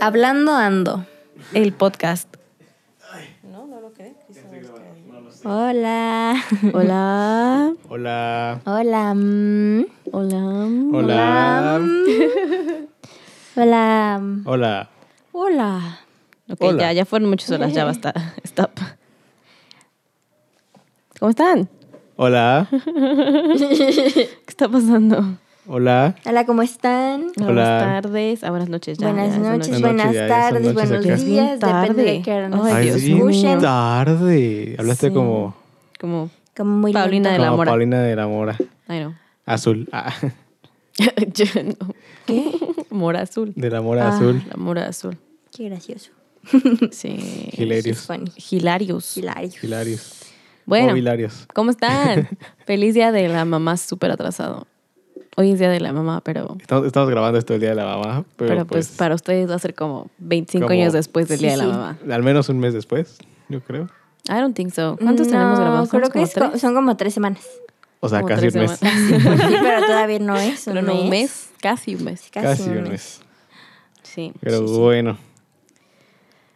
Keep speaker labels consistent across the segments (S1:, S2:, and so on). S1: Hablando Ando, el podcast.
S2: No, no lo creo. Hola,
S1: Hola.
S2: Hola.
S3: Hola.
S1: Hola. mm.
S2: Hola.
S3: Hola.
S1: mm. Hola.
S3: Hola.
S1: Hola.
S2: Ok,
S3: Hola.
S2: ya, ya fueron muchas horas, ya basta. Stop. ¿Cómo están?
S3: Hola.
S2: ¿Qué está pasando?
S3: Hola.
S1: Hola, ¿cómo están?
S3: Hola.
S2: Buenas tardes, ah, buenas noches. Ya,
S1: buenas
S2: ya, es de
S1: noches,
S3: noche.
S1: buenas
S3: Noche ya, ya son
S1: tardes,
S3: noches
S1: buenos días,
S3: acá.
S2: Bien
S1: depende de
S2: tarde.
S1: qué hora nos
S2: Ay,
S3: Ay,
S2: Dios
S3: bien
S1: escuchen.
S3: tarde. Hablaste
S2: Sí.
S3: como,
S2: Como,
S1: Como muy lindo.
S2: Paulina de la
S3: como
S2: Mora.
S3: Paulina de la Mora.
S2: ay no.
S3: Azul. Ah,
S2: Yo no. Mora azul.
S3: de la Mora
S1: Ah.
S3: Azul.
S2: La mora azul.
S1: Qué gracioso.
S2: Sí.
S3: Hilarios.
S1: Funny.
S2: Hilarios.
S1: Hilario.
S3: Hilarios.
S2: Bueno.
S3: O hilarios.
S2: ¿Cómo están? Feliz día de la mamá, súper atrasado. Hoy es día de la mamá, pero,
S3: Estamos, estamos grabando esto el día de la mamá, pero,
S2: pero, pues,
S3: pues,
S2: para ustedes va a ser como 25
S3: Como-
S2: años después del
S1: Sí,
S2: día de
S1: sí.
S2: la mamá.
S3: al menos un mes después, yo creo.
S2: I don't think so. ¿Cuántos
S1: No,
S2: tenemos grabados?
S1: Creo
S2: ¿Somos
S1: que
S2: como
S1: es co-
S2: tres?
S1: son como tres semanas.
S3: O sea,
S2: Como
S3: casi
S2: tres
S3: un mes.
S2: semanas.
S1: Sí, pero todavía no es.
S2: Pero no, un mes, casi un mes.
S1: Casi,
S3: Casi un mes.
S2: Sí.
S3: Pero
S2: sí, sí.
S3: bueno.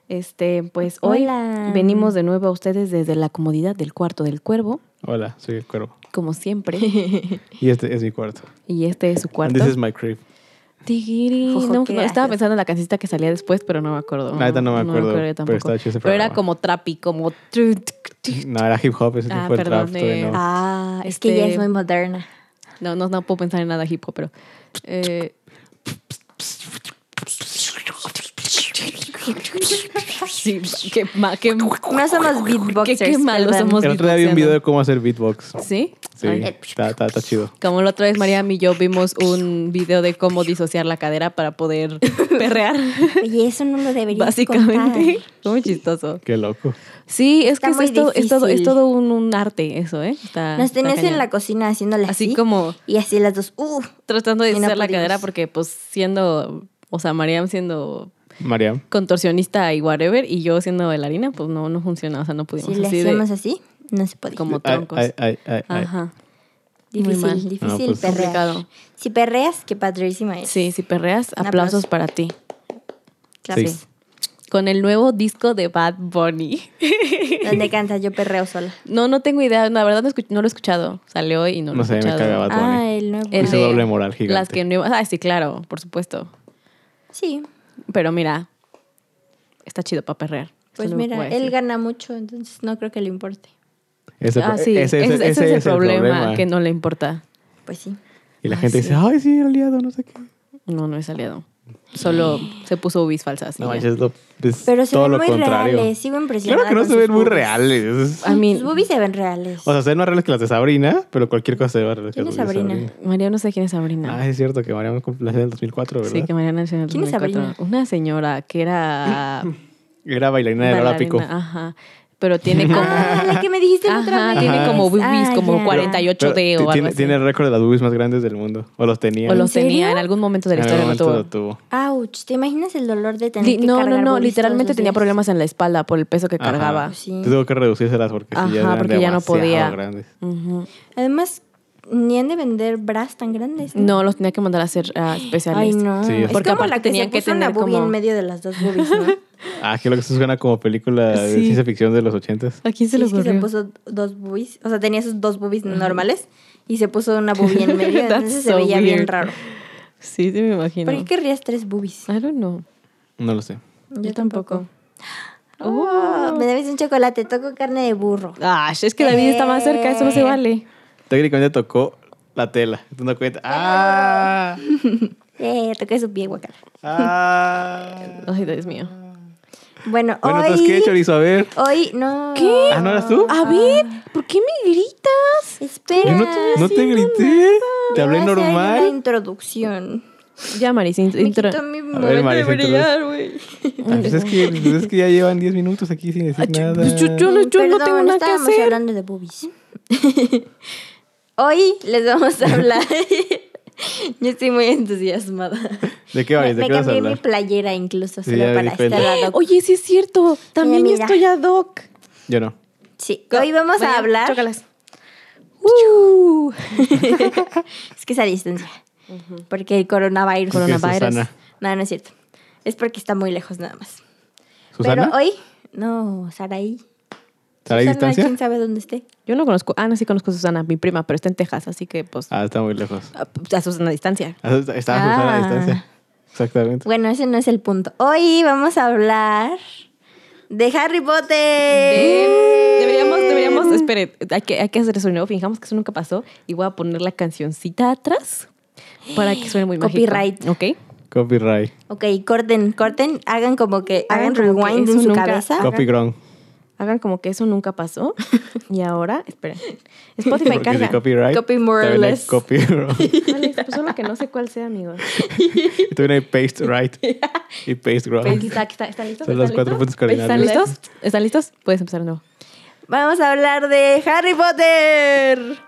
S2: Este, pues hoy
S1: Hola.
S2: venimos de nuevo a ustedes desde la comodidad del cuarto del cuervo,
S3: Hola, soy el cuervo.
S2: como siempre.
S3: Y este es mi cuarto.
S2: y este es su
S3: And
S2: cuarto.
S3: This is my crib.
S2: Tigiri.
S1: Jojo,
S2: No,
S1: qué
S2: no, estaba
S1: gracioso.
S2: pensando en la cancioncita que salía después, pero no me acuerdo.
S3: La neta no me acuerdo,
S2: yo
S3: pero
S2: tampoco.
S3: estaba chido ese
S2: Pero era
S3: programa.
S2: como trappy, como... tru- tru- tru-
S3: No, era hip hop, ese
S2: Ah,
S3: fue el trap.
S2: perdón,
S3: todavía
S2: eh.
S3: no.
S1: Ah, es que
S2: Este-
S1: ya es muy moderna.
S2: No, no, no puedo pensar en nada hip hop, pero... eh, Sí, qué, ma- qué-
S1: No somos beatboxers.
S2: Qué- qué malos
S1: perdón.
S2: somos.
S3: El otro día vi
S2: beatboxeando.
S3: un video de cómo hacer beatbox.
S2: ¿Sí?
S3: Sí,
S2: Ay, eh,
S3: está, está, está chido.
S2: Como la otra vez María y yo vimos un video de cómo disociar la cadera para poder perrear,
S1: Oye, eso no lo deberías
S2: básicamente.
S1: contar.
S2: Fue muy chistoso.
S3: Qué loco.
S2: Sí, es
S1: Está
S2: que es,
S1: muy
S2: es todo, es todo, es
S1: difícil.
S2: todo un, un arte eso, ¿eh? Está-
S1: Nos
S2: está
S1: tenías en
S2: cañón.
S1: la cocina haciéndole así.
S2: Así como
S1: Y así las dos. Uh,
S2: tratando de
S1: Y no
S2: disociar la
S1: pudimos.
S2: cadera porque pues siendo, o sea, Mariam siendo
S3: Mariam.
S2: contorsionista y whatever y yo siendo bailarina, pues no, no funciona, o sea, no
S1: si
S2: pudimos
S1: le
S2: así de-
S1: hacíamos así, no se podía.
S2: Como
S3: Ay,
S2: troncos.
S3: ay, ay, ay, ay.
S2: Ajá, muy
S1: Difícil,
S2: mal.
S1: difícil
S3: No, pues-
S1: perrear.
S2: complicado.
S1: Si perreas, qué padrísima es.
S2: Sí, si perreas,
S1: Un
S2: aplausos
S1: aplauso.
S2: para ti.
S1: Claps.
S3: Sí.
S2: Con el nuevo disco de Bad Bunny.
S1: Donde canta yo perreo sola.
S2: No, no tengo idea. La verdad no, escu- no lo he escuchado. Salió y no lo
S3: No
S2: he
S3: sé, me
S2: escuchado.
S3: caga Bad Bunny.
S1: Ah, el nuevo.
S2: El
S3: Ese
S2: de
S3: doble moral gigante.
S2: Las que no... Ah, sí, claro, por supuesto.
S1: Sí.
S2: Pero mira, está chido para perrear.
S1: Pues
S2: Solo voy
S1: mira,
S2: a
S1: él
S2: decir.
S1: gana mucho, entonces no creo que le importe.
S3: Ese,
S2: Ah,
S3: pro-
S2: sí.
S3: ese- ese- ese
S2: es el problema, que no le importa.
S1: Pues sí.
S3: Y la
S2: Ay,
S3: gente
S2: sí.
S3: dice, ay, sí, era aliado, no sé qué.
S2: No, no es aliado. Solo se puso ubis falsas. y
S3: No
S2: ya.
S3: manches, lo, es
S1: Pero se
S3: todo
S1: ven
S3: lo
S1: muy
S3: contrario.
S1: reales. Sigo impresionada.
S3: Claro que no
S1: con
S3: se ven
S1: sus
S3: muy
S1: boobies.
S3: reales.
S2: A mí,
S1: Sus boobies se ven reales.
S3: O sea, se ven más reales que las de Sabrina, pero cualquier cosa se ve más reales que
S1: ¿Quién
S3: las
S1: es
S3: de Sabrina.
S1: Sabrina?
S2: María, no sé quién es Sabrina.
S3: Ah, es cierto que Mariam cumplió en el 2004, ¿verdad?
S2: sí, que María nació en el
S1: ¿Quién es
S2: 2004. Una señora que era...
S3: Era bailarina de Laura
S2: bailarina,
S3: Pico.
S2: Ajá. Pero tiene como...
S1: Ah, la que me dijiste la otra
S2: Ajá,
S1: vez. Ah,
S2: tiene como boobies, como
S1: ya.
S2: 48. 8D
S3: Pero
S2: o
S3: ti-
S2: algo
S3: tiene,
S2: así.
S3: tiene el récord de las boobies más grandes del mundo. O los tenía.
S2: O
S3: En
S2: los
S1: serio?
S2: tenía en algún momento de la
S3: algún
S2: historia. No
S3: momento
S2: tuvo.
S3: lo tuvo.
S1: Ouch, ¿te imaginas el dolor de tener
S2: Li-
S1: que
S2: no,
S1: cargar
S2: no, no,
S1: boobies
S2: literalmente
S1: todos los
S2: tenía
S1: días?
S2: problemas en la espalda por el peso que
S3: Ajá.
S2: cargaba.
S1: Sí.
S3: Tuvo que reducírselas porque sí, ya
S2: Pues Ajá,
S3: eran
S2: porque ya no
S3: demasiado
S2: podía.
S3: grandes.
S2: Ujú.
S1: Además, ni han de vender bras tan grandes.
S2: No, los tenía que mandar a hacer a
S1: Ay,
S2: especialistas.
S1: no.
S3: Sí,
S1: es
S2: porque
S1: como
S2: aparte
S1: la que
S2: tenían
S1: se
S2: que
S1: puso una
S2: tener
S1: boobie
S2: como-
S1: en medio de las dos boobies, ¿no?
S3: Ah, que lo que se suena como película de
S2: Sí.
S3: ciencia ficción de los ochentas.
S2: ¿A quién se
S1: Sí,
S2: le
S1: es que se
S2: ocurrió?
S1: puso dos boobies, o sea, tenía sus dos boobies normales y se puso una boobie en medio, entonces
S2: That's
S1: se
S2: so
S1: veía bien
S2: weird.
S1: raro.
S2: Sí, sí me imagino.
S1: ¿Por qué querrías tres boobies?
S3: Ah,
S2: I don't know.
S3: No lo sé.
S2: Yo tampoco.
S1: Oh, me debes un chocolate, toco carne de burro.
S2: Ah, es que David está más cerca, eso no
S1: Eh.
S2: se vale.
S3: Técnicamente tocó la tela. ¿Te das cuenta? ¡Ah!
S1: Eh, toqué su pie, guacala.
S3: ¡Ah!
S2: Ay, Dios mío.
S1: Bueno,
S3: Bueno,
S1: hoy...
S3: entonces, ¿qué, Chorizo? A ver.
S1: Hoy, no.
S2: ¿Qué?
S3: ¿Ah, no eras tú?
S2: A ver, ¿por qué me gritas?
S3: Yo
S1: Espera.
S3: no, no te grité. Te hablé
S1: Debo hacer Una
S3: normal.
S1: introducción.
S2: Ya, Maris, in-
S1: Me
S2: intro.
S1: quitó mi momento
S3: ver,
S1: de
S3: Marisa, introduce.
S1: brillar, güey.
S3: Ah, pues es, que, pues es que ya llevan 10 minutos aquí sin decir nada.
S2: Pues yo- yo no- yo no
S1: Perdón,
S2: tengo nada que
S1: estábamos
S2: hacer.
S1: hablando de boobies. Hoy les vamos a hablar. Yo estoy muy entusiasmada.
S3: ¿De qué vais? ¿De
S1: me
S3: qué vas a
S1: cambié mi
S3: hablar?
S1: playera incluso
S3: Sí,
S1: solo
S3: ya me di
S1: para
S3: cuenta.
S1: estar ad hoc.
S2: Oye, sí es cierto. También
S1: mira.
S2: estoy ad hoc.
S3: Yo no.
S1: Sí, hoy vamos
S2: Vaya,
S1: a hablar.
S2: chócalas.
S1: Uh. es que es a distancia. Porque el coronavirus.
S3: Porque es Coronavirus. Susana.
S1: No, no es cierto. Es porque está muy lejos nada más.
S3: ¿Susana?
S1: Pero hoy, no, Saraí.
S3: ¿Saraí
S1: Susana,
S3: distancia?
S1: ¿Quién sabe dónde esté?
S2: Yo no conozco, ah, no, sí conozco a Susana, mi prima, pero está en Texas, así que pues
S3: Ah, está muy lejos.
S2: a, a Susana a distancia.
S3: Ah, Está está Susana a
S1: Ah.
S3: distancia. Exactamente.
S1: Bueno, ese no es el punto. Hoy vamos a hablar de Harry Potter. Eh.
S2: De- Eh, deberíamos, deberíamos, espere, hay que, hay que hacer sonido, fijamos que eso nunca pasó y voy a poner la cancioncita atrás para que suene muy mágico.
S1: Copyright.
S2: Ok.
S3: Copyright.
S1: Ok, corten, corten, hagan como que hagan
S2: Hagan como que
S1: rewind
S2: eso
S1: en su
S2: nunca-
S1: cabeza.
S2: Cop-
S3: Copyground.
S2: Hagan como que eso nunca pasó. Y ahora, esperen. Spotify
S3: Porque si
S2: carga.
S3: copyright.
S1: Copy more or
S3: también hay
S1: less.
S3: Copyright.
S2: Alex, pues solo que no sé cuál sea, amigos.
S3: También hay paste right y paste
S2: Aquí
S3: wrong.
S2: está, aquí está. ¿Están listos?
S3: Son
S2: ¿Están
S3: los cuatro
S2: listos?
S3: puntos
S2: ¿Están
S3: cardinales.
S2: listos? ¿Están listos? Puedes empezar de nuevo.
S1: Vamos a hablar de Harry Potter.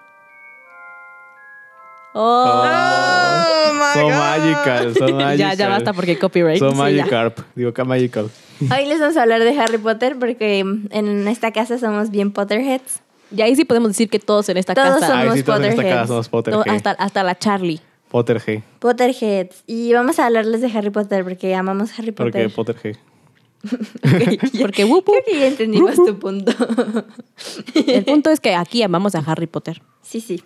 S2: Oh.
S1: Oh my
S3: son
S1: God.
S3: magical, son magical.
S2: ya, ya basta porque copyright.
S3: Son
S2: Sí, ya.
S3: magicarp. Digo que magical.
S1: Hoy les vamos a hablar de Harry Potter porque mm, en esta casa somos bien Potterheads.
S2: Y ahí sí podemos decir que todos en esta
S1: Todos
S2: casa.
S1: son-
S3: Ahí
S1: Somos
S3: sí todos en esta
S1: Potterheads.
S3: casa somos Potter
S2: No,
S3: G.
S2: hasta, hasta la Charlie.
S3: Potter G.
S1: Potterheads. Y vamos a hablarles de Harry Potter porque amamos Harry
S3: Porque
S1: Potter.
S3: Potter G.
S2: Porque wup, wup.
S1: Creo que ya entendimos tu punto.
S2: El punto es que aquí amamos a Harry Potter.
S1: sí, sí.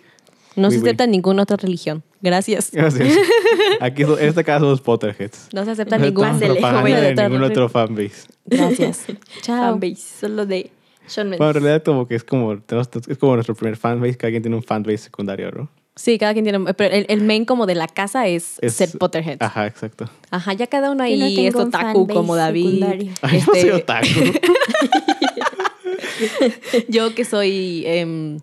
S2: No
S3: Oui,
S2: se
S3: oui.
S2: acepta ninguna otra religión. Gracias.
S3: Gracias. Aquí so- en esta casa somos Potterheads.
S2: No se acepta
S3: No
S2: ninguna
S3: estamos
S1: Pásele,
S3: propaganda
S1: joven.
S3: de ningún otro fanbase.
S2: Gracias. Chao.
S1: Fanbase, solo de Sean Mendes.
S2: Pues.
S3: Bueno, en realidad como que es como, tenemos- es como nuestro primer fanbase, que alguien tiene un fanbase secundario, ¿no?
S2: Sí, cada quien tiene. Pero el, el main como de la casa es,
S3: Es-
S2: ser Potterhead. Ajá.
S3: Ajá, exacto.
S2: ya cada uno
S1: Yo no
S2: ahí
S1: tengo
S2: es
S1: un
S2: otaku
S1: fanbase
S2: como David.
S1: secundario.
S3: Ay, no soy
S2: Este,
S3: otaku.
S2: yo que soy. em,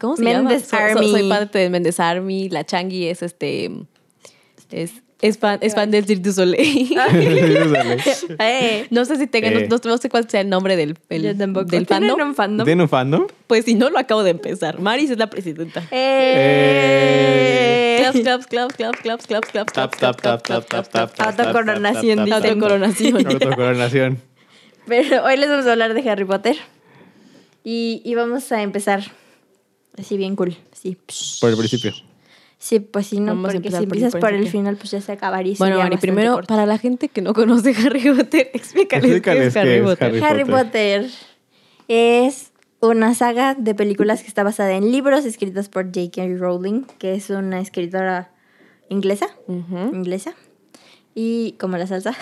S2: ¿Cómo se
S1: Mendes
S2: llama? So- so-
S1: Army.
S2: soy parte de Mendes Army. La Changi es este. em, Es, es, fan, es fan del Cirque du Soleil.
S1: Eh,
S2: No sé si tengan,
S3: Eh.
S2: no, no sé cuál sea el nombre del, el-
S1: yo tampoco.
S2: del
S1: ¿Tienen
S2: fandom.
S1: un fandom?
S3: ¿Tienen un fandom?
S2: Pues si no, lo acabo de empezar. Maris es la presidenta.
S1: Eh.
S2: Claps, claps, claps, claps, claps, claps, claps,
S3: Tap,
S2: claps,
S3: tap,
S2: claps,
S3: tap,
S2: claps, claps,
S3: tap, tap, tap,
S2: claps.
S3: tap,
S1: Autocoronación,
S3: tap, tap, tap, tap.
S2: Autocoronación.
S3: Autocoronación.
S1: Pero hoy les vamos a hablar de Harry Potter. Y, y vamos a empezar. Así bien cool. Sí,
S3: Por el principio.
S1: sí pues sí, no,
S2: Vamos a
S1: porque si
S2: empezar por el
S1: empiezas por el
S2: principio.
S1: final, pues ya se acabaría. y
S2: Bueno,
S1: sería
S2: Mari,
S1: bastante
S2: primero,
S1: corto.
S2: para la gente que no conoce Harry Potter, explícales,
S3: Explícales
S2: qué es Harry Potter.
S3: Harry
S1: Harry
S3: Potter.
S1: Potter. es una saga de películas que está basada en libros escritos por J.K. Rowling, que es una escritora inglesa.
S2: Ujú.
S1: Inglesa. Y como la salsa.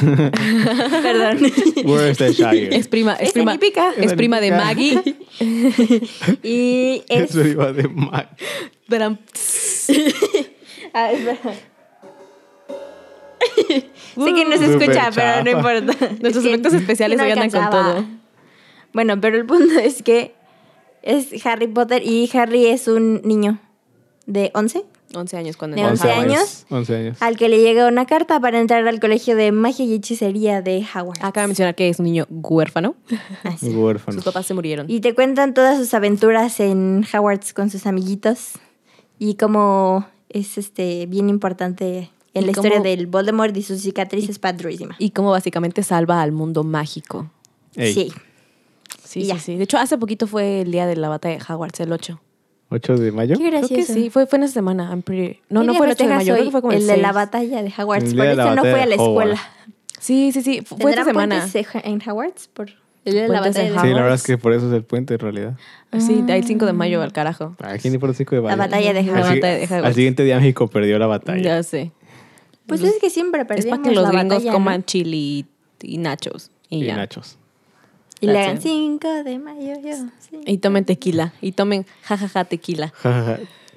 S1: Perdón.
S3: Where's the Shire?
S2: Es prima, es
S1: Es
S2: prima,
S1: olímpica.
S2: es prima de
S3: olímpica.
S2: Maggie.
S1: y es.
S3: Eso iba de mal.
S2: Pero,
S1: Ah, espera. sé que no se
S3: Súper
S1: escucha, pero no
S3: chafa.
S1: importa.
S2: Nuestros
S1: Es que-
S2: efectos especiales
S1: que
S2: hoy andan con
S1: alcanzaba.
S2: todo.
S1: Bueno, pero el punto es que es Harry Potter y Harry es un niño de 11
S2: 11 años cuando
S1: De 11
S2: entró Howard.
S1: años.
S3: 11 años.
S1: al que le llega una carta para entrar al colegio de magia y hechicería de Howard.
S2: Acaba de Ah, mencionar que es un niño huérfano.
S3: Huérfano.
S2: Sus papás se murieron.
S1: Y te cuentan todas sus aventuras en Howard's con sus amiguitos y cómo es este bien importante en
S2: Y
S1: la historia
S2: cómo-
S1: del Voldemort y su cicatriz es padrísima.
S2: y cómo básicamente salva al mundo mágico.
S3: Ey,
S1: Sí.
S2: Sí,
S1: Y
S2: sí,
S1: ya.
S2: sí. De hecho, hace poquito fue el día de la batalla de Hogwarts, el 8.
S3: 8 de mayo.
S1: Qué
S2: Creo que
S1: gracioso.
S2: sí, fue, fue en esa semana. I'm pretty- No,
S1: ¿Qué
S2: no
S1: día
S2: fue el 8 de
S1: festejas
S2: mayo, creo
S1: hoy?
S2: que fue como el,
S1: el de la
S2: 6.
S1: batalla de Hogwarts.
S3: El
S1: Por
S3: día de la
S1: eso no
S3: batalla
S1: fue a
S3: de
S1: la escuela.
S3: Hogwarts.
S2: Sí, sí, sí, fu- fue esa
S1: ¿Tendrán
S2: semana.
S1: puentes en- en Hogwarts por el día de la
S2: Puentes en
S1: batalla de
S3: Sí, la
S1: Hogwarts?
S3: verdad es que por eso es el puente en realidad.
S2: Sí, hay el 5 de mayo al carajo.
S3: Aquí ni por el 5 de mayo.
S1: La Ah. batalla de
S3: Al
S1: Hogwarts.
S3: sigui-
S2: batalla de Hogwarts.
S3: Al siguiente día México perdió la batalla.
S2: Ya sé.
S1: Pues es que siempre
S2: Es
S1: perdemos
S2: para que los
S1: la
S2: gringos
S1: batalla, ¿no?
S2: coman chili y nachos. Y,
S3: Y
S2: ya.
S3: Nachos.
S1: Y le
S2: That's
S1: hagan
S2: it.
S1: 5 de mayo, yo. sí.
S2: Y tomen tequila. Y tomen jajaja tequila.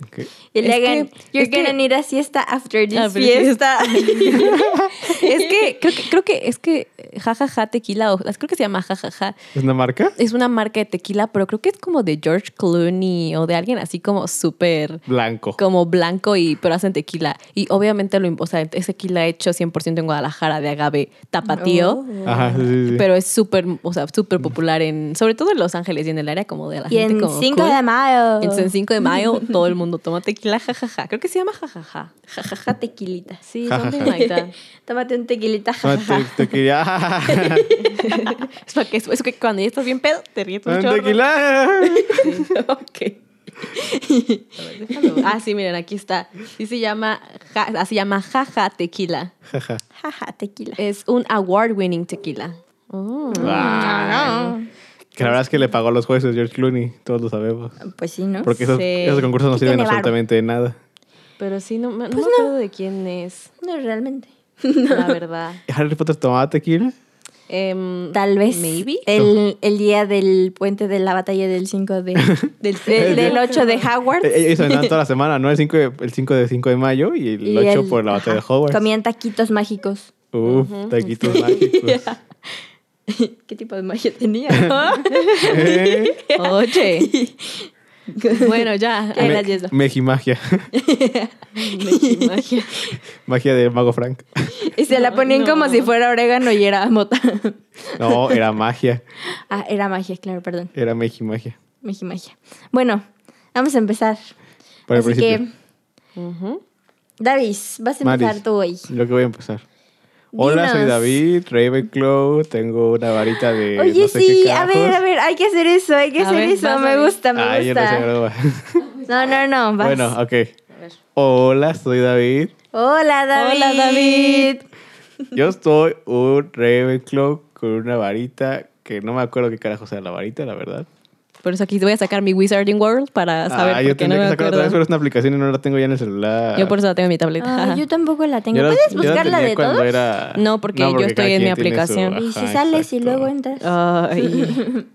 S3: Ok.
S1: Y le
S2: Es que-
S1: hagan, you're
S2: es que-
S1: gonna need a siesta after this
S2: After
S1: fiesta.
S2: es que creo, que creo que es que eh, jajaja tequila, o, creo que se llama jajaja.
S3: ¿Es una marca?
S2: es una marca de tequila, pero creo que es como de George Clooney o de alguien así como súper
S3: Blanco.
S2: como blanco y pero hacen tequila y obviamente lo, im- o sea, es tequila hecho 100% en Guadalajara de agave tapatío,
S1: Oh.
S3: Ajá, sí, sí, sí.
S2: pero es súper, o sea, súper popular en sobre todo en Los Ángeles y en el área como de la
S1: Y
S2: gente
S1: en
S2: como
S1: 5
S2: cool.
S1: de mayo.
S2: Entonces, en 5 de mayo todo el mundo toma tequila, jajaja. Creo que se llama jajaja.
S1: Jajaja tequilita.
S2: Sí,
S3: Jajaja.
S2: something like that.
S1: Tómate un tequilita,
S3: No,
S1: jajaja.
S3: te, te quería.
S2: Es, para que, es que cuando ya estás bien pedo, te ríes
S3: Un
S2: un chorro.
S3: tequila.
S2: Ok. Déjalo. Ah, sí, miren, aquí está. Sí se llama, ja- ah, se llama Jaja Tequila.
S3: Jaja.
S1: Jaja, tequila.
S2: Es un award-winning tequila. Oh.
S3: Ah, Que la verdad es que le pagó a los jueces George Clooney, todos lo sabemos.
S1: Pues sí, ¿no?
S3: Porque esos,
S2: Sí.
S3: esos concursos no
S1: Aquí
S3: sirven
S1: tiene varo.
S3: absolutamente de nada.
S2: Pero sí, no, me- no
S1: Pues
S2: me acuerdo de quién es,
S1: No, realmente.
S2: la verdad.
S3: ¿Harry Potter tomaba tequila?
S2: Em,
S1: Tal vez
S2: Maybe.
S1: El, el día del puente de la batalla del 5 de...
S2: Del,
S1: de- del 8 de Howard.
S3: Eh, Ellos aventaban toda la semana, ¿no? El 5 de, el 5 de 5 de mayo y el 8 por la batalla de Hogwarts.
S1: Comían taquitos mágicos.
S3: Uf, taquitos mágicos.
S1: ¿Qué tipo de magia tenía?
S3: ¿Eh?
S2: Oye. bueno, ya. ahí la
S3: Me-
S2: yeso.
S3: Mejimagia.
S2: Mejimagia.
S3: Magia de Mago Frank.
S1: y se la ponían
S2: No.
S1: como si fuera orégano y era mota.
S3: No, era magia.
S1: ah, era magia, claro, perdón.
S3: Era Mejimagia.
S1: Mejimagia. Bueno, vamos a empezar.
S3: Por el
S1: Así
S3: principio.
S2: Ujú.
S1: Davis, vas a empezar
S3: Maris.
S1: tú hoy.
S3: Lo que voy a empezar. Hola, soy
S1: Dinos.
S3: David, Ravenclaw. Tengo una varita de.
S1: Oye,
S3: no sé
S1: sí,
S3: qué
S1: a ver, a
S3: carajos.
S1: ver, hay que hacer eso, hay que
S2: A
S1: hacer
S2: ver,
S1: eso.
S2: vas,
S1: Me
S2: David.
S1: gusta, me
S3: Ah, yo no sé
S1: gusta.
S3: broma.
S1: No, no, no, vas.
S3: Bueno, ok. Hola, soy David.
S1: Hola, David.
S2: Hola, David.
S3: Yo soy un Ravenclaw con una varita que no me acuerdo qué carajos era la varita, la verdad.
S2: Por eso aquí voy a sacar mi Wizarding World para saber
S3: ah,
S2: por
S3: yo
S2: qué no
S3: tenía
S2: me
S3: que sacar
S2: acuerdo.
S3: otra vez, pero es una aplicación y no la tengo ya en el celular.
S2: Yo por eso la tengo en mi tableta.
S1: Ah,
S2: Ajá.
S1: yo tampoco la tengo.
S3: Yo la-
S1: ¿Puedes
S3: yo la
S1: buscar la
S3: tenía
S1: de
S3: cuando
S1: todos?
S3: era-
S2: No, porque yo estoy
S3: cada
S2: en mi
S3: quien tiene su-
S2: aplicación.
S1: Y si
S3: Ajá,
S1: sales y
S3: exacto.
S1: luego entras.
S2: Ay.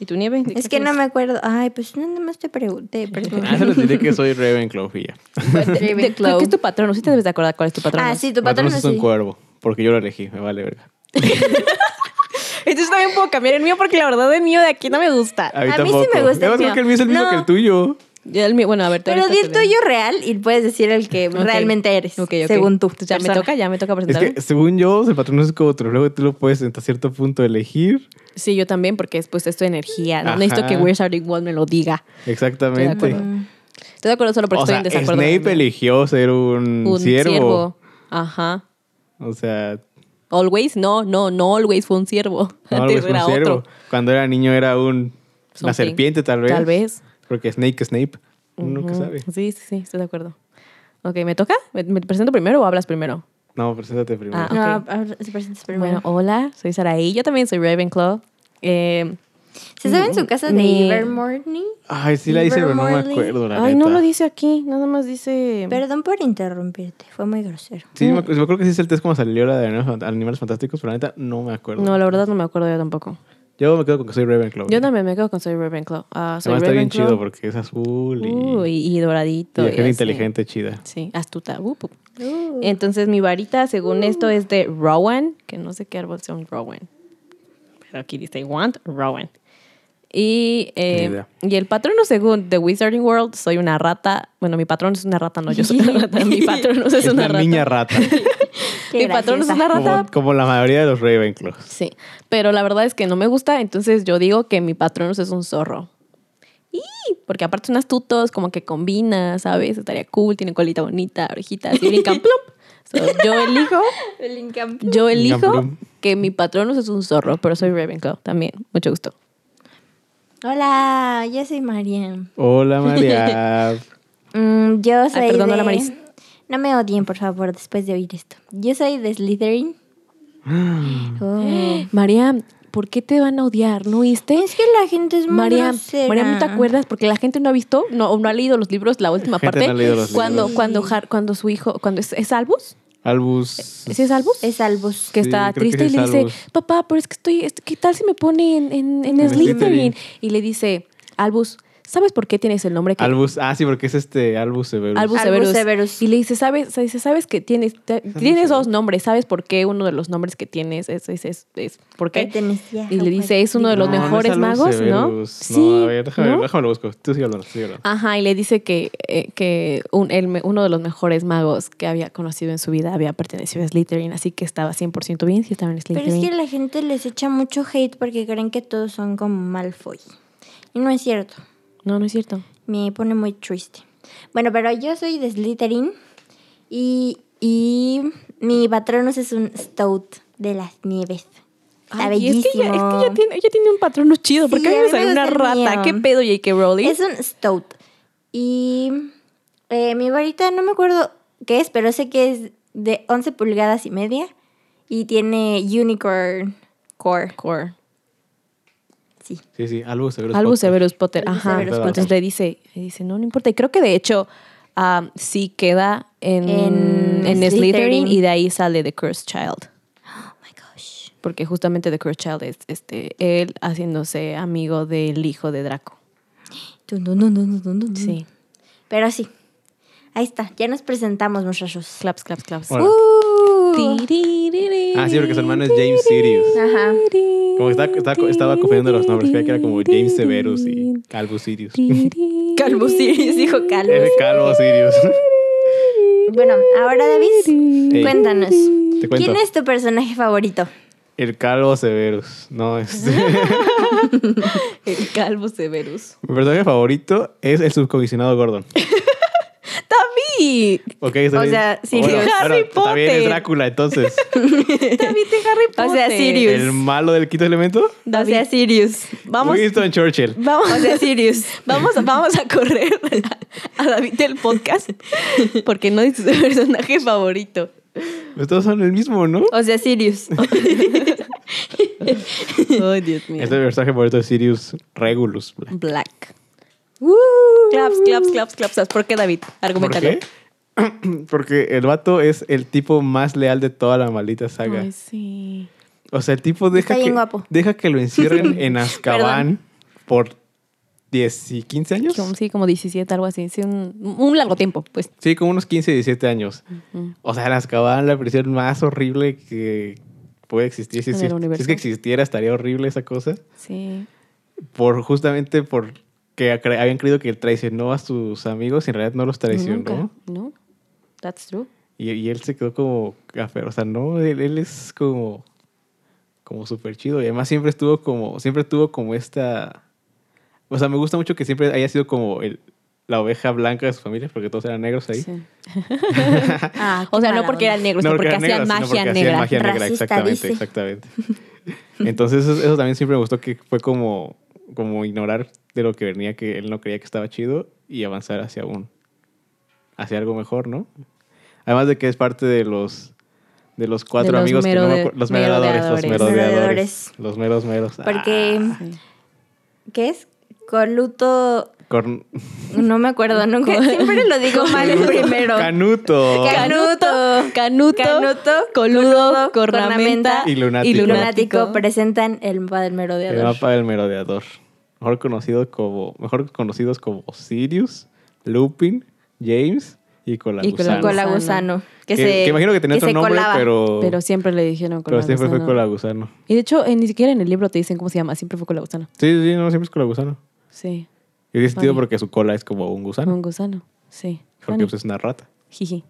S2: ¿Y tu nieve? ¿De
S1: es
S2: Ah, qué
S1: que no
S2: tienes?
S1: me acuerdo. Ay, pues nada más te pregunté. perdón.
S3: Ah, se les diré que soy Ravenclaw, y ya.
S2: De- de- ¿Qué es tu patrono? Sí te debes de acordar cuál es tu patrono.
S1: Ah, sí, tu patrón
S3: Patrón
S1: es
S3: es un
S1: así.
S3: cuervo, porque yo lo elegí, me vale verga.
S2: Entonces también puedo cambiar el mío porque la verdad el mío de aquí no me gusta.
S1: A mí sí
S3: tampoco.
S1: me gusta el mío.
S3: Además, creo que el mío es el mismo
S1: No.
S3: que el tuyo.
S2: Ya el mío- bueno, a ver. tú
S1: Pero di
S2: ahorita te
S1: el
S2: leo.
S1: tuyo real y puedes decir el que
S2: Ok.
S1: realmente eres.
S2: Ok, ok.
S1: Según tú.
S2: Entonces, ya me
S1: persona.
S2: toca, ya me toca
S3: Es
S2: presentar.
S3: que según yo, el patrón es como otro. Luego tú lo puedes hasta cierto punto elegir.
S2: Sí, yo también porque después esto de energía. No
S3: Ajá.
S2: necesito que Wizarding World me lo diga.
S3: Exactamente.
S2: acuerdo. Estoy de acuerdo solo porque
S3: O sea,
S2: estoy en desacuerdo.
S3: Snape eligió ser un,
S2: un
S3: ciervo.
S2: ciervo. Ajá.
S3: O sea,
S2: Always, no, no, no always fue un ciervo.
S3: no,
S2: Antes
S3: algo es un
S2: era
S3: ciervo.
S2: otro.
S3: Cuando era niño era un, una
S2: Something.
S3: serpiente, tal vez.
S2: Tal vez.
S3: Porque Snake, Snape. Uno nunca
S2: Ujú.
S3: sabe.
S2: Sí, sí, sí, estoy de acuerdo. Ok, ¿me toca? ¿Me, me presento primero o hablas primero?
S3: No, preséntate primero.
S2: Ah,
S1: No,
S2: Ok.
S1: ahora se presentas primero.
S2: Bueno, hola, soy Saraí. Yo también soy Ravenclaw. Eh,
S1: ¿Se sabe en su casa de
S2: Ni-
S1: Livermorny?
S3: Ay, sí la hice, pero no me
S1: Livermore
S3: acuerdo, la
S2: ay, no
S3: neta.
S2: lo dice aquí. Nada más dice.
S1: Perdón por interrumpirte, fue muy grosero.
S3: Sí, me, acu- me acuerdo que sí hice el test como salió la de Animales Fant- Animales Fantásticos, pero la neta no me acuerdo.
S2: No, la verdad no me acuerdo yo tampoco.
S3: Yo me quedo con que soy Ravenclaw.
S2: Yo también me quedo con soy Ravenclaw. Ah, soy
S3: Además está bien
S2: Ravenclaw.
S3: chido porque es azul y,
S2: Uy, y
S3: y
S2: doradito.
S3: la gente
S2: así.
S3: inteligente chida.
S2: Sí, astuta. Up, up.
S1: Uh.
S2: Entonces mi varita, según esto, es de Rowan, que no sé qué árbol sea un Rowan. Pero aquí dice Want Rowan. Y, eh,
S3: Ni idea.
S2: y el patrono, según The Wizarding World, soy una rata. Bueno, mi patrón es una rata, no, yo soy una rata. Mi patrón es,
S3: Es
S2: una
S3: una
S2: rata.
S3: niña rata.
S1: Qué
S2: Mi patrón es
S1: graciosa.
S2: una rata.
S3: como, como la mayoría de los Ravenclaws.
S2: Sí, pero la verdad es que no me gusta, entonces yo digo que mi patrón es un zorro. Y porque aparte son astutos, como que combina, ¿sabes? Estaría cool, tiene colita bonita, orejitas y brincan plump. So, yo elijo
S1: El Incam-
S2: yo elijo
S3: Gamblum.
S2: que mi patrono es un zorro, pero soy Ravenclaw también. Mucho gusto.
S1: Hola, yo soy Marian.
S3: Hola, María.
S1: Mm, yo soy
S2: Ah, perdón,
S1: de-
S2: hola, Maris.
S1: No me odien, por favor, después de oír esto. Yo soy de Slytherin. Oh.
S3: Mm.
S2: María, ¿por qué te van a odiar? ¿No oíste?
S1: Es que la gente es muy
S2: María,
S1: grosera.
S2: María, ¿no te acuerdas? Porque la gente no ha visto, no, o no ha leído los libros, la última
S3: Gente
S2: parte.
S3: no ha leído los
S2: cuando,
S3: libros.
S2: cuando, Har- cuando su hijo, cuando es, ¿es Albus,
S3: Albus.
S2: ¿Sí es Albus?
S1: Es Albus.
S2: que
S3: Sí,
S2: está
S3: creo que
S2: triste y
S3: sí
S2: le
S3: es
S2: dice,
S3: Albus.
S2: papá, pero es que estoy, es- ¿qué tal si me pone en, en, en
S3: En
S2: Slytherin?
S3: Slytherin.
S2: Y le dice, Albus, ¿sabes por qué tienes el nombre que
S3: Albus. Ah, sí, porque es este Albus Severus.
S2: Albus
S1: Albus
S2: Severus.
S1: Severus.
S2: Y le dice, ¿sabes? se dice, ¿sabes que tienes, te- tienes dos nombres? ¿Sabes por qué uno de los nombres que tienes es, es, es, es- por qué?
S1: Pertenecía
S2: Y
S1: a
S2: le dice, es uno de los
S1: Hufflepuff.
S3: es
S2: mejores
S3: Albus
S2: magos, ¿no?
S3: Severus.
S2: Sí,
S3: a ver, déjame,
S2: ¿no? Ah.
S3: déjame lo busco. Tú sigue hablando, tú sigue hablando.
S2: Ajá, y le dice que, eh, que un- el me- uno de los mejores magos que había conocido en su vida había pertenecido a Slytherin, así que estaba 100% bien si estaba en
S1: Pero
S2: Slytherin.
S1: es que la gente les echa mucho hate porque creen que todos son como Malfoy. Y no es cierto.
S2: No, no es cierto.
S1: Me pone muy triste. Bueno, pero yo soy de Slytherin y, y mi patrono es un Stout de las nieves. Está
S2: Ay,
S1: bellísimo.
S2: Es que, ella, es que ella tiene, ella tiene un patrón chido. ¿Por
S1: Sí, a
S2: qué
S1: mí
S2: me
S1: me
S2: sale una
S1: gusta el
S2: rata?
S1: mío.
S2: ¿Qué pedo, J.K. Rowling?
S1: Es un Stout. Y eh, mi varita, no me acuerdo qué es, pero sé que es de 11 pulgadas y media. Y tiene unicorn core.
S2: Core.
S1: Sí.
S3: Sí, sí, algo seguro. es
S2: Albus
S3: podcast.
S2: Severus Potter.
S1: Albus
S2: Ajá.
S1: Severus
S3: Potter.
S2: Entonces le dice, le dice, no, no importa. Y creo que de hecho ah, sí queda en,
S1: En
S2: en,
S1: Slytherin.
S2: Slytherin y de ahí sale The Cursed Child.
S1: Oh my gosh.
S2: Porque justamente The Cursed Child es este, él haciéndose amigo del hijo de Draco.
S1: Dun, dun, dun, dun, dun, dun, dun.
S2: Sí.
S1: Pero sí. Ahí está. Ya nos presentamos, muchachos.
S2: Claps, claps, claps.
S3: Ahora,
S1: Uh.
S2: Ah,
S3: Ah, sí, porque su hermano es James Sirius.
S1: Ajá.
S3: Como que estaba, estaba, estaba confundiendo los nombres, creía que era como James Severus y Calvo Sirius.
S1: Calvo Sirius, dijo Calvo.
S3: Es Calvo Sirius.
S1: Bueno, ahora David,
S3: Ey.
S1: cuéntanos.
S3: Te cuento.
S1: ¿Quién es tu personaje favorito?
S3: El Calvo Severus. No, es...
S2: El calvo Severus.
S3: Mi personaje favorito es el subcomisionado Gordon.
S2: ¡David!
S3: Ok, está
S1: O
S3: bien.
S1: sea, Sirius.
S2: Harry
S3: Está bien, es
S2: Potter.
S3: Drácula, entonces.
S2: ¡David de Harry Potter!
S1: O sea, Sirius.
S3: ¿El malo del quinto elemento?
S1: O
S2: David.
S1: sea, Sirius.
S2: Vamos,
S3: Winston Churchill.
S2: vamos,
S1: O sea, Sirius.
S2: vamos, vamos a correr a David del podcast porque no es su personaje favorito.
S3: Pues todos son el mismo, ¿no?
S1: O sea, Sirius.
S2: ¡Oh, Dios mío!
S3: Este es mi personaje favorito de Sirius Regulus. Black.
S2: Black. Claps, claps, claps, claps. ¿Por qué, David?
S3: ¿Por
S2: Argumentalo.
S3: qué? Porque el vato es el tipo más leal de toda la maldita saga.
S2: Ay, sí.
S3: O sea, el tipo deja
S1: bien
S3: que,
S1: guapo.
S3: deja que lo encierren en Azkaban por 10 y 15 años.
S2: Como, sí, como 17, algo así. Sí, un, un largo tiempo, pues.
S3: Sí, como unos 15, 17 años. O sea, en Azkaban, la prisión más horrible que puede existir. Si,
S2: En el
S3: si- si
S2: universo.
S3: es que existiera, estaría horrible esa cosa.
S2: Sí.
S3: Por justamente porque cre- habían creído que traicionó a sus amigos y en realidad no los traicionó.
S2: Nunca. No. That's true.
S3: Y, y él se quedó como afer- O sea, no, él, él es como. Como súper chido. Y además siempre estuvo como. Siempre tuvo como esta. O sea, me gusta mucho que siempre haya sido como el, la oveja blanca de su familia, porque todos eran negros ahí.
S2: Sí.
S1: Ah, qué
S2: O sea, no
S1: mala
S2: porque era
S1: onda.
S2: negro, sino porque,
S3: eran
S2: hacía
S3: negros, sino
S2: magia
S3: porque hacían
S2: negra.
S3: magia negra,
S1: Racista,
S3: exactamente,
S1: dice.
S3: exactamente. Entonces, eso, eso también siempre me gustó que fue como, como ignorar de lo que venía, que él no creía que estaba chido y avanzar hacia un. hacia algo mejor, ¿no? Además de que es parte de los. De los cuatro
S2: los
S3: amigos que no me
S2: merode-
S3: acuer- los merodeadores, los
S2: merodeadores.
S3: merodeadores, los meros meros.
S1: Porque,
S3: Ah,
S2: Sí.
S1: ¿qué es? Coluto.
S3: corn-
S1: No me acuerdo nunca. Siempre lo digo mal el primero.
S3: Canuto.
S1: Can- Canuto,
S2: Canuto, canuto,
S1: Canuto,
S2: coludo,
S1: cornamenta,
S2: cornamenta
S3: y lunático.
S1: Y Lunático presentan el mapa del
S3: El
S1: merodeador.
S3: mapa del merodeador. Mejor conocido como, mejor conocidos como Sirius, Lupin, James y
S2: Y Colagusano.
S3: Colagusano.
S1: Cola gusano. Que,
S3: que,
S1: se,
S3: que imagino que tenía
S1: se
S3: otro nombre,
S1: colaba.
S3: pero,
S2: Pero siempre le dijeron
S3: pero
S2: colagusano.
S3: siempre fue Colagusano.
S2: Y de hecho, eh, ni siquiera en el libro te dicen cómo se llama, siempre fue colagusano.
S3: Sí, sí, no, siempre es Colagusano.
S2: Sí,
S3: Y tiene sentido
S2: Vale.
S3: porque su cola es como un gusano,
S2: un gusano. Sí.
S3: porque
S2: Funny.
S3: pues, es una rata.
S2: Jiji.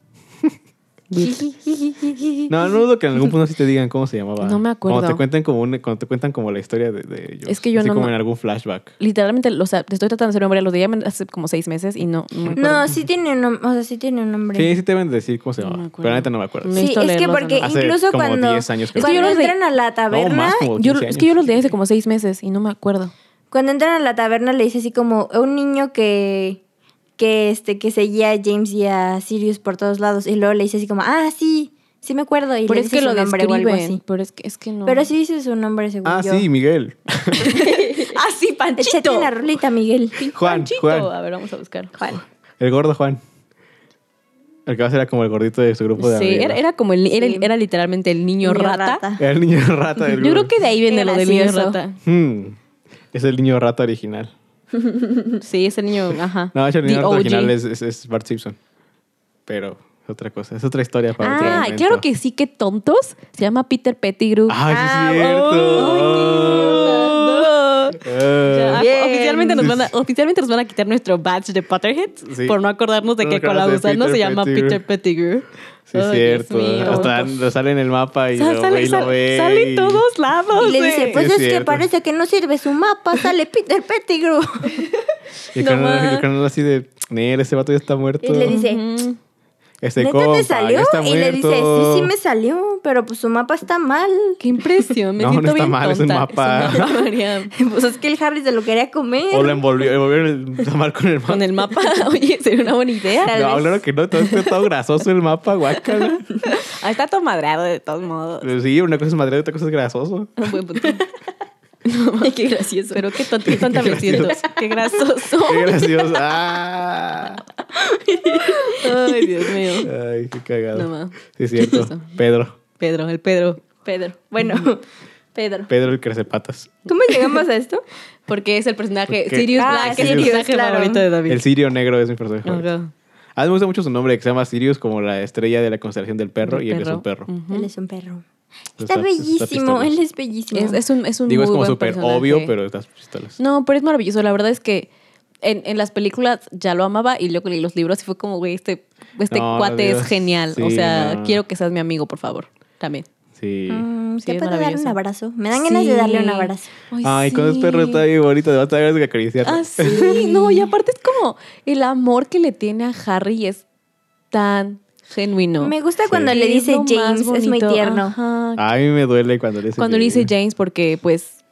S3: No, no dudo que en algún punto sí te digan cómo se llamaba.
S2: No me acuerdo.
S3: Cuando te cuentan como, un- cuando te cuentan como la historia de, de ellos.
S2: Es que yo
S3: Así
S2: no
S3: como
S2: me-
S3: en algún flashback.
S2: Literalmente, o sea, te estoy tratando de hacer memoria, los de llaman hace como seis meses y no. No, me acuerdo.
S1: No, sí tiene un nombre. O sea, sí tiene un nombre.
S3: Sí, sí te deben decir cómo se
S2: No me
S3: llamaba.
S2: acuerdo.
S3: pero la neta no me acuerdo.
S2: Me-
S1: Sí,
S2: Necesito
S1: es que
S2: leerlos de
S1: porque
S3: nuevo. Hace
S1: incluso
S3: como
S1: cuando,
S3: 10 años que
S2: no
S1: cuando
S2: leo.
S1: entran a la
S3: No,
S1: taberna,
S3: más como
S2: Ah, Yo-
S3: 15
S2: es que yo
S3: años.
S2: los leí hace como seis meses y no me acuerdo.
S1: cuando entran a la taberna le dice así como a un niño que que este que seguía a James y a Sirius por todos lados y luego le dice así como, "Ah, sí, sí me acuerdo" y
S2: Pero
S1: le
S2: es
S1: dice
S2: que
S1: su
S2: lo
S1: nombre o algo así.
S2: describen. Pero es que, es que no.
S1: Pero sí dice su nombre según
S3: Ah,
S1: yo.
S3: sí, Miguel.
S2: Ah, sí,
S1: Échate
S2: Panchito.
S1: una rolita, Miguel.
S3: Juan,
S2: Panchito.
S3: Juan.
S2: A ver, vamos a buscar. Juan.
S3: El gordo Juan. El que va a ser era como el gordito de su grupo de
S2: Sí,
S3: amigos.
S2: era, era como el, era,
S1: Sí.
S2: era literalmente el niño,
S1: Niño
S2: rata.
S1: rata.
S3: Era el niño rata del
S2: Yo
S3: grupo.
S2: creo que de ahí viene
S1: Qué
S2: lo del niño
S1: gracioso.
S2: rata.
S3: Hmm. Es el niño rata original.
S2: Sí, ese niño, ajá.
S3: No, el niño
S2: The
S3: rata
S2: OG.
S3: original es, es, es Bart Simpson. Pero es otra cosa. Es otra historia para otro
S2: Ah,
S3: momento.
S2: claro que sí, qué tontos. Se llama Peter Pettigrew.
S3: Ah,
S1: Ah,
S3: sí, es cierto.
S2: No.
S3: Eh,
S2: Ya,
S1: Bien.
S2: oficialmente, nos van a, oficialmente nos van a quitar nuestro badge de Potterheads
S3: Sí.
S2: por no acordarnos de
S3: Por no
S2: que
S3: acordarnos de
S2: Colagusano se
S3: Peter
S2: llama
S3: Pettigrew.
S2: Peter Pettigrew.
S3: Sí, es
S2: Ay, Dios
S3: cierto.
S2: mío.
S3: Hasta lo sale en el mapa y
S2: Sa-
S3: lo ve
S2: sale,
S3: y lo
S2: sale-
S3: ve.
S2: sale
S3: y-
S2: en todos lados.
S1: Y le
S2: eh.
S1: dice,
S3: Sí,
S1: pues
S3: es
S1: es, que
S3: cierto.
S1: parece que no sirve su mapa, sale Peter Pettigrew.
S3: Y el
S2: No
S3: canal,
S2: más.
S3: el canal así de, "Nel, ese vato ya está muerto.
S1: Y le dice,
S2: Mm.
S3: este
S1: ¿neta
S3: compa,
S1: te
S3: ya
S1: salió?
S3: está
S1: Y le dice,
S3: muerto".
S1: sí, sí me salió, pero pues su mapa está mal.
S2: Qué impresión, me
S3: No, no
S2: siento
S3: está
S2: bien
S3: mal, es un
S2: tonta.
S3: mapa.
S2: un mapa, María.
S1: Pues es que el Harry se lo quería comer.
S3: O lo envolvió, envolvieron el tamal con el mapa.
S2: Con el mapa, oye, sería una buena idea.
S1: Tal
S3: No,
S1: vez.
S3: claro que no, todo está todo grasoso el mapa, guácala.
S2: Ah, está todo madreado de todos modos.
S3: Pero Sí, una cosa es madre, otra cosa es grasoso.
S2: Un buen punto. No,
S1: Qué gracioso.
S2: Pero qué, ton- qué tonta
S3: Qué
S2: me siento.
S3: gracioso.
S2: Qué grasoso.
S3: Qué gracioso. Ah.
S2: Ay, Dios mío.
S3: Ay, qué cagado.
S2: No, ma.
S3: sí, es cierto.
S2: Eso.
S3: Pedro.
S2: Pedro, el Pedro.
S1: Pedro. Bueno, Pedro.
S3: Pedro el crecepatas.
S1: ¿Cómo llegamos a esto?
S2: Porque es el personaje.
S3: Porque-
S2: Sirius
S1: Ah,
S2: Black es el
S1: Sirius,
S2: personaje
S1: claro.
S2: favorito de David.
S3: El sirio negro es mi personaje. favorito.
S2: Ajá.
S3: A mí me gusta mucho su nombre, que se llama Sirius, como la estrella de la constelación del perro,
S2: Del Mm.
S3: y él es un perro.
S2: Ujú.
S1: Él es un perro. Está,
S3: Está- está
S1: bellísimo,
S3: pistolas.
S1: él es bellísimo.
S2: Es, es un, es un
S3: Digo, es
S2: muy
S3: como
S2: buen
S3: súper
S2: personaje. Mm.
S3: obvio, pero estas pistolas.
S2: No, pero es maravilloso. La verdad es que en, en las películas ya lo amaba y luego leí los libros y fue como, güey, este, este
S3: No,
S2: cuate
S3: Dios.
S2: es genial. o
S3: Sí,
S2: sea,
S3: no.
S2: quiero que seas mi amigo, por favor. También.
S3: Sí.
S1: Mm,
S2: Sí,
S1: ¿Te
S2: es
S1: puedo dar un
S2: maravilloso.
S1: abrazo? Me dan ganas de
S2: Sí.
S1: darle un abrazo.
S3: Ay, con
S2: sí.
S3: los perros está bien bonito, te vas a ver que acariciarlo.
S2: Ah, sí. No, y aparte es como el amor que le tiene a Harry es tan genuino.
S1: Me gusta
S3: Sí.
S1: cuando le
S2: Es
S1: dice
S2: lo más
S1: James, es muy
S2: bonito.
S1: tierno.
S2: Ajá.
S3: A mí me duele cuando le dice
S2: Cuando le dice
S3: James.
S2: James, porque pues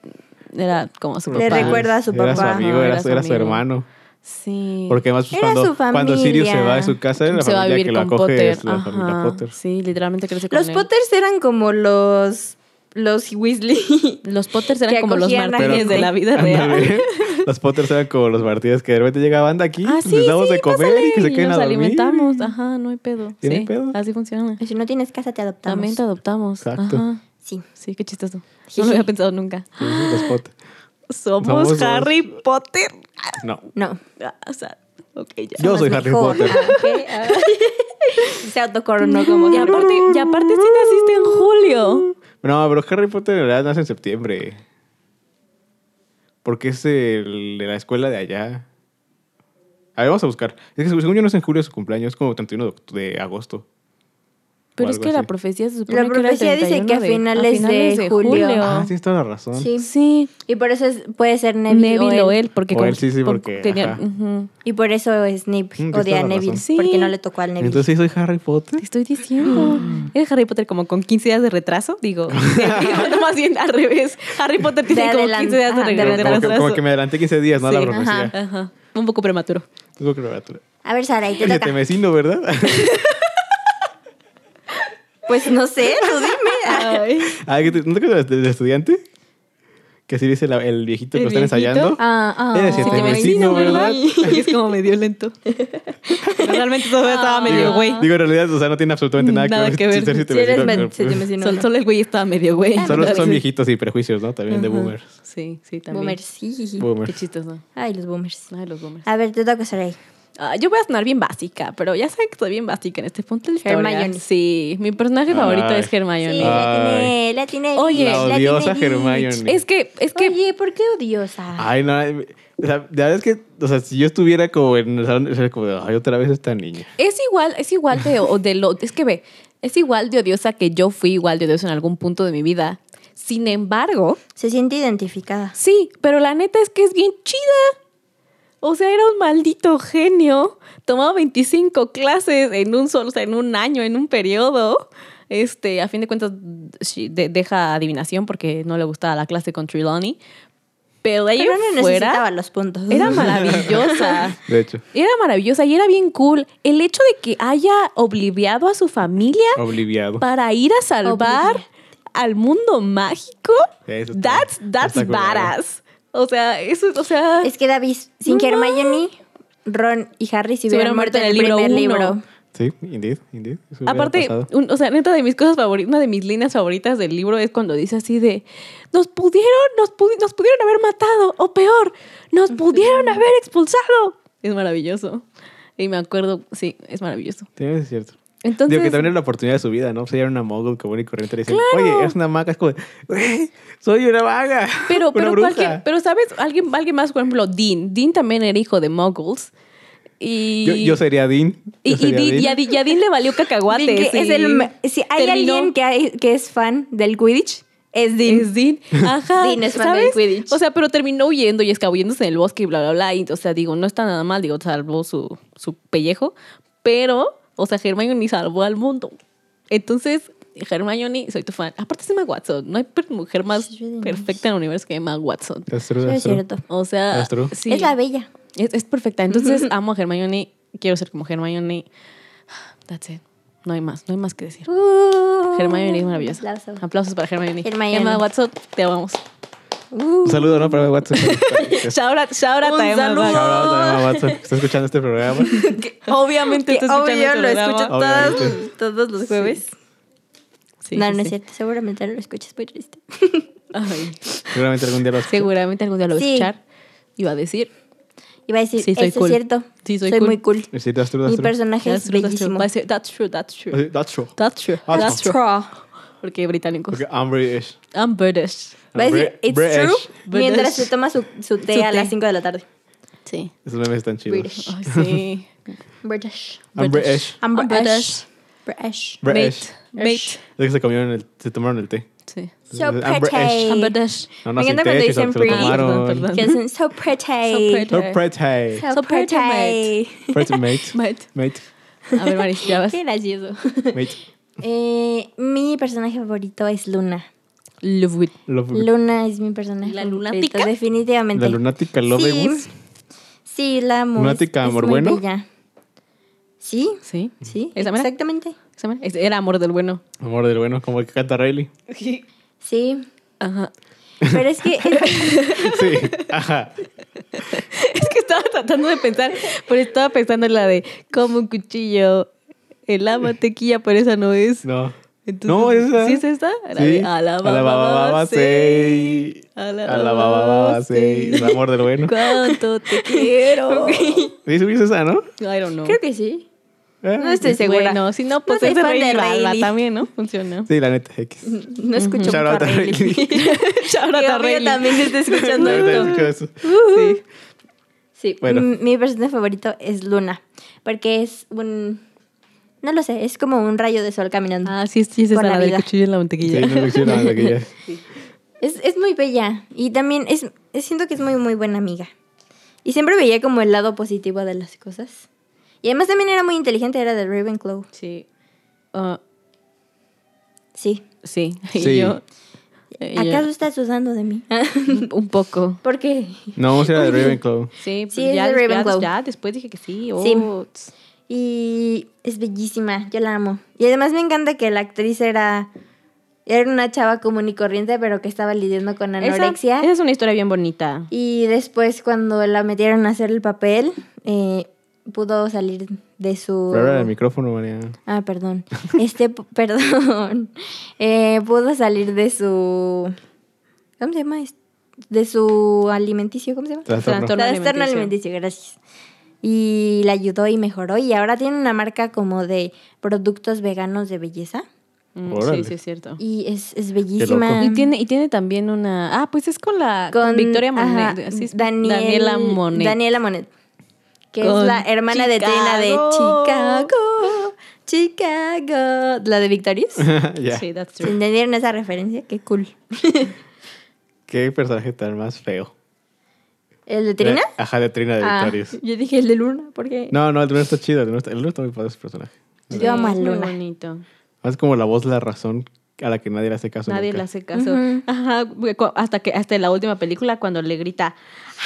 S2: era como su
S1: Le
S2: papá.
S1: recuerda a su
S3: Era su
S1: papá.
S3: amigo,
S2: Ajá,
S3: era,
S2: era
S3: su,
S2: su
S3: era su
S2: amigo.
S3: hermano.
S2: Sí.
S3: Porque además, pues,
S1: Era
S3: cuando,
S1: su familia.
S3: cuando Sirius se va de su casa, la
S2: se va a
S3: familia
S2: vivir
S3: que lo
S2: con
S3: acoge
S2: Potter.
S3: es la familia
S2: Ajá.
S3: Potter.
S2: Sí, literalmente crece con
S1: Los
S2: él.
S1: Potters eran como los, los Weasley.
S2: Los Potters eran
S1: que
S2: como los
S1: acogían a
S2: martínez
S1: gente.
S2: de la vida
S3: Ándale.
S2: real.
S3: Los Potters eran como los partidos que de repente llegaban de aquí,
S2: Ah, sí,
S3: les damos
S2: sí,
S3: de comer
S2: pásale,
S3: y que se queden
S2: los
S3: a dormir.
S2: alimentamos. Ajá, no hay pedo.
S3: Sí, no hay
S2: Sí,
S3: pedo.
S2: así funciona.
S1: Si no tienes casa, te adoptamos.
S2: También te adoptamos.
S3: Exacto.
S2: Ajá.
S1: Sí.
S2: Sí, qué chistoso. No lo había pensado nunca.
S3: Sí, los Potter.
S2: Somos,
S3: Somos dos.
S2: Harry Potter.
S3: No.
S1: No.
S2: Ah, o sea, ok, ya.
S3: Yo
S1: Somos
S3: soy Harry
S1: mejor.
S3: Potter.
S1: Ah, ok, ah. Se autocoronó como
S2: Y aparte, y aparte sí naciste en julio.
S3: No, pero Harry Potter en realidad nace en septiembre. Porque es el de la escuela de allá. A ver, vamos a buscar. Es que según yo no es en julio su cumpleaños, es como 31 de oct- de agosto.
S2: Pero
S3: O
S2: es
S3: algo
S2: que la
S3: así.
S2: profecía se
S1: La
S2: supone que
S1: profecía
S2: era el
S1: dice
S2: 31
S1: que a
S2: de-
S1: finales de julio.
S3: Ah, tienes toda la razón.
S1: Sí.
S2: Sí.
S1: Y por eso es- puede ser Neville,
S2: Neville,
S1: o
S2: o
S1: él.
S2: él, porque
S3: O
S2: como-
S3: él sí, sí,
S2: por-
S3: porque,
S2: tenían-
S3: ajá.
S2: ujú.
S1: Y por eso Snape
S3: Mm, tienes
S1: odia
S3: toda
S1: a
S3: la
S1: Neville.
S3: razón.
S1: Porque
S2: Sí.
S1: no le tocó al Neville.
S3: Entonces sí soy Harry Potter.
S2: Te estoy diciendo.
S3: Mm.
S2: Eres Harry Potter como con 15 días de retraso, digo. no, más bien al revés. Harry Potter tiene
S1: De
S2: como
S1: adelan-
S2: 15 días de,
S1: ajá, de
S2: re- de
S3: Como
S1: retraso.
S2: retraso.
S3: que, como que me adelanté 15 días, ¿no? A
S2: Sí,
S3: la profecía.
S1: ajá.
S2: Ajá. Un poco prematuro.
S3: Tuvo que prepararla.
S1: A ver, Sara, y te
S3: Oye, te
S1: toca.
S3: vecino, ¿verdad?
S1: Pues no sé, tú dime.
S3: Ah, que te- ¿No te acuerdas del del estudiante? Que así dice la- el viejito
S2: ¿El
S3: que lo están
S2: viejito?
S3: ensayando.
S1: Ah,
S3: Eres
S1: ah,
S3: siete
S1: ay.
S3: meses. vecino, ¿verdad?
S2: Y es como medio lento. Realmente todavía
S1: Ah.
S2: estaba medio
S3: digo,
S2: güey.
S3: digo, en realidad, o sea, no tiene absolutamente nada,
S2: Nada
S3: que,
S2: que ver.
S3: ver. ser siete
S1: Si eres
S3: vecino,
S1: men-
S3: pero,
S1: siete
S3: pues,
S1: vecino,
S2: Sol-
S1: no.
S2: Solo el güey estaba medio güey.
S1: Ah,
S3: Solo son
S2: Entonces-
S3: viejitos y prejuicios, ¿no? También de
S2: Ajá.
S3: boomers.
S2: Sí, sí, también.
S1: Boomers, sí.
S2: Qué
S3: Boomers.
S2: chistoso.
S1: Ay, los boomers.
S2: Ay, los boomers.
S1: A ver, te toca, Saray.
S2: Ah, yo voy a sonar bien básica, pero ya saben que estoy bien básica en este punto de la historia.
S1: Hermione.
S2: Sí, mi personaje favorito
S3: Ay.
S2: es Hermione.
S1: Sí,
S3: Ah.
S1: la tiene, la tiene.
S2: Oye,
S1: la
S3: La
S1: tiene
S3: odiosa
S1: Grinch.
S3: Hermione.
S2: Es que, es que,
S1: Oye, ¿por qué odiosa?
S3: Ay, no. ay, o sea, la verdad es que, o sea, si yo estuviera como en el salón, sería como de, ay, otra vez esta niña.
S2: es igual, es igual de, o de lo, es que ve, es igual de odiosa que yo fui igual de odiosa en algún punto de mi vida. Sin embargo,
S1: Se siente identificada.
S2: Sí, pero la neta es que es bien chida. O sea, era un maldito genio. Tomaba 25 clases en un solo, o sea, en un año, en un periodo. Este, a fin de cuentas, she- de- deja adivinación porque no le gustaba la clase con Trelawney. Pero de ahí
S1: Pero no
S2: en fuera,
S1: necesitaba los puntos.
S2: era maravillosa.
S3: De hecho,
S2: Era maravillosa y era bien cool. El hecho de que haya obliviado a su familia
S3: obliviado.
S2: para ir a salvar
S1: Obliviate.
S2: al mundo mágico.
S3: Eso está- ¿eh?
S2: That's, that's
S3: está curado.
S2: badass. O sea, eso, o sea,
S1: Es que David, sin que Hermione, Ron y Harry se hubieran muerto en el primer
S2: uno.
S1: libro.
S3: Sí, indeed, indeed. Eso hubiera
S2: aparte,
S3: pasado.
S2: un- o sea, neta de mis cosas favoritas, una de mis líneas favoritas del libro es cuando dice así de, nos pudieron, nos, pudi- nos pudieron haber matado, o peor, nos pudieron haber expulsado. Es maravilloso. Y me acuerdo, sí, es maravilloso.
S3: Sí, es cierto.
S2: Entonces,
S3: Digo que también era la oportunidad de su vida, ¿no? O sea, era una mogul común y corriente. Le dicen,
S2: Claro.
S3: oye, eres una maga. Es como, "Güey, soy una maga.
S2: pero,
S3: una
S2: pero,
S3: bruja".
S2: cualquier, pero, ¿sabes? Alguien, alguien más, por ejemplo, Dean. Dean también era hijo de muggles. Y...
S3: Yo, yo sería Dean.
S2: Y,
S3: Yo
S2: y
S3: sería
S2: Di- y a Di- y a Dean le valió cacahuates.
S1: Bien que es
S2: y
S1: el me- si hay
S2: terminó-
S1: alguien que, hay- que es fan del Quidditch, es Dean.
S2: Es Dean. Ajá.
S1: Dean es fan del Quidditch.
S2: O sea, pero terminó huyendo y escabulléndose en el bosque y bla, bla, bla. Y, o sea, digo, no está nada mal, digo, salvó su, su pellejo. Pero, o sea, Hermione ni salvó al mundo. Entonces, Hermione, soy tu fan. Aparte se llama Watson. No hay per- mujer más
S1: Sí, sí, sí.
S2: perfecta en el universo que Emma Watson.
S3: That's
S1: Sí,
S3: true, that's
S1: es
S3: true.
S1: cierto.
S2: O sea,
S3: That's true.
S2: sí,
S1: Es la bella.
S2: es- es perfecta. Entonces amo a Hermione. Quiero ser como Hermione. That's it. No hay más. No hay más que decir. Hermione es maravillosa.
S1: Uh, Aplauso.
S2: Aplausos para Hermione.
S1: Hermione.
S2: Emma Watson, te amamos.
S1: Uh,
S3: Un saludo, ¿no? Para Watson. Que es-
S2: Shout out, shout out
S1: Un
S2: a Emma
S1: saludo.
S3: Shout
S2: Watson.
S3: out a Emma Watson, que está escuchando este programa.
S2: Que obviamente
S1: que
S2: está escuchando
S1: obvio
S2: este
S1: lo
S2: programa.
S1: escucho
S3: Obviamente.
S1: todas- todos los jueves.
S2: Sí,
S1: no,
S2: sí,
S1: no es
S2: sí.
S1: cierto. Seguramente lo escuchas muy triste.
S2: Ay,
S3: Seguramente algún día lo
S2: seguramente algún día lo voy a
S1: Sí.
S2: escuchar y va a decir.
S1: Iba a decir,
S2: Sí, soy
S1: eso
S2: cool.
S1: es cierto.
S2: Sí, soy cool.
S1: muy cool.
S3: Sí, that's true, that's
S1: Mi
S3: true.
S1: personaje
S2: That's
S1: es
S2: true, that's true.
S1: bellísimo.
S2: Va a decir, that's true, that's true.
S3: Sí, That's true.
S2: That's true.
S3: Ah,
S2: That's true.
S3: no.
S1: True.
S2: Porque británicos.
S3: Porque I'm British.
S2: I'm British.
S1: Va a decir,
S3: Bre-
S1: it's
S3: British.
S1: true,
S2: British.
S1: mientras se toma su, su té
S2: Su
S1: a las
S2: té.
S1: 5 de la tarde.
S2: Sí.
S3: Esos memes están chidos.
S1: British.
S2: Ay, sí.
S1: British.
S3: I'm British.
S1: I'm
S2: I'm
S1: British. British.
S3: British.
S2: Mate. Mate.
S1: Ish.
S3: Es que se comieron el, se tomaron el té.
S2: Sí.
S1: So
S3: I'm British.
S1: pretty.
S2: I'm British.
S3: No, no,
S1: Me
S3: sin
S1: encanta
S3: té,
S1: cuando
S3: que se,
S1: dicen
S3: se lo
S1: pretty.
S3: tomaron.
S2: Perdón, perdón.
S1: Que hacen so pretty.
S2: So pretty.
S3: So pretty.
S1: So
S2: So pretty,
S1: pretty.
S3: Pretty mate.
S2: Mate.
S3: Mate.
S2: A ver, Maris, ya vas.
S1: Qué gracioso.
S3: Mate.
S1: Eh, mi personaje favorito es Luna.
S2: Love with.
S3: Love
S1: Luna es mi personaje
S2: ¿La
S1: favorito,
S2: lunática?
S1: Definitivamente.
S3: La lunática Love
S1: Sí.
S3: Woods.
S1: Sí, la amo. es-
S3: Lunática,
S1: es
S3: amor
S1: muy
S3: bueno.
S1: bella. Sí,
S2: Sí.
S1: sí,
S2: ¿Esa mera?
S1: exactamente.
S2: ¿Se llama? Es- Era amor del bueno.
S3: Amor del bueno, como el que canta Riley.
S1: Sí,
S2: Ajá.
S1: pero es que
S3: Sí. Ajá.
S2: Es que estaba tratando de pensar, pero estaba pensando en la de como un cuchillo, el la mantequilla, pero esa no es.
S3: No.
S2: Entonces,
S3: No, esa.
S2: ¿Sí es esta? La
S3: Sí.
S2: de a la bababa, sí.
S3: sei.
S2: A la
S3: A la
S2: bababa,
S3: bababa, sei.
S2: sí.
S3: El amor del bueno.
S2: ¿Cuánto te quiero?
S3: ¿Sí subiste esa, no?
S2: I don't know.
S1: creo que sí.
S3: Eh,
S1: No estoy segura.
S2: Bueno, si no, pues
S1: soy
S2: es de
S1: fan de
S2: Rey Lala
S1: Reilly.
S2: también, ¿no? Funciona.
S3: Sí, la neta, X.
S1: No escucho
S3: Shout
S1: mucho
S3: out
S1: a
S3: a Riley.
S1: Riley.
S2: Shout
S1: Digo,
S2: out a
S1: amigo,
S2: Reilly.
S1: también Uh. está escuchando
S3: La verdad,
S1: esto.
S3: escucho eso.
S2: Sí.
S1: Sí,
S3: Bueno.
S1: m- mi personaje favorito es Luna, porque es un... No lo sé, es como un rayo de sol caminando.
S2: Ah, sí, sí, es esa
S1: Por la
S2: la del
S1: vida.
S2: cuchillo en la
S3: Sí,
S2: mantequilla.
S3: no lo hicieron, la que ya-
S1: Es, es muy bella y también es, es- siento que es muy, muy buena amiga. Y siempre veía como el lado positivo de las cosas. Y además también era muy inteligente, era de Ravenclaw.
S2: Sí. Ah,
S1: Sí.
S2: sí.
S3: Sí.
S2: Y yo. y yo-
S1: ¿Acaso estás usando de mí?
S2: Un- Un poco.
S1: ¿Por qué?
S3: No, vamos a ir a Ravenclaw.
S2: Sí,
S1: Sí,
S2: pero
S1: es
S2: ya,
S1: de
S2: des- ya-
S1: Ravenclaw.
S2: ya después dije que sí. Oh,
S1: Sí.
S2: tss.
S1: Y es bellísima, yo la amo. Y además me encanta que la actriz era... Era una chava común y corriente, pero que estaba lidiando con
S2: Esa-
S1: anorexia.
S2: Esa es una historia bien bonita.
S1: Y después cuando la metieron a hacer el papel, eh, pudo salir de su...
S3: Pero ahora el micrófono, María.
S1: Ah, perdón. Este, p- perdón. Eh, pudo salir de su... ¿Cómo se llama? es- De su alimenticio, ¿cómo se llama?
S3: Trastorno.
S2: Trastorno.
S1: Trastorno
S2: alimenticio.
S1: alimenticio, gracias. Y la ayudó y mejoró. Y ahora tiene una marca como de productos veganos de belleza.
S2: Mm,
S3: Órale.
S2: sí, sí, es cierto. Y,
S1: Y es, es bellísima.
S2: tiene, y tiene también una. Ah, pues es con la. Con,
S1: Con-
S2: Victoria
S1: ajá,
S2: Monet. así es,
S1: Daniel-
S2: Daniela Monet.
S1: Daniela Monet. Que
S2: Con
S1: es la hermana de Trina de
S2: Chicago.
S1: Chicago. Chicago. La de Victorious.
S3: Ya.
S2: Sí, that's
S1: Si
S2: true.
S1: entendieron esa referencia, qué cool.
S3: ¿Qué personaje tan más feo? Eh,
S1: ¿El de Trina?
S3: Ajá, de Trina de
S1: Ah,
S3: Victorious.
S1: yo dije el de Luna, porque.
S3: No, no, el Luna está chido. El Luna está, el Luna está muy padre ese personaje.
S1: Yo
S2: Sí,
S1: amo a
S2: es muy
S1: Luna.
S2: bonito.
S3: Es como la voz de la razón a la que nadie le hace caso.
S2: Nadie
S3: nunca.
S2: le hace caso.
S1: Ujú.
S2: Ajá, porque cu- hasta que hasta en la última película cuando le grita,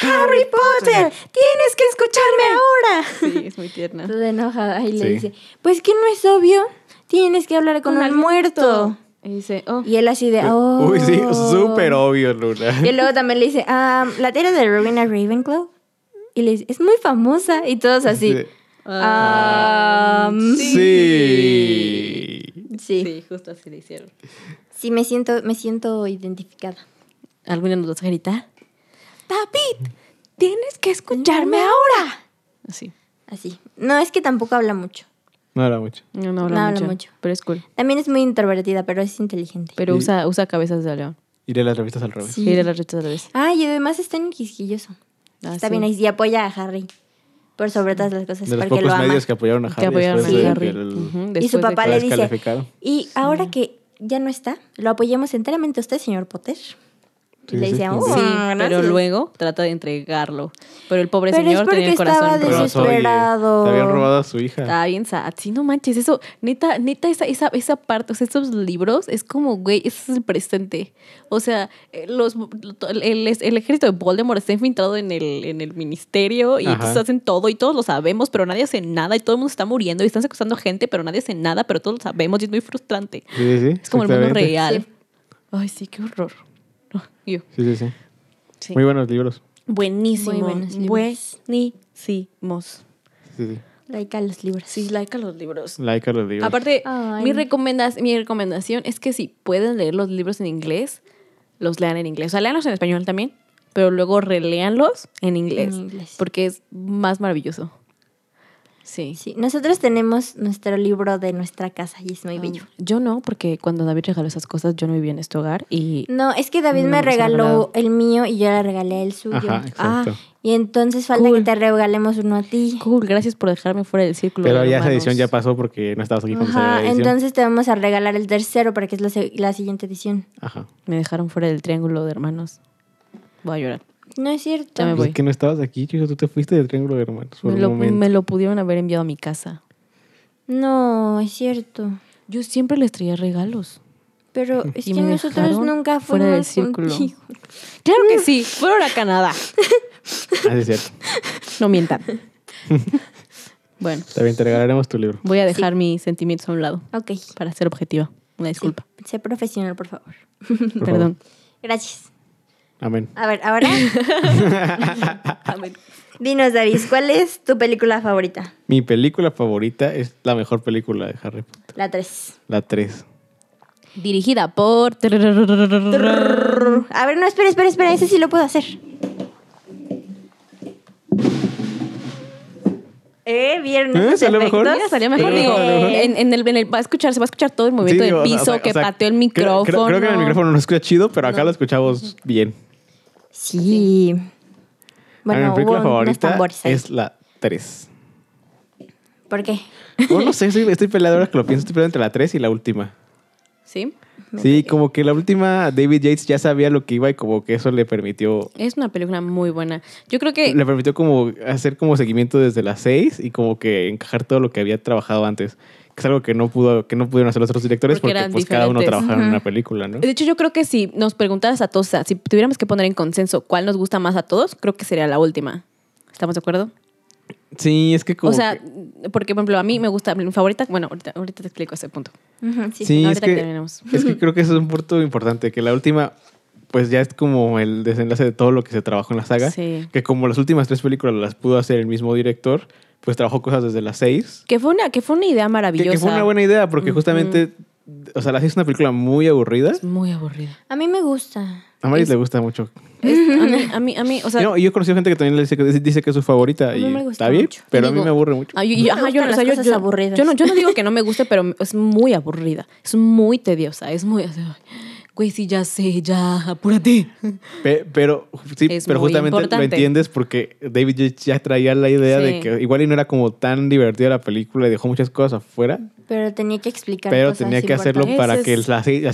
S1: ¡Harry Potter! ¡Tienes que escucharme ahora!
S2: sí, es muy tierna.
S1: Toda enojada y le
S3: Sí.
S1: dice: Pues que no es obvio, tienes que hablar con, un
S2: alguien
S1: muerto.
S2: Y dice, oh,
S1: Y él así de. "Oh".
S3: Eh, Uy, sí, súper obvio, Luna.
S1: Y luego también le dice, ah, la tira de Rowena Ravenclaw. Y le dice, es muy famosa. Y todos así.
S3: Sí.
S1: "Ah, mm, sí.
S3: Sí.
S1: Sí.
S2: sí, justo así le hicieron.
S1: me siento, me siento identificada.
S2: ¿Alguna nos vas a gritar?
S1: David, tienes que escucharme ahora.
S2: Sí.
S1: Así. No, es que tampoco habla mucho.
S3: No era mucho.
S2: No, no habla,
S1: No habla
S2: mucho,
S1: mucho.
S2: Pero es cool.
S1: También es muy introvertida, pero es inteligente.
S2: Pero
S3: Y-
S2: usa, usa cabezas de león.
S3: Iré a las revistas al revés.
S1: Sí.
S2: Y de las retas de vez.
S1: Ah, y además está en quisquilloso.
S2: Ah,
S1: está
S2: sí.
S1: bien ahí. Y apoya a Harry. Por sobre todas las cosas.
S3: De los
S1: porque
S3: pocos
S1: lo ama.
S3: medios que apoyaron a Harry.
S2: Que apoyaron
S3: después
S2: a
S3: de
S2: Harry.
S3: que el-
S2: Ujú,
S1: Y
S2: después
S1: su
S2: de
S1: papá
S2: que-
S3: la
S1: le dice.
S3: descalificaron.
S1: Y ahora que ya no está, lo apoyamos enteramente a usted, señor Potter. Y le
S3: sí,
S1: decía,
S3: sí,
S1: "Oh,
S2: Sí,
S1: gracias".
S2: pero luego trata de entregarlo. Pero el pobre
S1: Pero es
S2: señor tenía el
S1: porque estaba
S2: corazón. roto.
S3: Pero, oye,
S1: Desesperado.
S3: Te habían robado a su hija.
S2: Está bien sad. Sí, no manches. Eso, neta, neta, esa, esa, esa parte, o sea, estos libros es como, güey, ese es el presente. O sea, eh, los, el, el ejército de Voldemort está infiltrado en el, en el ministerio y
S3: Ajá.
S2: entonces hacen todo y todos lo sabemos, pero nadie hace nada y todo el mundo está muriendo y están secuestrando gente, pero nadie hace nada, pero todos lo sabemos y es muy frustrante.
S3: Sí, sí, sí.
S2: Es como el mundo
S3: exactamente.
S2: real.
S1: Sí.
S2: Ay, sí, qué horror. No, yo.
S3: Sí, sí, sí.
S2: Sí.
S3: Muy buenos libros.
S1: Muy
S2: Buenísimo.
S1: buenos libros.
S2: Buenísimos.
S3: Sí, sí.
S1: Like a los libros.
S2: Sí, like a los libros.
S3: Like a los libros.
S2: Aparte,
S1: Ay.
S2: mi, recomendas- mi recomendación es que si pueden leer los libros en inglés, los lean en inglés. O sea, leanlos en español también, pero luego releanlos en inglés.
S1: En inglés.
S2: Porque es más maravilloso. Sí.
S1: Sí, nosotros tenemos nuestro libro de nuestra casa y es muy
S2: Ah,
S1: bello.
S2: Yo no, porque cuando David regaló esas cosas, yo no vivía en este hogar y...
S1: No, es que David
S2: No,
S1: me
S2: nos ha regalado.
S1: regaló el mío y yo le regalé el suyo. Ah,
S3: Ajá, exacto.
S1: Y entonces falta
S2: Cool.
S1: que te regalemos uno a ti.
S2: Cool, gracias por dejarme fuera del círculo.
S3: Pero
S2: de
S3: ya esa
S2: humanos.
S3: edición ya pasó porque no estabas aquí cuando salió la
S1: Ajá,
S3: edición.
S1: entonces te vamos a regalar el tercero para que es la, se- la siguiente edición.
S3: Ajá.
S2: Me dejaron fuera del triángulo de hermanos. Voy a llorar.
S1: No es cierto.
S2: Ya me
S3: Pues
S2: voy.
S3: es que no estabas aquí, chico. Tú te fuiste del Triángulo de Hermanos por
S2: Me
S3: un
S2: lo,
S3: momento.
S2: me lo pudieron haber enviado a mi casa.
S1: No, es cierto.
S2: Yo siempre les traía regalos.
S1: Pero es
S2: Y
S1: que
S2: me
S1: nosotros
S2: dejaron
S1: nunca
S2: fuera del
S1: fuimos
S2: círculo.
S1: contigo.
S2: Claro
S1: Mm.
S2: que sí, fueron a Canadá.
S3: Ah, sí, es cierto.
S2: No mientan. Bueno,
S3: También te regalaremos tu libro.
S2: voy a dejar mis sentimientos a un lado
S1: Ok,
S2: para ser objetiva. Una disculpa.
S1: sí, sé profesional, por favor.
S3: por
S2: Perdón.
S1: Gracias.
S3: Amén.
S1: A ver, ahora dinos, David, ¿cuál es tu película favorita?
S3: Mi película favorita es la mejor película de Harry Potter.
S1: La 3.
S3: La 3.
S2: Dirigida por.
S1: A ver, no, espera, espera, espera, ese sí lo puedo hacer. ¿Eh? ¿Vieron
S3: ¿Eh?
S1: esos
S3: ¿Salió mejor?
S1: efectos?
S2: Mira, salió mejor,
S3: Sí.
S2: digo.
S1: Eh,
S2: En, en el, en el- va a escuchar, se va a escuchar todo el movimiento
S3: Sí,
S2: del
S3: o sea,
S2: piso,
S3: o sea,
S2: que
S3: o sea,
S2: pateó el
S3: creo-
S2: micrófono.
S3: Creo, creo que en el micrófono no se escucha chido, pero acá lo escuchamos bien.
S1: Sí.
S3: A ver,
S1: Bueno,
S3: mi
S1: hubo
S3: película
S1: unos
S3: favorita
S1: tambores ahí.
S3: es la 3.
S1: ¿Por qué?
S3: Oh, no sé, soy- estoy peleado ahora que lo pienso. Estoy peleado entre la 3 y la última.
S2: Sí.
S3: Sí, como que la última, David Yates ya sabía lo que iba y como que eso le permitió
S2: Es una película muy buena. Yo creo que.
S3: le permitió como hacer como seguimiento desde las 6 y como que encajar todo lo que había trabajado antes. Que es algo que no pudo, que no pudieron hacer los otros directores
S2: Porque
S3: porque,
S2: eran
S3: pues cada uno
S2: diferentes.
S3: trabajaba en
S1: Ujú.
S3: una película, ¿no?
S2: De hecho, yo creo que si nos preguntaras a todos, o sea, si tuviéramos que poner en consenso cuál nos gusta más a todos, creo que sería la última. ¿Estamos de acuerdo?
S3: Sí, es que como
S2: o sea,
S3: que-
S2: porque, por ejemplo, a mí me gusta mi favorita. Bueno, ahorita, ahorita te explico ese punto.
S1: Ujú,
S3: sí,
S1: sí.
S3: es
S2: ahorita que
S3: que,
S2: terminemos.
S3: es que creo que eso es un punto importante, que la última pues ya es como el desenlace de todo lo que se trabajó en la saga,
S2: Sí.
S3: que como las últimas tres películas las pudo hacer el mismo director, pues trabajó cosas desde las 6
S2: Que fue una, que fue una idea
S3: Que,
S2: maravillosa.
S3: que fue una buena idea, porque justamente, o sea, la seis es una película muy aburrida.
S2: Es muy aburrida.
S1: A mí me gusta.
S3: A Maris le gusta mucho.
S2: Es- a, mí, a mí, a mí, o sea.
S3: No, y yo he conocido gente que también le dice que, dice que es su favorita.
S1: A
S3: y
S1: mí me gusta
S3: está bien,
S1: mucho.
S3: pero a
S2: Digo,
S3: mí me aburre mucho.
S2: ah, yo-
S1: me
S2: yo- ajá, yo
S1: gustan
S2: no, o sea,
S1: las
S2: yo-
S1: cosas
S2: yo-
S1: aburridas.
S2: yo no- yo no digo que no me guste, pero es muy aburrida. Es muy tediosa. Es muy. o sea, Güey, sí, ya sé, ya, apúrate.
S3: Pe- pero sí,
S2: Es
S3: pero
S2: muy
S3: justamente lo
S2: importante.
S3: entiendes porque David Yates ya traía la idea
S2: Sí.
S3: de que igual y no era como tan divertida la película y dejó muchas cosas afuera,
S1: Pero tenía que explicar
S3: pero
S1: cosas
S3: tenía que hacerlo
S1: importantes.
S3: para
S2: Ese
S3: que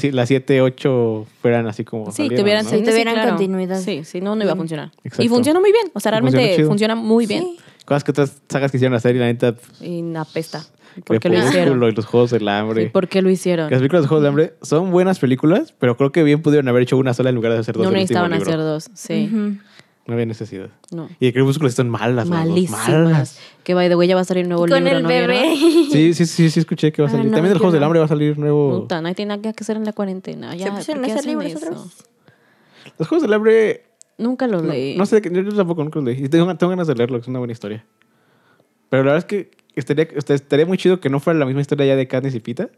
S2: es-
S3: las 7, 8 fueran así como.
S2: Sí,
S3: salieron,
S2: tuvieran,
S3: ¿no?
S1: sí, tuvieran
S2: claro.
S1: continuidad.
S2: Sí, sí, no, no iba a funcionar. Y
S3: Exacto.
S2: funciona muy bien. O sea,
S3: Y funciona
S2: realmente
S3: chido.
S2: funciona muy bien.
S3: Cosas que otras sagas quisieron hacer y la neta, pff,
S2: Y apesta. ¿Por qué lo hicieron?
S3: Crepúsculo y los Juegos del Hambre.
S2: Sí, ¿Por qué lo hicieron?
S3: Que Las películas de Juegos de Hambre son buenas películas, pero creo que bien pudieron haber hecho una sola en lugar de hacer dos.
S2: No
S3: del último
S2: necesitaban
S3: libro.
S2: hacer dos. Sí.
S1: Ujú.
S3: No había necesidad.
S2: No.
S3: Y el Crepúsculo sí son malas, las dos,
S2: Malísimas.
S3: Malas.
S2: Que by the way ya va a salir un nuevo
S1: Y con
S2: libro,
S1: el
S2: ¿no
S1: bebé.
S2: vieron?
S3: Sí, sí, sí, sí, escuché que va a
S1: Ah,
S3: salir.
S1: no,
S3: También
S1: yo
S3: del Juegos del
S1: no.
S3: Hambre va a salir nuevo.
S2: Puta, no tiene nada que hacer en la cuarentena. Ya,
S1: ¿Se pusieron
S2: ¿por
S1: a
S2: qué
S1: hacer
S2: hacen
S1: libros otra
S2: eso?
S1: vez?
S3: Los Juegos del Hambre.
S2: Nunca lo
S3: No,
S2: leí.
S3: no sé, yo yo tampoco nunca los leí. Y Tengo, tengo ganas de leerlo, que es una buena historia. Pero la verdad es que estaría, o sea, estaría muy chido que no fuera la misma historia ya de Katniss y Pita,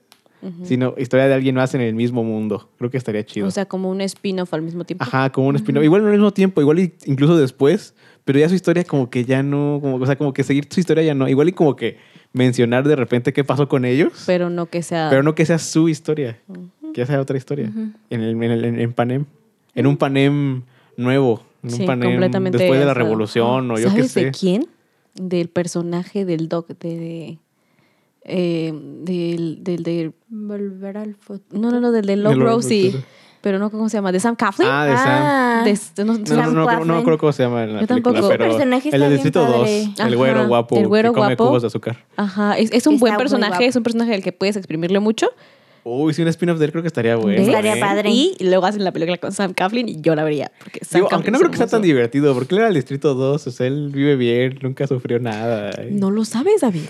S3: sino historia de alguien más en el mismo mundo. Creo que estaría chido.
S2: O sea, como un spin-off al mismo tiempo.
S3: Ajá, como un spin-off. Igual no al mismo tiempo, igual y incluso después, pero ya su historia como que ya no, como, o sea, como que seguir su historia ya no. Igual y como que mencionar de repente qué pasó con ellos, pero,
S2: Pero no que sea.
S3: no que sea su historia, que ya sea otra historia. En, el, en, el- en- en Panem, en un Panem nuevo, en
S2: Sí,
S3: un Panem
S2: completamente
S3: después de la
S2: esa-
S3: revolución o yo qué
S2: ¿Sabes
S3: sé.
S2: de quién? Del personaje del doc de. de eh, del, del, del-
S1: Volver al futuro.
S2: No, no, no, del de Love
S3: Love
S2: Rosie.
S3: Rosie.
S2: pero no cómo se llama, de Sam Coughlin.
S3: Ah, de Sam.
S2: De- de- no-
S3: No, no,
S1: Sam
S3: no, no, no
S1: Claflin.
S3: creo cómo se llama en la
S2: Yo
S3: película,
S2: tampoco.
S3: pero
S1: Su personaje
S3: el
S1: está bien
S3: del Distrito 2,
S1: padre.
S2: Ajá,
S3: el güero guapo
S2: el güero
S3: que come
S2: guapo.
S3: cubos de azúcar.
S2: Ajá, es, es un
S1: Está
S2: buen
S1: muy
S2: personaje,
S1: guapo.
S2: es un personaje del que puedes exprimirle mucho.
S3: Uy, si un spin-off de él creo que estaría bueno.
S2: ¿Ves?
S1: Estaría
S3: ¿eh?
S1: padre.
S2: Y luego hacen la película con Sam Coughlin y yo la vería. Porque Sam
S3: Digo, aunque
S2: Coughlin
S3: no
S2: es
S3: creo que sea tan
S2: hermoso.
S3: divertido, porque él era el Distrito 2, o sea, él vive bien, nunca sufrió nada. ¿eh?
S2: No lo sabes, David.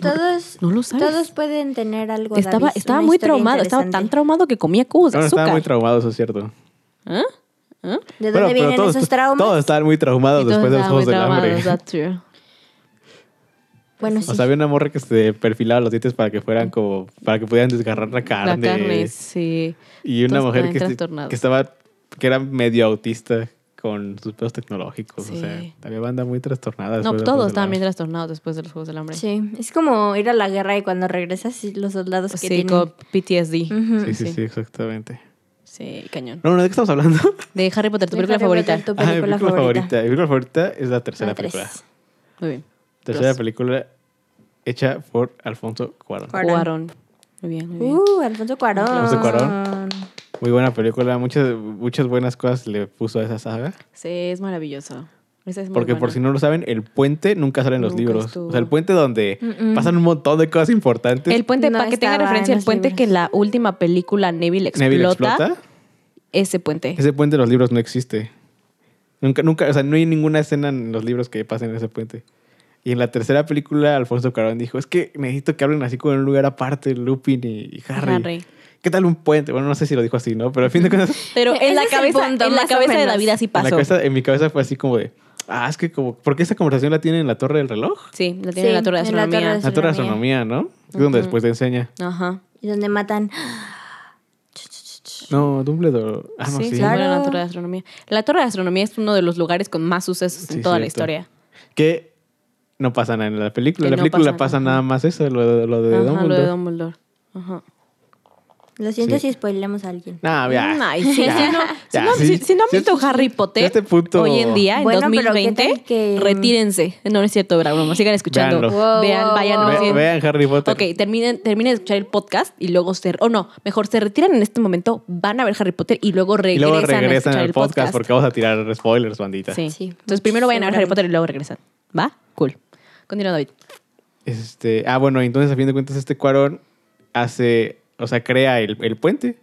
S1: Todos,
S2: No lo sabes.
S1: todos pueden tener algo.
S2: estaba
S1: David,
S2: estaba
S1: una
S2: muy
S1: historia
S2: traumado, estaba tan
S1: interesante.
S2: traumado que comía cubos de
S3: No, no,
S2: azúcar.
S3: estaba muy traumado, eso es cierto.
S2: ¿Ah? ¿Ah?
S1: ¿De dónde
S3: Bueno, pero
S1: vienen
S3: todos- pues,
S1: esos traumas?
S3: Todos estaban muy traumados
S2: Y todos
S3: después de los
S2: estaban muy
S3: Juegos del Hambre.
S2: traumados, that's true.
S1: Bueno, sí.
S3: O sea, había una morra que se perfilaba los dientes para que fueran como, para que pudieran desgarrar la carne.
S2: La carne, sí.
S3: Y una
S2: Todos
S3: mujer
S2: estaban
S3: que, se-
S2: trastornados.
S3: que estaba, que era medio autista con sus pedos tecnológicos.
S2: Sí.
S3: O sea, había banda muy trastornada.
S2: No,
S3: después de
S2: todos
S3: los
S2: estaban bien
S3: Juegos
S2: trastornados después de los Juegos del Hambre.
S1: Sí, es como ir a la guerra y cuando regresas y los soldados que
S2: Pues Sí,
S1: tienen.
S2: con PTSD.
S1: Ujú.
S3: del Hambre. Sí, sí,
S2: Sí.
S3: sí, exactamente.
S2: Sí, cañón.
S3: No, no, ¿de qué estamos hablando?
S2: De Harry Potter, tu
S1: De
S2: película
S1: Harry
S2: favorita.
S1: Potter, tu
S3: Ah, mi
S1: película favorita.
S3: Mi película favorita es la tercera
S1: La tres.
S3: película.
S2: Muy bien.
S3: Tercera
S2: Dos.
S3: película hecha por Alfonso Cuarón.
S1: Cuarón.
S2: Cuarón. Muy bien, muy bien.
S1: Uh, Alfonso Cuarón.
S3: Alfonso Cuarón. Muy buena película. Muchas, muchas buenas cosas le puso a esa saga.
S2: Sí, es maravilloso. Esa es muy
S3: Porque por
S2: buena.
S3: si no lo saben, el puente nunca sale en los
S2: Nunca
S3: libros.
S2: estuvo.
S3: O sea, el puente donde
S1: Mm-mm.
S3: pasan un montón de cosas importantes.
S2: El puente,
S1: No
S2: para que tenga
S1: estaba en
S2: referencia, el
S1: los
S2: puente
S1: libros.
S2: que en la última película Neville explota.
S3: Neville explota.
S2: Ese puente.
S3: Ese puente en los libros no existe. Nunca, nunca, o sea, no hay ninguna escena en los libros que pasen en ese puente. Y en la tercera película, Alfonso Cuarón dijo, es que necesito que hablen así como en un lugar aparte, Lupin y, y Harry.
S2: Harry.
S3: ¿Qué tal un puente? Bueno, no sé si lo dijo así, ¿no? Pero a fin de cuentas,
S2: Pero en
S1: E-, Ese
S2: la
S1: es el
S2: cabeza,
S1: punto,
S2: en la
S1: más o
S2: cabeza de
S1: menos.
S2: David así
S3: en, la
S2: pasó.
S3: cabeza- en mi cabeza fue así como de, ah, es que como, ¿por qué esta conversación la tiene en la Torre del Reloj?
S2: Sí, la tiene en la
S1: Sí,
S2: torre de
S1: en la torre
S2: astronomía.
S1: de-
S3: La Torre de
S1: Astronomía.
S3: Astronomía, ¿no? Es donde después te enseña.
S2: Ajá.
S1: Y donde matan.
S3: No, Dumbledore. Ah, no,
S2: sí,
S3: sí.
S2: se muere en la
S1: Claro.
S2: torre de astronomía. La torre de astronomía es uno de los lugares con más sucesos
S3: Sí,
S2: en toda la
S3: cierto.
S2: historia.
S3: Que no pasa nada en la película.
S2: Que
S3: En la
S2: no
S3: película
S2: pasa
S3: pasa
S2: nada.
S3: nada más eso, lo de, lo de
S2: Ajá,
S3: Dumbledore.
S2: lo de Dumbledore. Ajá.
S1: Lo siento
S3: Sí.
S1: si spoileamos a alguien.
S3: No, ya.
S2: Mm, Ay, sí,
S3: Ah, Ya,
S2: si no, si
S3: ya,
S2: no-
S3: sí.
S2: si- si no han
S3: Si
S2: visto
S3: este-
S2: Harry Potter
S3: si este punto-
S2: hoy en día, en
S1: Bueno, pero ¿qué
S2: 2020,
S1: tal que- mm?
S2: retírense. No, no es cierto, bravo, no sigan escuchando.
S3: Véanlo.
S1: Wow,
S2: Vean,
S1: wow,
S2: vayan.
S1: wow.
S2: más
S3: Ve-
S2: bien.
S3: vean Harry Potter.
S2: Ok, terminen, terminen de escuchar el podcast y luego se... O no, mejor se retiran en este momento, van a ver Harry Potter y luego
S3: Y
S2: regresan,
S3: luego
S2: a
S3: regresan
S2: escuchar
S3: al
S2: el
S3: podcast,
S2: podcast.
S3: porque vamos a tirar spoilers, bandita.
S2: Sí.
S1: Sí,
S2: Entonces primero vayan a ver Harry
S1: seguramente.
S2: Potter y luego regresan. ¿Va? Cool. Continúa, David.
S3: Este, ah, bueno, entonces a fin de cuentas este Cuarón hace, o sea, crea el, el puente.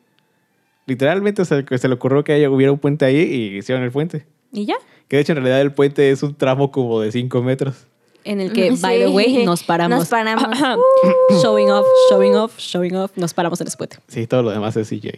S3: Literalmente o sea, que se le ocurrió que haya- hubiera un puente ahí y hicieron el puente.
S2: ¿Y ya?
S3: Que de hecho en realidad el puente es un tramo como de 5 metros.
S2: En el que,
S1: Sí.
S2: by the way, nos paramos.
S1: Nos paramos.
S2: showing off, showing off, showing off. Nos paramos en Spot.
S3: Sí, todo lo demás es CGI.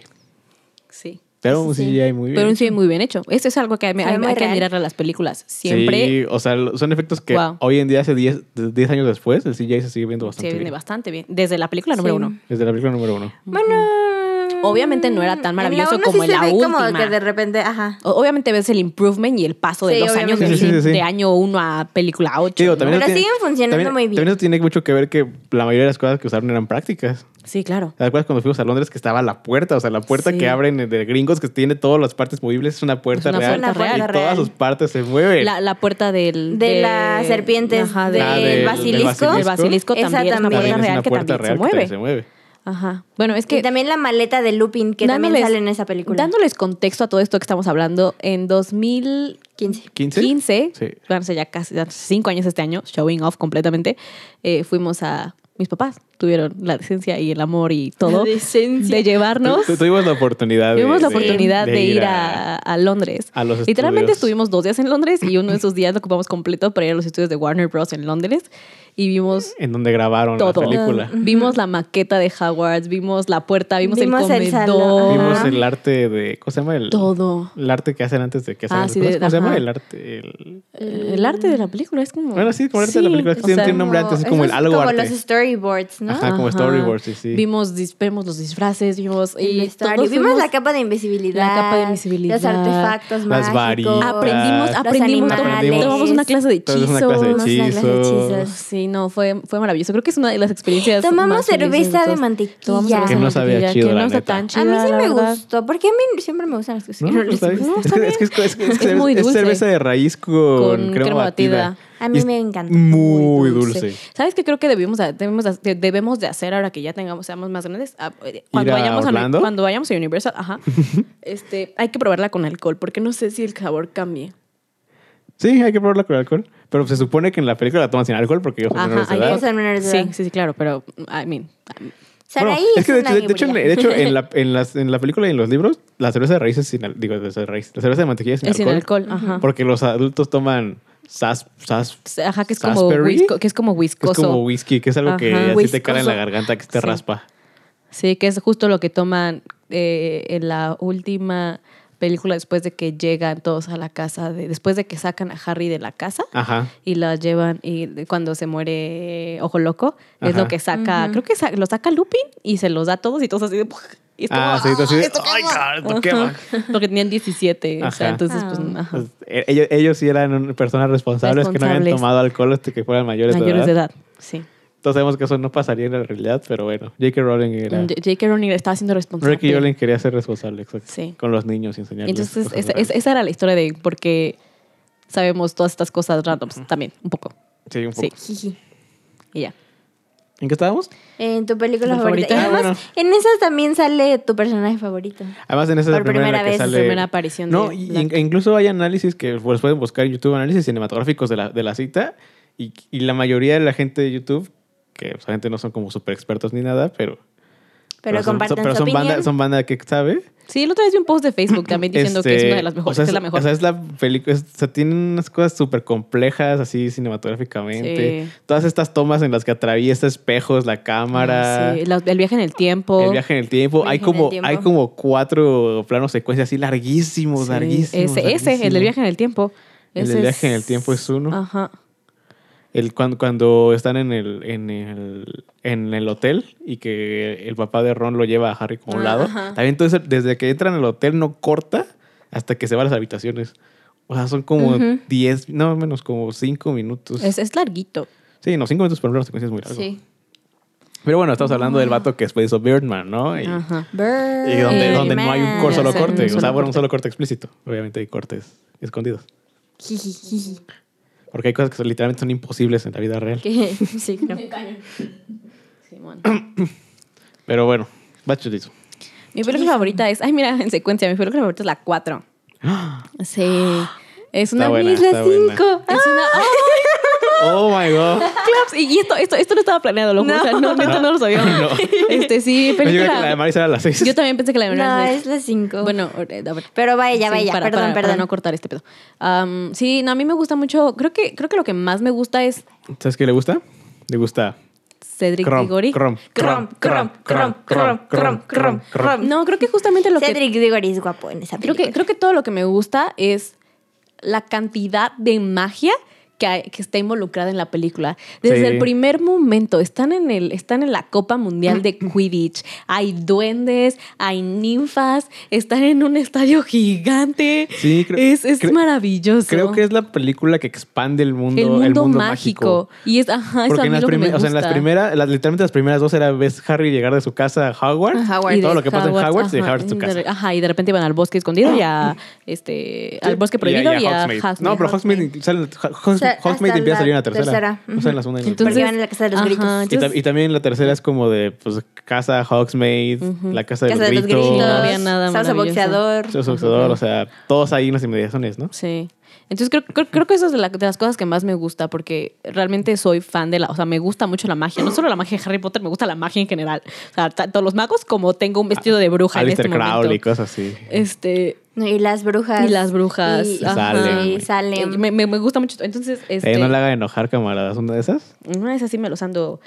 S2: Sí.
S3: Pero
S1: Sí,
S3: un
S1: sí.
S3: CGI muy bien.
S2: Pero un sí muy bien hecho. Eso es algo que hay, hay-
S1: Fue muy
S2: hay que
S1: real.
S2: admirar a las películas. Siempre
S3: Sí, o sea, lo- son efectos que
S2: Wow.
S3: hoy en día, hace 10 10 años después, el CGI se sigue viendo
S2: se
S3: bastante
S2: viene
S3: bien.
S2: bastante bien. Desde la película número
S1: Sí.
S2: uno.
S3: Desde la película número uno.
S1: Bueno.
S2: Obviamente no era tan
S1: en la
S2: maravilloso
S1: uno
S2: como
S1: sí
S2: en la
S1: se ve Como
S2: última.
S1: que de repente, ajá.
S2: O- Obviamente ves el improvement y el paso de
S1: Sí,
S2: los años de,
S1: obviamente.
S3: Sí, sí, sí, sí.
S2: de año uno a película ocho.
S3: Digo,
S2: ¿no?
S3: también
S1: Pero
S3: eso tiene-
S1: siguen funcionando
S3: también-
S1: muy bien.
S3: También eso tiene mucho que ver que la mayoría de las cosas que usaron eran prácticas.
S2: Sí, claro.
S3: ¿Te acuerdas cuando fuimos a Londres que estaba la puerta? O sea, la puerta
S2: Sí.
S3: que abren de gringos que tiene todas las partes movibles es una puerta
S2: Es una
S3: real.
S2: puerta real.
S3: y
S1: Real.
S3: todas sus partes se mueven.
S2: La, la puerta del...
S1: De las serpientes del
S3: Ah, del- del
S1: basilisco.
S3: basilisco.
S2: El basilisco
S1: Esa
S2: también es una
S1: también
S2: puerta
S1: es
S2: real que también se mueve.
S3: se mueve.
S2: Ajá. Bueno, es que...
S1: y también la maleta de Lupin, que también sale en esa película.
S2: Dándoles contexto a todo esto que estamos hablando, en 2015,
S3: 15.
S2: 15,
S3: Sí.
S2: van a ser ya casi ya cinco años este año, showing off completamente, eh, fuimos a... Mis papás tuvieron la decencia y el amor y todo
S1: La decencia.
S2: de llevarnos.
S3: Tu- Tuvimos la oportunidad de-
S2: Tuvimos la
S3: de-
S2: oportunidad de, ir a, a Londres.
S3: a los
S2: Literalmente
S3: estudios.
S2: estuvimos dos días en Londres y uno de esos días lo ocupamos completo para ir a los estudios de Warner Bros. en Londres y vimos
S3: En donde grabaron
S2: todo.
S3: la película.
S2: Vimos la maqueta de Hogwarts, vimos la puerta, vimos,
S1: Vimos
S2: el
S1: el salón.
S2: comedor.
S3: Vimos
S1: Ajá.
S3: el arte de... ¿Cómo se llama? El,
S2: todo.
S3: El arte que hacen antes de que hacen
S2: Ah,
S3: las
S2: sí,
S3: cosas.
S2: de-
S3: ¿Cómo se llama?
S2: ajá.
S3: El arte... el-
S2: El, el arte de la película es como.
S3: Bueno, sí, como el arte de la película, es que
S2: o
S3: tiene-
S2: sea,
S3: tiene un nombre antes, es como el
S1: esos
S3: algo
S1: Como
S3: arte.
S1: los storyboards, ¿no?
S3: Ajá, como
S2: Ajá.
S3: storyboards, sí, sí.
S2: Vimos, dis- vemos los disfraces, vimos.
S1: El
S2: Y
S1: vestuario.
S2: todos
S1: Vimos
S2: fuimos-
S1: la capa de invisibilidad.
S2: La capa de invisibilidad.
S1: Los artefactos mágicos.
S3: Las varitas.
S2: Aprendimos,
S3: Los
S2: aprendimos,
S3: animales.
S2: tomamos una clase de hechizos.
S3: Entonces, una clase de
S1: Tomamos una clase de
S3: hechizos.
S1: hechizos.
S2: Sí, no, fue, fue maravilloso. Creo que es una de las experiencias.
S1: Tomamos
S2: más felices
S1: cerveza de
S2: todas.
S1: mantequilla.
S2: Tomamos cerveza
S1: Que
S2: de
S3: no sabía
S2: mantequilla,
S3: chido,
S2: que
S3: la
S2: no está
S3: neta.
S2: tan
S1: A
S2: chida.
S1: mí sí
S2: la
S1: me
S2: verdad.
S1: gustó, porque a mí siempre me gustan las cosas.
S3: No,
S1: que no les
S3: está bien.
S1: gustan.
S2: gusta.
S3: Es que es, que- es que- es que
S2: Es muy
S3: es
S2: dulce.
S3: cerveza de raíz con,
S2: Con crema batida.
S1: A mí
S3: es
S1: me encanta.
S3: Muy dulce.
S2: ¿Sabes qué creo que debimos, debemos, de- debemos de hacer ahora que ya tengamos, seamos más grandes? Ah, eh, Cuando
S3: ¿Ir a
S2: vayamos, a,
S3: Orlando?
S2: cuando vayamos a Universal, ajá, este, hay que probarla con alcohol porque no sé si el sabor cambie.
S3: Sí, hay que probarla con alcohol. Pero se supone que en la película la toman sin alcohol porque ellos son
S2: Ajá,
S3: menores de
S2: ahí
S3: edad.
S1: Ellos son menores de
S2: Sí,
S1: edad.
S2: sí, sí, claro, pero, I mean,
S3: Bueno,
S1: Saraí
S3: es que de,
S1: una
S3: de- de hecho, en,
S1: guiburria.
S3: de hecho, en la, en, las- en la película y en los libros, la cerveza de raíz es sin al- digo, de raíz, la cerveza de mantequilla es sin
S2: es sin
S3: alcohol.
S2: alcohol, ajá.
S3: Porque los adultos toman sas, sas,
S2: Ajá, que es como,
S3: Raspberry,
S2: whisko- que es como
S3: que es
S2: viscoso.
S3: como whisky, que es algo que
S2: Ajá.
S3: así te cala en la
S2: Whiskoso.
S3: garganta, que te
S2: Sí.
S3: raspa.
S2: Sí, que es justo lo que toman eh, en la última película después de que llegan todos a la casa, de, después de que sacan a Harry de la casa
S3: Ajá.
S2: y la llevan y de- cuando se muere Ojo Loco, es
S3: Ajá.
S2: lo que saca,
S1: Ujú.
S2: creo que sa- lo saca Lupin y se los da a todos y todos así de... y es como,
S3: Ah, sí, entonces, ay,
S2: ¡ah!
S3: cara, esto quema.
S2: Ajá. Porque tenían 17, o sea,
S3: Ajá.
S2: entonces pues...
S1: Ah.
S2: ajá.
S3: Pues, eh, ellos, ellos sí eran un- personas responsables, que no habían
S2: Responsables.
S3: tomado alcohol hasta que fueran mayores,
S2: Mayores
S3: de
S2: de
S3: edad.
S2: edad, sí.
S3: Entonces sabemos que eso no pasaría en la realidad, pero bueno, J.K. Rowling era...
S2: Mm, J- J.K. Rowling estaba siendo responsable.
S3: Ricky Rowling quería ser responsable, exacto.
S2: Sí.
S3: Con los niños y enseñarles.
S2: Entonces,
S3: cosas
S2: esa,
S3: grandes.
S2: esa- esa era la historia de por qué sabemos todas estas cosas randoms también, un poco.
S3: Sí, un poco.
S2: Sí.
S1: Jiji.
S2: Y ya.
S3: ¿En qué estábamos?
S1: En tu película
S2: ¿Tu
S1: favorita.
S2: favorita?
S1: Y
S2: Ah,
S1: además, en esas también sale tu personaje favorito.
S3: Además, en esa es la
S1: Por
S3: primera, en la
S1: primera
S3: que
S1: vez.
S3: sale...
S2: Primera aparición
S3: No,
S2: de
S3: y-
S2: Blanca.
S3: e incluso hay análisis que pues, pueden buscar en YouTube, análisis cinematográficos de la, de la cita. Y, y la mayoría de la gente de YouTube, que pues, obviamente no son como super expertos ni nada, pero...
S1: Pero,
S3: son-
S1: comparten
S3: son, pero
S1: su
S3: son
S1: opinión.
S3: banda, son banda que sabe.
S2: Sí, el otro día vi un post de Facebook también diciendo que es
S3: Este,
S2: una de las mejores,
S3: o sea,
S2: que es la mejor.
S3: O sea, es la película. es- O sea, tiene unas cosas súper complejas, así cinematográficamente.
S2: Sí.
S3: Todas estas tomas en las que atraviesa espejos, la cámara.
S2: Ah, Sí, la- el viaje en el tiempo.
S3: El viaje en el tiempo.
S1: Viaje
S3: Hay
S1: en
S3: como,
S1: el tiempo.
S3: hay como cuatro planos secuencias así larguísimos,
S2: Sí,
S3: larguísimos.
S2: Ese, ese, el del
S3: larguísimos.
S2: viaje en el tiempo.
S3: El
S2: Ese
S3: del viaje en el tiempo es uno.
S2: Ajá.
S3: El, cuando, cuando están en el, en, el, en el hotel y que el papá de Ron lo lleva a Harry como a un
S1: Ah,
S3: lado.
S1: ajá.
S3: También entonces, desde que entran al hotel no corta hasta que se van a las habitaciones. O sea, son como
S1: Ujú.
S3: 10, no menos como 5 minutos.
S2: Es, es larguito.
S3: Sí, no, 5 minutos, pero una secuencia es muy larga.
S1: Sí. Ah.
S3: Pero bueno, estamos hablando del vato que después hizo Birdman, ¿no? Y,
S2: Ajá.
S3: y donde, donde no hay un cor- solo
S2: Birdman.
S3: corte.
S2: Un
S3: O sea,
S2: solo
S3: bueno, un
S2: corte.
S3: solo corte explícito. Obviamente hay cortes escondidos.
S1: Jiji, jiji.
S3: Porque hay cosas que son- literalmente son imposibles en la vida real.
S1: Que- Sí, no.
S2: Simón.
S3: Pero bueno, va chulito.
S2: Mi película favorita es. Ay, mira, en secuencia, mi película favorita es la 4. Sí. Es una.
S3: Está buena,
S2: es la
S3: está buena.
S2: cinco. Es una.
S1: Ah.
S2: ¡Ay,
S3: Oh my god.
S2: claps! Y y esto, esto, esto no estaba planeado, lo juro.
S1: No.
S2: O sea, no, neta, no,
S3: No.
S2: lo sabía.
S3: No.
S2: Este, sí,
S3: Yo llegué a que la de
S2: película.
S3: Maris era a las 6.
S2: Yo también pensé que la de
S1: No,
S2: Maris-
S1: es las 5.
S2: Bueno, eh, a ver.
S1: Pero vaya,
S2: Sí,
S1: vaya,
S2: para-
S1: perdón,
S2: para- para
S1: perdón.
S2: no cortar este pedo. Am, sí, no, a mí me gusta mucho. Creo que, creo que lo que más me gusta es
S3: ¿Sabes qué le gusta? Le gusta.
S2: Cedric
S3: Crom,
S2: Diggory.
S3: crom, crom, crom, crom, crom, crom, crom, crom.
S2: No, creo que justamente lo que.
S1: Cedric Diggory es guapo en esa
S2: Creo
S1: película.
S2: que, creo que todo lo que me gusta es la cantidad de magia que, hay- que está involucrada en la película. Desde
S3: Sí.
S2: el primer momento, están en, el, están en la Copa Mundial de Quidditch. Hay duendes, hay ninfas, están en un estadio gigante.
S3: Sí, creo-
S2: es, es
S3: cre-
S2: maravilloso.
S3: Creo que es la película que expande el mundo,
S2: el mundo, mágico. Y es, ajá, eso
S3: Porque
S2: a
S3: en
S2: mí
S3: las,
S2: lo que me
S3: primeras, o sea, en las
S2: gusta.
S3: primeras, las- literalmente las primeras dos era ves Harry llegar de su casa a Howard.
S1: Ajá, Howard.
S2: Y
S3: Todo
S2: de
S3: lo que pasa en Howard y de
S2: ajá,
S3: Howard en su
S2: de-
S3: casa.
S2: Ajá, y de repente van al bosque escondido y a, este, al bosque prohibido y a,
S3: Hogsmeade.
S2: Hogsmeade.
S3: No, pero Hogsmeade, sale, Hogsmeade,
S1: sea, hasta
S3: Hogsmeade empieza a salir en la
S1: la
S3: tercera.
S1: tercera.
S3: No sale en la segunda. ni en la
S1: Porque van a la casa de los gritos.
S2: ajá,
S1: Y
S3: Y,
S2: entonces
S3: tam- y también la tercera es como de pues, casa Hogsmeade, la casa de
S1: Casa
S3: los
S1: de los
S3: gritos,
S1: gritos.
S2: No había nada
S1: Salsa
S2: maravilloso.
S1: boxeador.
S3: los boxeador, o sea, todos ahí en las inmediaciones, ¿no?
S2: Sí. Entonces creo, creo, creo que eso es de, la- de las cosas que más me gusta porque realmente soy fan de la, o sea, me gusta mucho la magia, no solo la magia de Harry Potter, me gusta la magia en general. O sea, tanto los magos como tengo un vestido de bruja
S3: Alistair
S2: en este
S3: Crowley y
S2: momento.
S3: cosas así. Eh,
S2: Este,
S1: No, y las brujas.
S2: y las brujas.
S1: Y,
S3: ajá. Salem.
S1: y
S2: Eh,
S1: Salem.
S2: Me, me- me gusta mucho. Entonces, este,
S3: Eh, no le haga enojar, camaradas, una de esas.
S2: una vez así me los ando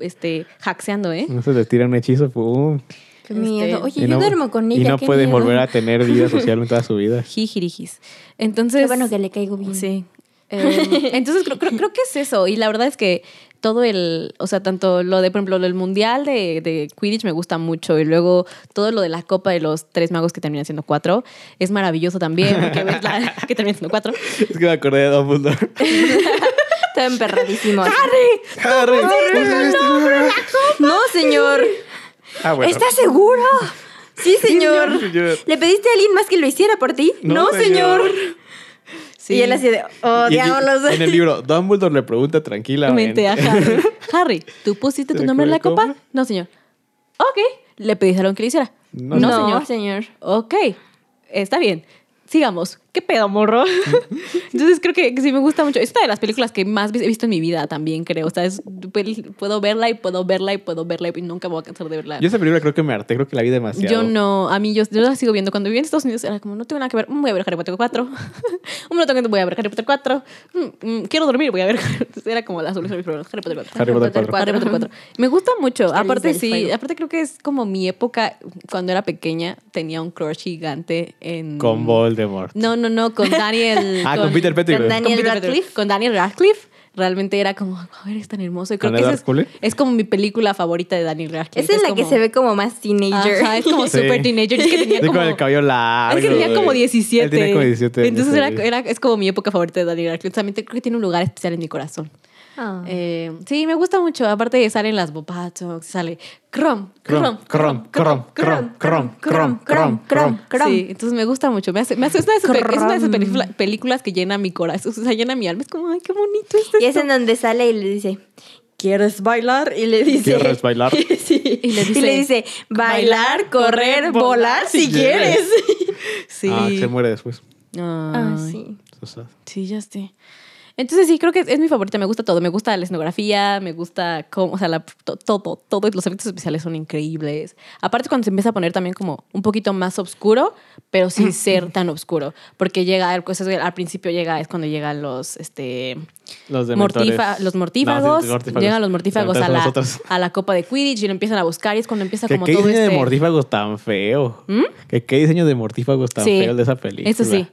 S2: este, haxeando, ¿eh?
S3: No se le tira un hechizo, pum.
S1: Qué miedo.
S2: Este,
S1: Oye,
S3: Y
S1: yo
S3: no-
S1: duermo con
S3: Y
S1: ella.
S3: no
S1: qué
S3: puede
S1: miedo.
S3: volver a tener vida social en toda su vida.
S2: Jijirijis. Entonces.
S1: Qué bueno que le caigo bien.
S2: Sí. Eh, entonces creo, creo- creo que es eso. Y la verdad es que todo el, o sea, tanto lo de, por ejemplo, lo del mundial de, de Quidditch me gusta mucho. Y luego todo lo de la copa de los tres magos que terminan siendo cuatro es maravilloso también, porque ves la- que terminan siendo cuatro.
S3: Es que me acordé de Dumbledore.
S1: Está emperradísimo.
S3: Harry,
S1: no, señor.
S3: Ah, bueno.
S1: ¿Estás seguro? Sí, señor.
S3: señor.
S1: ¿Le pediste a alguien más que lo hiciera por ti? No, señor.
S2: Sí.
S1: Y él así de, oh,
S3: Y en-
S1: diablos.
S3: En el libro, Dumbledore le pregunta tranquilamente.
S2: Mente a Harry. Harry, ¿tú pusiste tu
S3: ¿Te
S2: nombre en la
S3: acuerdas
S2: copa? No, señor. Ok. Le pidieron que lo hiciera.
S3: No,
S1: No,
S2: señor.
S1: señor.
S2: Ok. Está bien. Sigamos. ¿Qué pedo, morro? Entonces creo que sí me gusta mucho. Es una de las películas que más he visto en mi vida también, creo. O sea, es- pel- puedo verla y puedo verla y puedo verla y nunca me voy a cansar de verla.
S3: Yo esa película creo que me harté, creo que la vi demasiado.
S2: Yo no, a mí yo, yo la sigo viendo. Cuando viví en Estados Unidos era como, no tengo nada que ver, Mm, voy a ver Harry Potter 4. Un rato que voy a ver Harry Potter 4. Mm, mm, quiero dormir, voy a ver. Entonces, era como la solución a mis problemas. Harry Potter 4.
S3: Harry Potter cuatro.
S2: Harry Potter 4. Me gusta mucho.
S1: Cáliz
S2: Aparte,
S1: del
S2: sí,
S1: fuego.
S2: aparte creo que es como mi época, cuando era pequeña, tenía un crush gigante en.
S3: Con Voldemort.
S2: No, no, no, con Daniel.
S3: ah, con, Peter
S1: con
S3: Pettigrew.
S1: Daniel- Radcliffe.
S2: Con Daniel Radcliffe. Realmente era como, wow, eres tan hermoso. Y creo
S3: ¿Con
S2: que esa
S3: Edward
S2: es,
S3: Cullen?
S2: es como mi película favorita de Daniel Radcliffe.
S1: Esa es la que
S2: como-
S1: se ve como más teenager.
S2: Ajá, es como
S3: Sí.
S2: super teenager. Es que tenía
S3: Sí,
S2: como,
S3: con el cabello largo.
S2: es que tenía como
S3: güey.
S2: 17.
S3: Él tenía como 17. años,
S2: Entonces era,
S3: güey.
S2: era- es como mi época favorita de Daniel Radcliffe. También te- creo que tiene un lugar especial en mi corazón.
S1: Ah.
S2: Eh, sí, me gusta mucho. Aparte salen las bopatox, sale crom, crom,
S3: Crom, crom, crom, crom, crom, crom, crom.
S1: Crom.
S2: Sí, entonces me gusta mucho. Me hace, me hace- es una de esas, pe- es una de esas
S1: Crom.
S2: película- películas que llena mi corazón, o sea, llena mi alma. Es como, ay, qué bonito es este". esto.
S1: Y es en donde sale y le dice, ¿quieres bailar? Y le dice...
S3: ¿Quieres bailar?
S1: sí.
S2: Y
S1: Y le
S2: le dice,
S1: dice, bailar, correr, volar si
S3: si
S1: quieres.
S2: Sí.
S3: Ah, se muere después.
S1: Ah,
S2: Ay.
S1: sí.
S3: Eso está-
S2: Sí, ya sé. Entonces sí, creo que es, es mi favorita. Me gusta todo. Me gusta la escenografía, me gusta cómo, o sea, la- to- todo, todo. Los efectos especiales son increíbles. Aparte cuando se empieza a poner también como un poquito más oscuro, pero sin ser tan oscuro. Porque llega, el- cosas que al principio llega, es cuando llegan los, este,
S3: Los de
S2: mortífa- los mortífagos. Llegan los mortífagos a la, a la copa de Quidditch y lo empiezan a buscar y es cuando empieza
S3: ¿Qué,
S2: como
S3: qué
S2: todo
S3: diseño
S2: este... ¿Mm?
S3: de mortífagos tan feo? ¿Qué, qué diseño de mortífagos tan
S2: Sí,
S3: feo el de esa película?
S2: eso sí.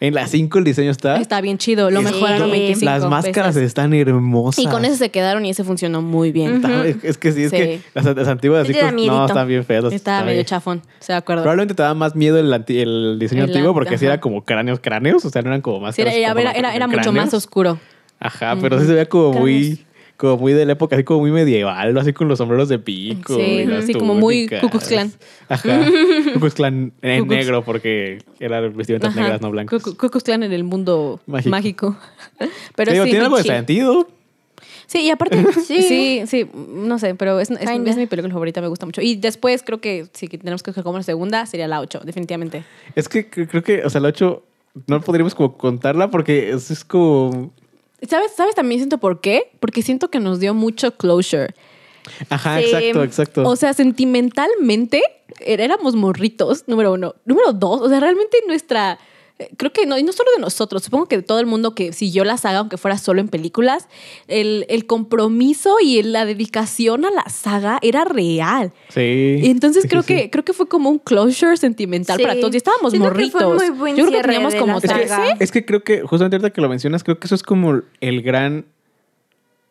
S3: En la 5 el diseño está...
S2: Está bien chido, lo
S3: es-
S2: mejoraron
S1: Sí.
S2: 25
S3: Las máscaras
S2: veces.
S3: están hermosas.
S2: Y con eso se quedaron y ese funcionó muy bien.
S3: Está- es, es que sí, es
S2: Sí.
S3: que las, las antiguas
S1: Sí
S3: así
S1: te da
S3: como- no,
S1: miedito.
S3: están bien feas. las-
S2: Estaba
S3: están
S2: medio
S3: bien-
S2: chafón, se de acuerdo.
S3: Probablemente te da más miedo el, anti- el diseño
S2: El
S3: antiguo
S2: an-
S3: porque sí
S2: ajá.
S3: era como cráneos, cráneos. O sea, no eran como más
S2: Sí, era, era- era- era- era mucho más mm, oscuro.
S3: Ajá, pero sí se veía como muy, como muy de la época, así como muy medieval, así con los sombreros de pico.
S2: Sí,
S3: y las
S2: sí, como muy
S3: túnicas.
S2: Ku Klux Klan.
S3: Ajá. Ku Klux Klan en
S2: Ku Klux-
S3: negro porque eran vestimentas
S2: Ajá.
S3: negras, no blancas.
S2: Ku- Ku- Ku Klux Klan en el mundo mágico.
S3: Mágico.
S2: Pero
S3: Te digo,
S2: sí,
S3: tiene algo de
S2: sí.
S3: sentido.
S2: Sí, y aparte, sí.
S1: Sí.
S2: sí, no sé, pero es, es-
S1: Kinda.
S2: es mi película favorita, me gusta mucho. Y después creo que sí, que tenemos que escoger como la segunda, sería la 8, definitivamente.
S3: Es que cre- creo que, o sea, la 8 no podríamos como contarla porque es, es como...
S2: ¿Sabes, ¿Sabes también siento por qué? Porque siento que nos dio mucho closure.
S3: Ajá,
S1: Sí.
S3: exacto, exacto.
S2: O sea, sentimentalmente er- éramos morritos, número uno. Número dos, o sea, realmente nuestra. eh, Creo que no, y no solo de nosotros, supongo que de todo el mundo que siguió la saga, aunque fuera solo en películas, el, el compromiso y el- la dedicación a la saga era real.
S3: sí.
S2: Y entonces
S3: Sí,
S2: creo,
S3: sí, sí.
S2: que, creo que fue como un closure sentimental
S1: Sí.
S2: para todos. Y estábamos
S1: Siento que
S2: morritos.
S1: fue muy buen
S2: Yo creo que
S1: cierre
S2: teníamos
S1: de
S2: como
S1: la
S3: Es que,
S1: saga.
S2: 13.
S3: es que creo que, justamente ahorita que lo mencionas, creo que eso es como el gran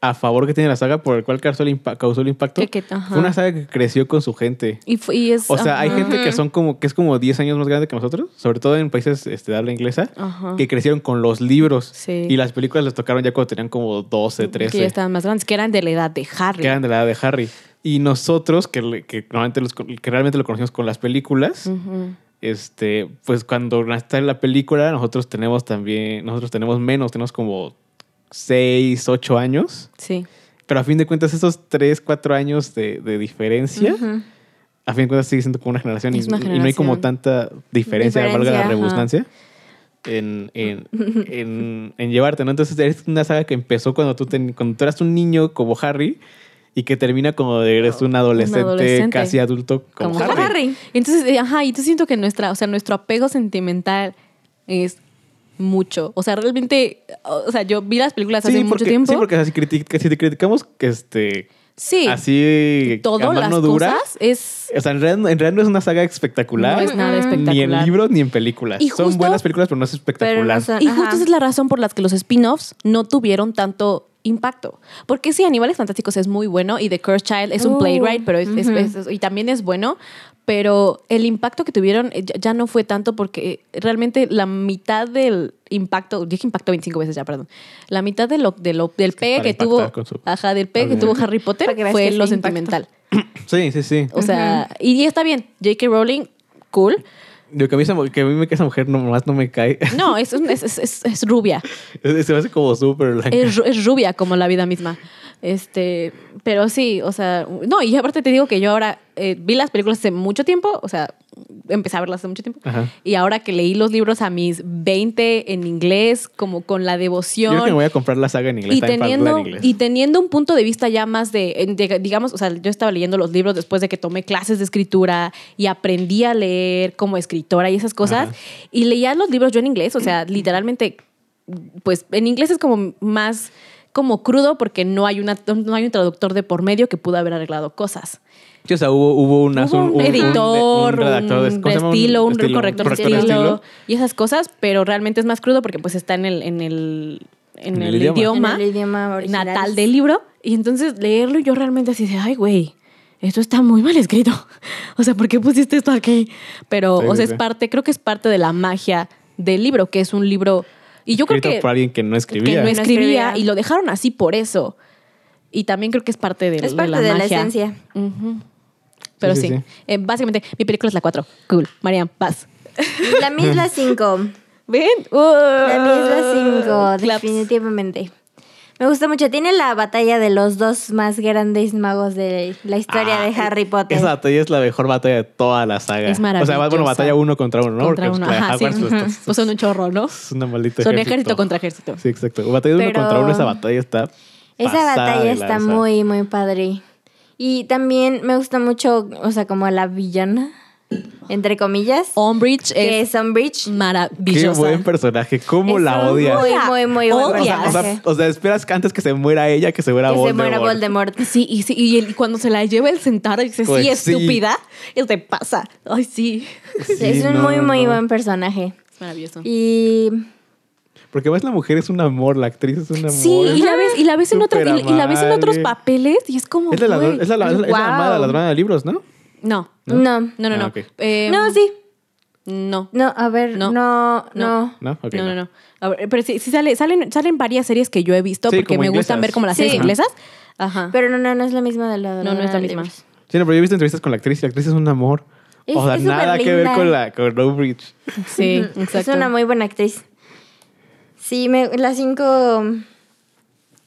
S3: a favor que tiene la saga por el cual causó el, impa- causó el impacto.
S2: Que- que- ajá.
S3: Fue una saga que creció con su gente.
S2: Y, fue- y es.
S3: O sea, hay
S2: ajá.
S3: gente que son como que es como 10 años más grande que nosotros, sobre todo en países este, de habla inglesa,
S2: Ajá.
S3: que crecieron con los libros
S2: Sí.
S3: y las películas les tocaron ya cuando tenían como 12, 13
S2: Que ya estaban más grandes, que eran de la edad de Harry.
S3: que eran de la edad de Harry. Y nosotros, que, le- que, normalmente los con- que realmente lo conocimos con las películas,
S2: Ujú.
S3: este, pues cuando está en la película, nosotros tenemos también, nosotros tenemos menos, tenemos como 6, 8 años.
S2: Sí.
S3: Pero a fin de cuentas, esos 3, 4 años de, de diferencia,
S1: Ujú.
S3: a fin de cuentas sigue siendo como una generación, y,
S2: Es una
S3: y no hay como
S2: generación.
S3: tanta diferencia,
S1: Diferencia,
S3: valga la
S1: ajá.
S3: redundancia, en, en, en- en llevarte, ¿no? Entonces es una saga que empezó cuando tú, ten- cuando tú eras un niño como Harry y que termina cuando eres un adolescente,
S2: adolescente.
S3: casi adulto como,
S2: Como
S3: Harry.
S1: Harry.
S2: Entonces, eh, ajá, y tú siento que nuestra, o sea, nuestro apego sentimental es mucho. O sea, realmente, o sea, yo vi las películas hace
S3: Sí,
S2: mucho
S3: porque,
S2: tiempo.
S3: sí, porque o sea, si, criti- que si te criticamos que este,
S2: Sí,
S3: así a
S2: todas las
S3: mano
S2: cosas es
S3: O sea, en realidad, en realidad no es una saga espectacular.
S2: no es nada espectacular.
S3: Ni en libros ni en películas.
S2: Y
S3: son
S2: justo-
S3: buenas películas, pero no es espectacular.
S1: Pero no son-
S2: Y
S1: Ajá.
S2: justo esa es la razón por la que los spin-offs no tuvieron tanto impacto. Porque sí, Animales Fantásticos es muy bueno y The Cursed Child es un
S1: Uh,
S2: playwright, pero es, es-
S1: ujú.
S2: es- es- y también es bueno, pero el impacto que tuvieron eh, ya, ya no fue tanto porque eh, realmente la mitad del impacto, dije impacto 25 veces ya, perdón, la mitad de lo, de lo- del pegue
S3: para
S2: que
S3: impactar
S2: tuvo,
S3: con su
S2: ajá, del pegue que
S3: argumento.
S2: tuvo Harry Potter
S1: Para que veas
S2: fue
S1: que sí
S2: lo
S1: impacta.
S2: sentimental.
S3: Sí, sí, sí.
S2: O sea, y está bien, J.K. Rowling, cool.
S3: Digo, que a mí, esa mu- que a mí me- que esa mujer nomás no me cae.
S2: No, es, un- es, es- es- es rubia.
S3: Se me hace como súper blanca.
S2: Es, ru- es rubia como la vida misma. Este, pero sí, o sea, no, y aparte te digo que yo ahora eh, vi las películas hace mucho tiempo, o sea, empecé a verlas hace mucho tiempo.
S3: Ajá.
S2: Y ahora que leí los libros a mis 20 en inglés, como con la
S3: Yo creo que me
S2: devoción.
S3: voy a comprar la saga en inglés.
S2: Y
S3: también para
S2: teniendo,
S3: hablar inglés.
S2: y teniendo un punto de vista ya más de, en- de- digamos, o sea, yo estaba leyendo los libros después de que tomé clases de escritura y aprendí a leer como escritora y esas cosas.
S3: Ajá.
S2: Y leía los libros yo en inglés, o sea, literalmente, pues en inglés es como más como crudo porque no hay, una, no hay un traductor de por medio que pudo haber arreglado cosas.
S3: Sí, o sea, hubo, hubo, una-
S2: Hubo un, editor, un,
S3: redactor de- ¿cómo se llama?
S2: estilo, un corrector de estilo,
S3: estilo.
S2: y esas cosas, pero realmente es más crudo porque pues está en el, en el, en el idioma,
S1: En el idioma original.
S2: natal del libro. Y entonces leerlo y yo realmente así de, ay, güey, esto está muy mal escrito. O sea, ¿por qué pusiste esto aquí? Pero,
S3: Sí,
S2: o sea,
S3: sí,
S2: es
S3: sí.
S2: parte, creo que es parte de la magia del libro, que es un libro... Y yo creo
S3: Escrito
S2: que
S3: por alguien que no escribía.
S2: que no
S1: No
S2: escribía
S1: escribía.
S2: y lo dejaron así por eso. Y también creo que es parte de,
S1: Es parte
S2: la
S1: de la
S2: magia.
S1: esencia.
S2: Ujú. Pero
S3: Sí,
S2: sí,
S3: sí, sí.
S2: Eh, básicamente mi película es la 4. Cool. Mariam, vas.
S1: La misma 5.
S2: Ven.
S1: La misma 5,
S2: Ah, Claps.
S1: definitivamente. Me gusta mucho. Tiene la batalla de los dos más grandes magos de la historia
S3: Ah,
S1: de Harry Potter.
S3: Esa batalla es la mejor batalla de toda la saga.
S2: Es
S3: O sea, bueno,
S2: maravillosa.
S3: batalla uno contra uno, ¿no?
S2: Contra
S3: Porque,
S2: uno.
S3: pues, la
S2: Ajá, sí.
S3: Hogwarts
S2: ujú.
S3: está-
S2: Pues son un chorro, ¿no?
S3: Es una maldita
S2: Son ejército contra ejército.
S3: Sí, exacto. Batalla uno
S1: Pero-
S3: contra uno, esa batalla está.
S1: Esa
S3: pasada de
S1: batalla está
S3: lanza.
S1: muy, muy padre. Y también me gusta mucho, o sea, como la villana, entre comillas,
S2: Umbridge
S1: que
S2: es,
S1: es Umbridge.
S3: Qué
S2: maravillosa.
S3: buen personaje. ¿Cómo
S1: Es
S3: la
S1: un
S3: odias?
S1: Muy, muy, muy buen
S2: Odias.
S3: O sea, o, sea,
S1: personaje.
S3: o sea, esperas que antes que se muera ella, que se muera
S1: Que se
S3: Voldemort.
S1: muera Voldemort.
S2: Sí, y, sí, y el- cuando se la lleva el sentar y dice,
S3: Pues
S2: sí,
S3: sí.
S2: estúpida, y te pasa. Ay, sí.
S3: Sí,
S1: es un
S3: no,
S1: muy, muy
S3: no.
S1: buen personaje.
S2: Es maravilloso.
S1: Y
S3: Porque ves, la mujer es un amor, la actriz es un amor.
S2: Sí, y la ves, y la ves en otra- y, y la ves en otros
S3: Superamable.
S2: papeles y es como.
S3: Es la,
S2: güey,
S3: ladrona- es la, es la- es la
S1: Wow.
S3: amada, ladrona de libros, ¿no?
S2: No,
S1: no. No,
S2: no, no,
S3: Ah,
S2: no.
S3: ok.
S2: Eh,
S1: sí.
S2: No.
S1: No, a ver,
S2: No.
S1: no, no.
S2: No.
S3: No, ok.
S2: no, no, no. A ver, pero sí, sí sale, salen, salen varias series que yo he visto
S3: Sí,
S2: porque
S3: como
S2: me
S3: inglesas.
S2: gustan ver como las
S1: Sí.
S2: series inglesas. Ajá.
S1: Pero no, no, no es la misma de la
S2: no, no es la
S1: de
S2: misma.
S1: libros.
S3: Sí, no, pero yo he visto entrevistas con la actriz y la actriz es un amor.
S1: Es-
S3: o sea,
S1: es súper
S3: nada que ver
S1: linda.
S3: con la con Umbridge.
S2: Sí,
S1: Ujú.
S2: exacto.
S1: Es una muy buena actriz. Sí, me, la 5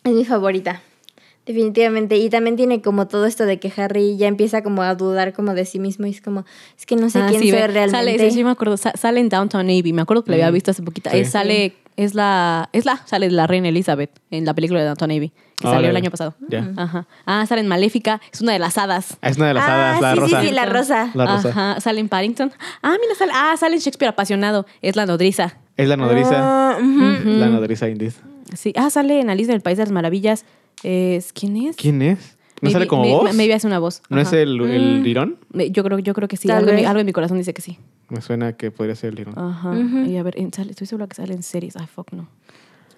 S1: es mi favorita. Definitivamente. Y también tiene como todo esto de que Harry ya empieza como a dudar como de sí mismo. Y es como, es que no sé
S2: Ah,
S1: quién
S2: sí,
S1: soy
S2: ve.
S1: realmente. Mm.
S2: Sale, sí, sí, me acuerdo. Sa- sale en Downtown Abbey. Me acuerdo que la había visto hace poquita.
S3: Sí.
S2: Eh, sale, es la, es la, sale la reina Elizabeth en la película de Downtown Abbey que salió
S3: Ah, órale.
S2: el año pasado.
S3: Ya.
S1: Mm.
S2: Ajá. Ah, sale en Maléfica. Es una de las hadas.
S3: Ah, Es una de las
S1: Ah,
S3: hadas, la
S1: sí, sí,
S3: rosa.
S1: sí, la rosa.
S3: La rosa.
S2: Ajá. Sale en Paddington. Ah, mira, sale, ah, sale en Shakespeare apasionado. Es la nodriza.
S3: Es la nodriza.
S1: Ah, ujú.
S3: La nodriza indiz.
S2: Sí. Ah, sale en Alice del País de las Maravillas. Es, ¿Quién es?
S3: ¿Quién es? ¿No sale como
S2: vos?
S3: vos?
S2: Maybe hace una voz.
S3: ¿No es
S2: Ajá.
S3: el,
S1: Mm.
S3: el lirón?
S2: Me- Yo creo, yo creo que sí.
S1: Tal
S2: Algo en, mi,
S1: vez.
S2: algo en mi corazón dice que sí.
S3: Me suena que podría ser el lirón.
S1: Ah.
S2: Ajá.
S1: Ujú.
S2: Y a ver, en- sale- estoy segura que sale en series. Ay, fuck, no.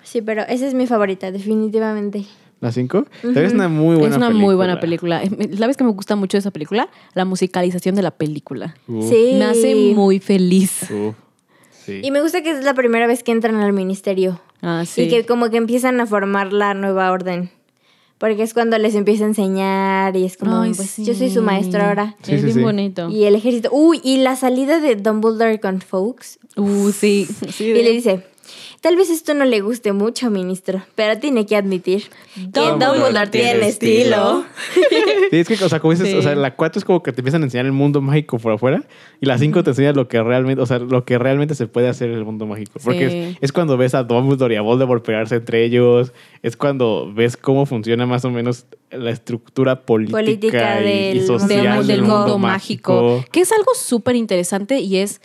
S1: Sí, pero esa es mi favorita, definitivamente.
S3: ¿La 5?
S1: Mm-hmm.
S3: Es una muy buena película.
S2: es una muy buena película. Eh, me- ¿Sabes que me gusta mucho de esa película? La musicalización de la película.
S3: Uf,
S1: Sí.
S2: Me hace muy feliz.
S3: uf, sí.
S1: Y me gusta que es la primera vez que entran al ministerio.
S2: Ah, sí.
S1: Y que como que empiezan a formar la nueva orden. Porque es cuando les empieza a enseñar y es como,
S2: Ay,
S1: pues
S2: sí.
S1: yo soy su maestro ahora.
S3: Sí,
S2: es
S3: sí,
S2: bien
S3: sí.
S2: bonito.
S1: Y el ejército. Uy, y la salida de Dumbledore con Fox.
S2: Uh, sí. Sí,
S1: Y le dice, tal vez esto no le guste mucho, ministro, pero tiene que admitir que
S2: Dumbledore
S1: Dumbledore,
S3: tiene
S1: tiene
S3: estilo".
S1: estilo.
S3: Sí, es que, o sea, como dices,
S2: Sí.
S3: o sea, la 4 es como que te empiezan a enseñar el mundo mágico por afuera y la 5 te enseña lo que realmente, o sea, lo que realmente se puede hacer en el mundo mágico. Porque es- es,
S2: Sí.
S3: cuando ves a Dumbledore y a Voldemort pegarse entre ellos, es cuando ves cómo funciona más o menos la estructura política,
S1: Política
S3: y,
S1: del
S3: y
S1: mundo-
S3: social
S2: del,
S1: Sociales,
S2: mu- del
S1: el
S2: mundo mágico, Que es algo súper interesante y es,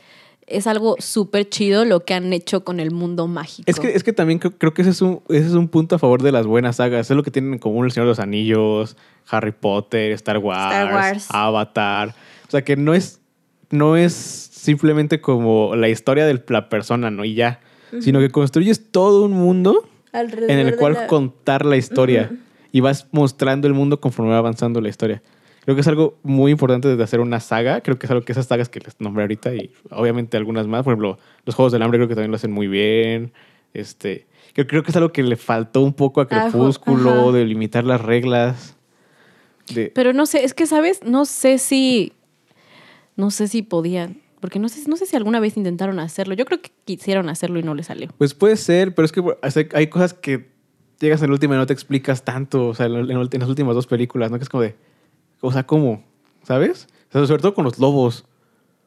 S2: es algo súper chido lo que han hecho con el mundo mágico.
S3: Es que, es que también creo, creo que ese es, un, ese es un punto a favor de las buenas sagas. Es lo que tienen en común El Señor de los Anillos, Harry Potter, Star Wars,
S1: Star Wars.
S3: Avatar. O sea, que no es, no es simplemente como la historia de la persona, ¿no? Y ya. Sino que construyes todo un mundo en el cual contar la historia. Y vas mostrando el mundo conforme va avanzando la historia. Creo que es algo muy importante de hacer una saga. Creo que es algo que esas sagas que les nombré ahorita y obviamente algunas más. Por ejemplo, los Juegos del Hambre creo que también lo hacen muy bien. Este, yo creo que es algo que le faltó un poco a
S1: Ajo,
S3: Crepúsculo,
S1: ajá.
S3: de limitar las reglas. De,
S2: Pero no sé, es que, ¿sabes? No sé si. No sé si podían. Porque no sé, no sé si alguna vez intentaron hacerlo. Yo creo que quisieron hacerlo y no le salió.
S3: Pues puede ser, pero es que bueno, o sea, hay cosas que llegas en la última y no te explicas tanto, o sea, en, en las últimas dos películas, ¿no? Que es como de, o sea, ¿cómo? ¿Sabes? O sea, sobre todo con los lobos.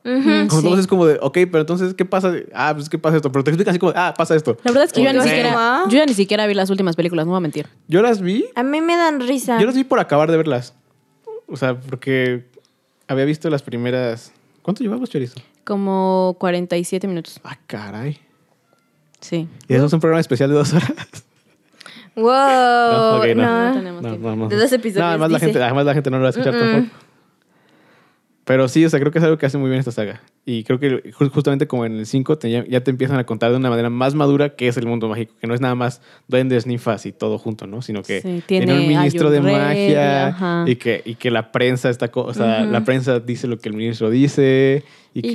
S1: Ujú.
S3: Con los
S2: sí.
S3: lobos es como de, ok, pero entonces, ¿qué pasa? Ah, pues, ¿qué pasa esto? Pero te explican así como, ah, pasa esto.
S2: La verdad es que yo ya, ni
S1: Ok.
S2: siquiera,
S1: Wow.
S2: yo ya ni siquiera vi las últimas películas, no voy a mentir.
S3: Yo las vi,
S1: A mí me dan
S2: Ah.
S1: risa.
S3: yo las vi por acabar de verlas. O sea, porque había visto las primeras... ¿Cuánto llevamos, Chorizo?
S2: Como 47 minutos.
S3: Ah, caray.
S2: Sí.
S3: Y eso es un programa especial de dos horas.
S1: Wow.
S3: ok, no.
S1: no.
S2: No tenemos tiempo.
S1: De dos episodios,
S3: No, además, la
S1: dice.
S3: gente, además la gente no lo va a escuchar
S1: Mm-mm.
S3: tampoco. Pero sí, o sea, creo que es algo que hace muy bien esta saga. Y creo que ju- justamente como en el 5 te- ya te empiezan a contar de una manera más madura que es el mundo mágico, que no es nada más duendes, ninfas y todo junto, ¿no? Sino que
S2: Sí,
S3: tiene,
S2: tiene-
S3: un ministro
S2: hay
S3: de
S2: un rey, ajá.
S3: magia y que, y que la prensa está, co- o sea,
S2: Ujú.
S3: la prensa dice lo que el ministro dice y,
S1: Y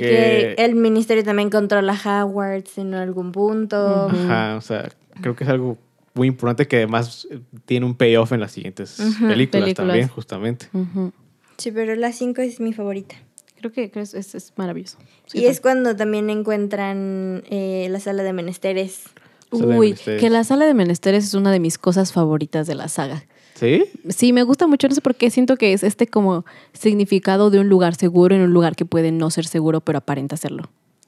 S1: que
S3: que,
S1: el ministerio también controla Hogwarts en algún punto.
S2: Ujú.
S3: Ajá, o sea, creo que es algo muy importante que además eh, tiene un payoff en las siguientes
S1: Ujú,
S3: películas,
S2: películas.
S3: también, justamente.
S2: Ujú.
S1: Sí, pero la 5 es mi favorita.
S2: Creo que creo es, es- es maravilloso. Sí,
S1: y
S2: creo.
S1: es cuando también encuentran eh, la sala de menesteres.
S3: Sala de
S2: Uy,
S3: menesteres.
S2: que la sala de menesteres es una de mis cosas favoritas de la saga.
S3: ¿Sí?
S2: Sí, me gusta mucho, no sé por qué, siento que es este como significado de un lugar seguro en un lugar que puede no ser seguro, pero aparenta serlo.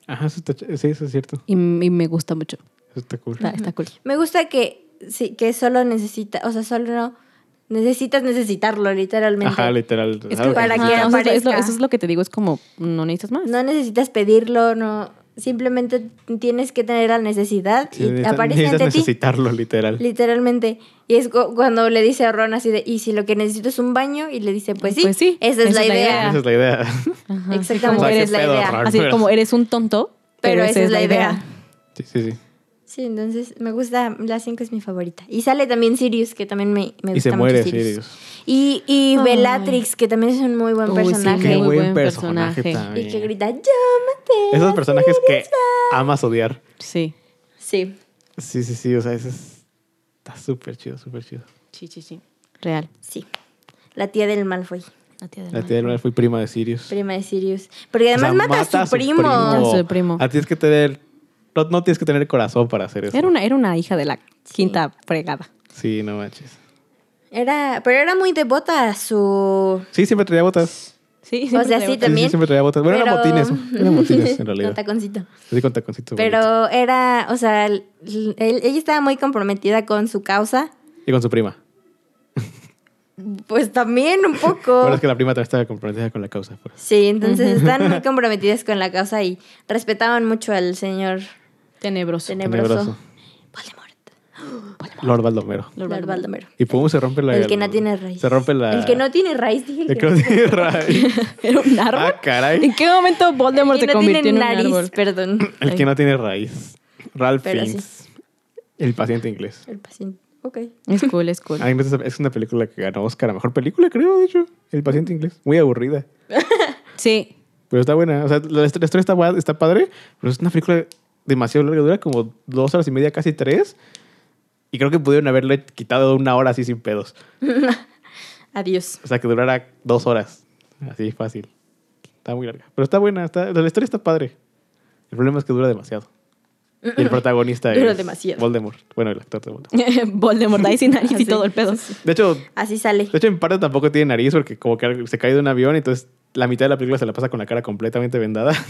S3: Ajá, eso está ch- sí, eso es cierto.
S2: Y, m- y me gusta mucho.
S3: Eso está cool.
S2: Está, está cool.
S1: Me gusta que, sí, que solo necesita, o sea, solo necesitas necesitarlo, literalmente.
S3: Ajá, literal.
S1: que
S3: algo
S1: para
S3: así.
S1: que-
S2: Ajá, o sea, es lo- es lo-
S1: aparezca.
S2: Ah, eso es lo que te digo, es como, no necesitas más.
S1: no necesitas pedirlo, no. Simplemente tienes que tener la necesidad
S3: Sí,
S1: y
S3: necesitas-
S1: aparece
S3: necesitas
S1: ante ti.
S3: necesitarlo, literal.
S1: Literalmente. Y es cu- cuando le dice a Ron así de, y si lo que necesito es un baño, y le dice, pues sí,
S2: Pues sí,
S1: esa es la idea.
S3: Esa es la idea.
S1: Ah.
S2: Ajá, sí,
S1: Exactamente,
S2: como
S3: O sea,
S2: eres,
S1: es la
S3: pedo,
S1: idea.
S3: Ron.
S2: así como eres un tonto,
S1: Pero esa es la idea.
S3: sí, sí, sí.
S1: Sí, entonces me gusta, la 5 es mi favorita. Y sale también Sirius, que también me, me gusta
S3: Y se
S1: mucho
S3: muere
S1: Sirius.
S3: Sirius.
S1: Y, y
S2: Ay.
S1: Bellatrix, que también es un muy buen
S2: Uy, sí,
S1: personaje.
S3: Qué
S2: muy
S3: buen,
S2: buen
S3: personaje,
S2: personaje.
S3: también.
S1: y que grita, yo maté.
S3: Esos
S1: a
S3: personajes que
S1: Sirius Black".
S3: amas odiar.
S2: Sí.
S1: Sí.
S3: Sí, sí, sí. O sea, eso es- está súper chido, súper chido.
S2: Sí, sí, sí. Real.
S1: Sí. La tía del Malfoy,
S2: La tía
S3: La tía del mal fue prima de Sirius.
S1: prima de Sirius. Porque
S3: O sea,
S1: además mata, a su primo.
S2: A su primo.
S3: Ah, tienes que tener... No, no tienes que tener corazón para hacer eso.
S2: Era una, era una hija de la quinta fregada.
S3: Sí, no manches.
S1: Era, pero era muy devota a su...
S3: Sí, siempre traía botas. Sí,
S2: Sí,
S1: O sea, sí,
S3: sí,
S1: también.
S3: siempre traía botas. Bueno,
S1: pero-
S3: eran botines. Eran botines, en realidad.
S1: No, taconcito.
S3: Así con taconcito. bonito.
S1: Pero era, o sea, l- l- él- ella estaba muy comprometida con su causa.
S3: Y con su prima.
S1: Pues también un poco.
S3: Bueno, es que la prima también estaba comprometida con la causa. por eso.
S1: Sí, entonces están muy comprometidas con la causa y respetaban mucho al señor
S2: Tenebroso.
S1: tenebroso.
S3: Tenebroso.
S1: Voldemort.
S3: Lord Baldomero.
S2: Lord
S1: Lord
S2: Voldemort.
S1: Baldomero.
S3: Y pum, se rompe la...
S1: El que no tiene raíz.
S3: Se rompe la...
S1: El que no tiene raíz, dije.
S3: El que no tiene raíz.
S2: ¿Era un árbol?
S3: ah, caray.
S2: ¿En qué momento Voldemort
S1: El que no
S2: se convirtió
S1: tiene
S2: en un
S1: nariz,
S2: árbol?
S1: perdón.
S3: El que no tiene raíz. Ralph
S1: Pero
S3: Fiennes. El paciente inglés.
S1: El paciente. Ok.
S2: Es cool, es cool.
S3: Ah, inglés es- es una película que ganó Oscar a Mejor Película, creo, de hecho. El paciente inglés. Muy aburrida.
S2: Sí. Pero
S3: Pero está buena. O sea, la, est- la historia está, guad- está padre, pero es una película demasiado larga. Dura como dos horas y media, casi tres. Y creo que pudieron haberle quitado una hora así sin pedos.
S1: Adiós.
S3: O sea, que durara dos horas. Así fácil. Está muy larga. Pero está buena. Está, la historia está padre. El problema es que dura demasiado. Y el protagonista
S1: Dura
S3: es
S1: demasiado.
S3: Voldemort. Bueno, el actor de Voldemort.
S2: Voldemort ahí sin nariz
S1: Ah, sí.
S2: y todo el pedo.
S3: De hecho, de
S1: Así sale.
S3: hecho, en parte tampoco tiene nariz porque como que se cae de un avión, entonces la mitad de la película se la pasa con la cara completamente vendada.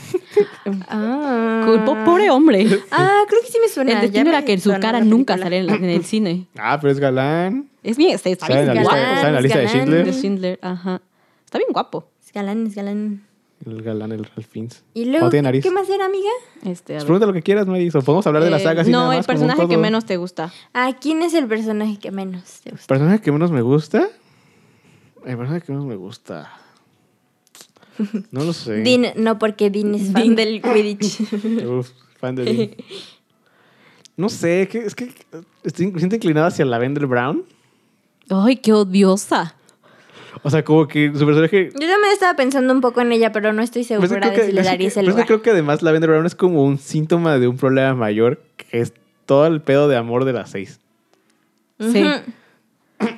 S1: Ah.
S2: Cool, po- pobre hombre.
S1: Ah, creo que sí me suena.
S2: El
S1: ya
S2: destino
S1: me
S2: era que su
S1: sonó
S2: cara
S1: la
S2: nunca
S1: película.
S2: saliera en, la- en el cine.
S3: ah, pero es galán.
S2: Es bien, está, está
S3: Sale en
S2: bien
S3: la lista,
S2: guapo.
S1: galán,
S3: sale en la lista de
S1: galán.
S3: Schindler.
S2: De Schindler, ajá. Está bien guapo.
S1: Es galán, es galán.
S3: El galán, el Ralph Fiennes.
S1: Y
S3: No
S1: luego,
S3: tiene nariz.
S1: ¿qué más era, amiga?
S2: Este, a ver.
S3: Pues pregunta lo que quieras, Maris. O podemos hablar de la
S2: Eh,
S3: saga. así
S2: No,
S3: nada
S2: el
S3: más, como un
S2: personaje que
S3: todo.
S2: menos te gusta.
S1: Ah, ¿quién es el personaje que menos te gusta?
S3: personaje que menos me gusta? El personaje que menos me gusta. No lo sé.
S1: Dean, no, porque Dean es fan
S2: Dean.
S1: del Quidditch.
S3: Uf, fan de Dean. No sé, que- es que estoy, me siento inclinada hacia Lavender Brown.
S2: Ay, qué odiosa.
S3: O sea, como que su personaje.
S1: Yo también estaba pensando un poco en ella, pero no estoy
S3: pero Pues es que
S1: segura de si le
S3: pero es
S1: daría ese
S3: pero es que
S1: lugar.
S3: creo que además Lavender Brown es como un síntoma de un problema mayor que es todo el pedo de amor de las seis.
S2: Sí.
S1: Ujú.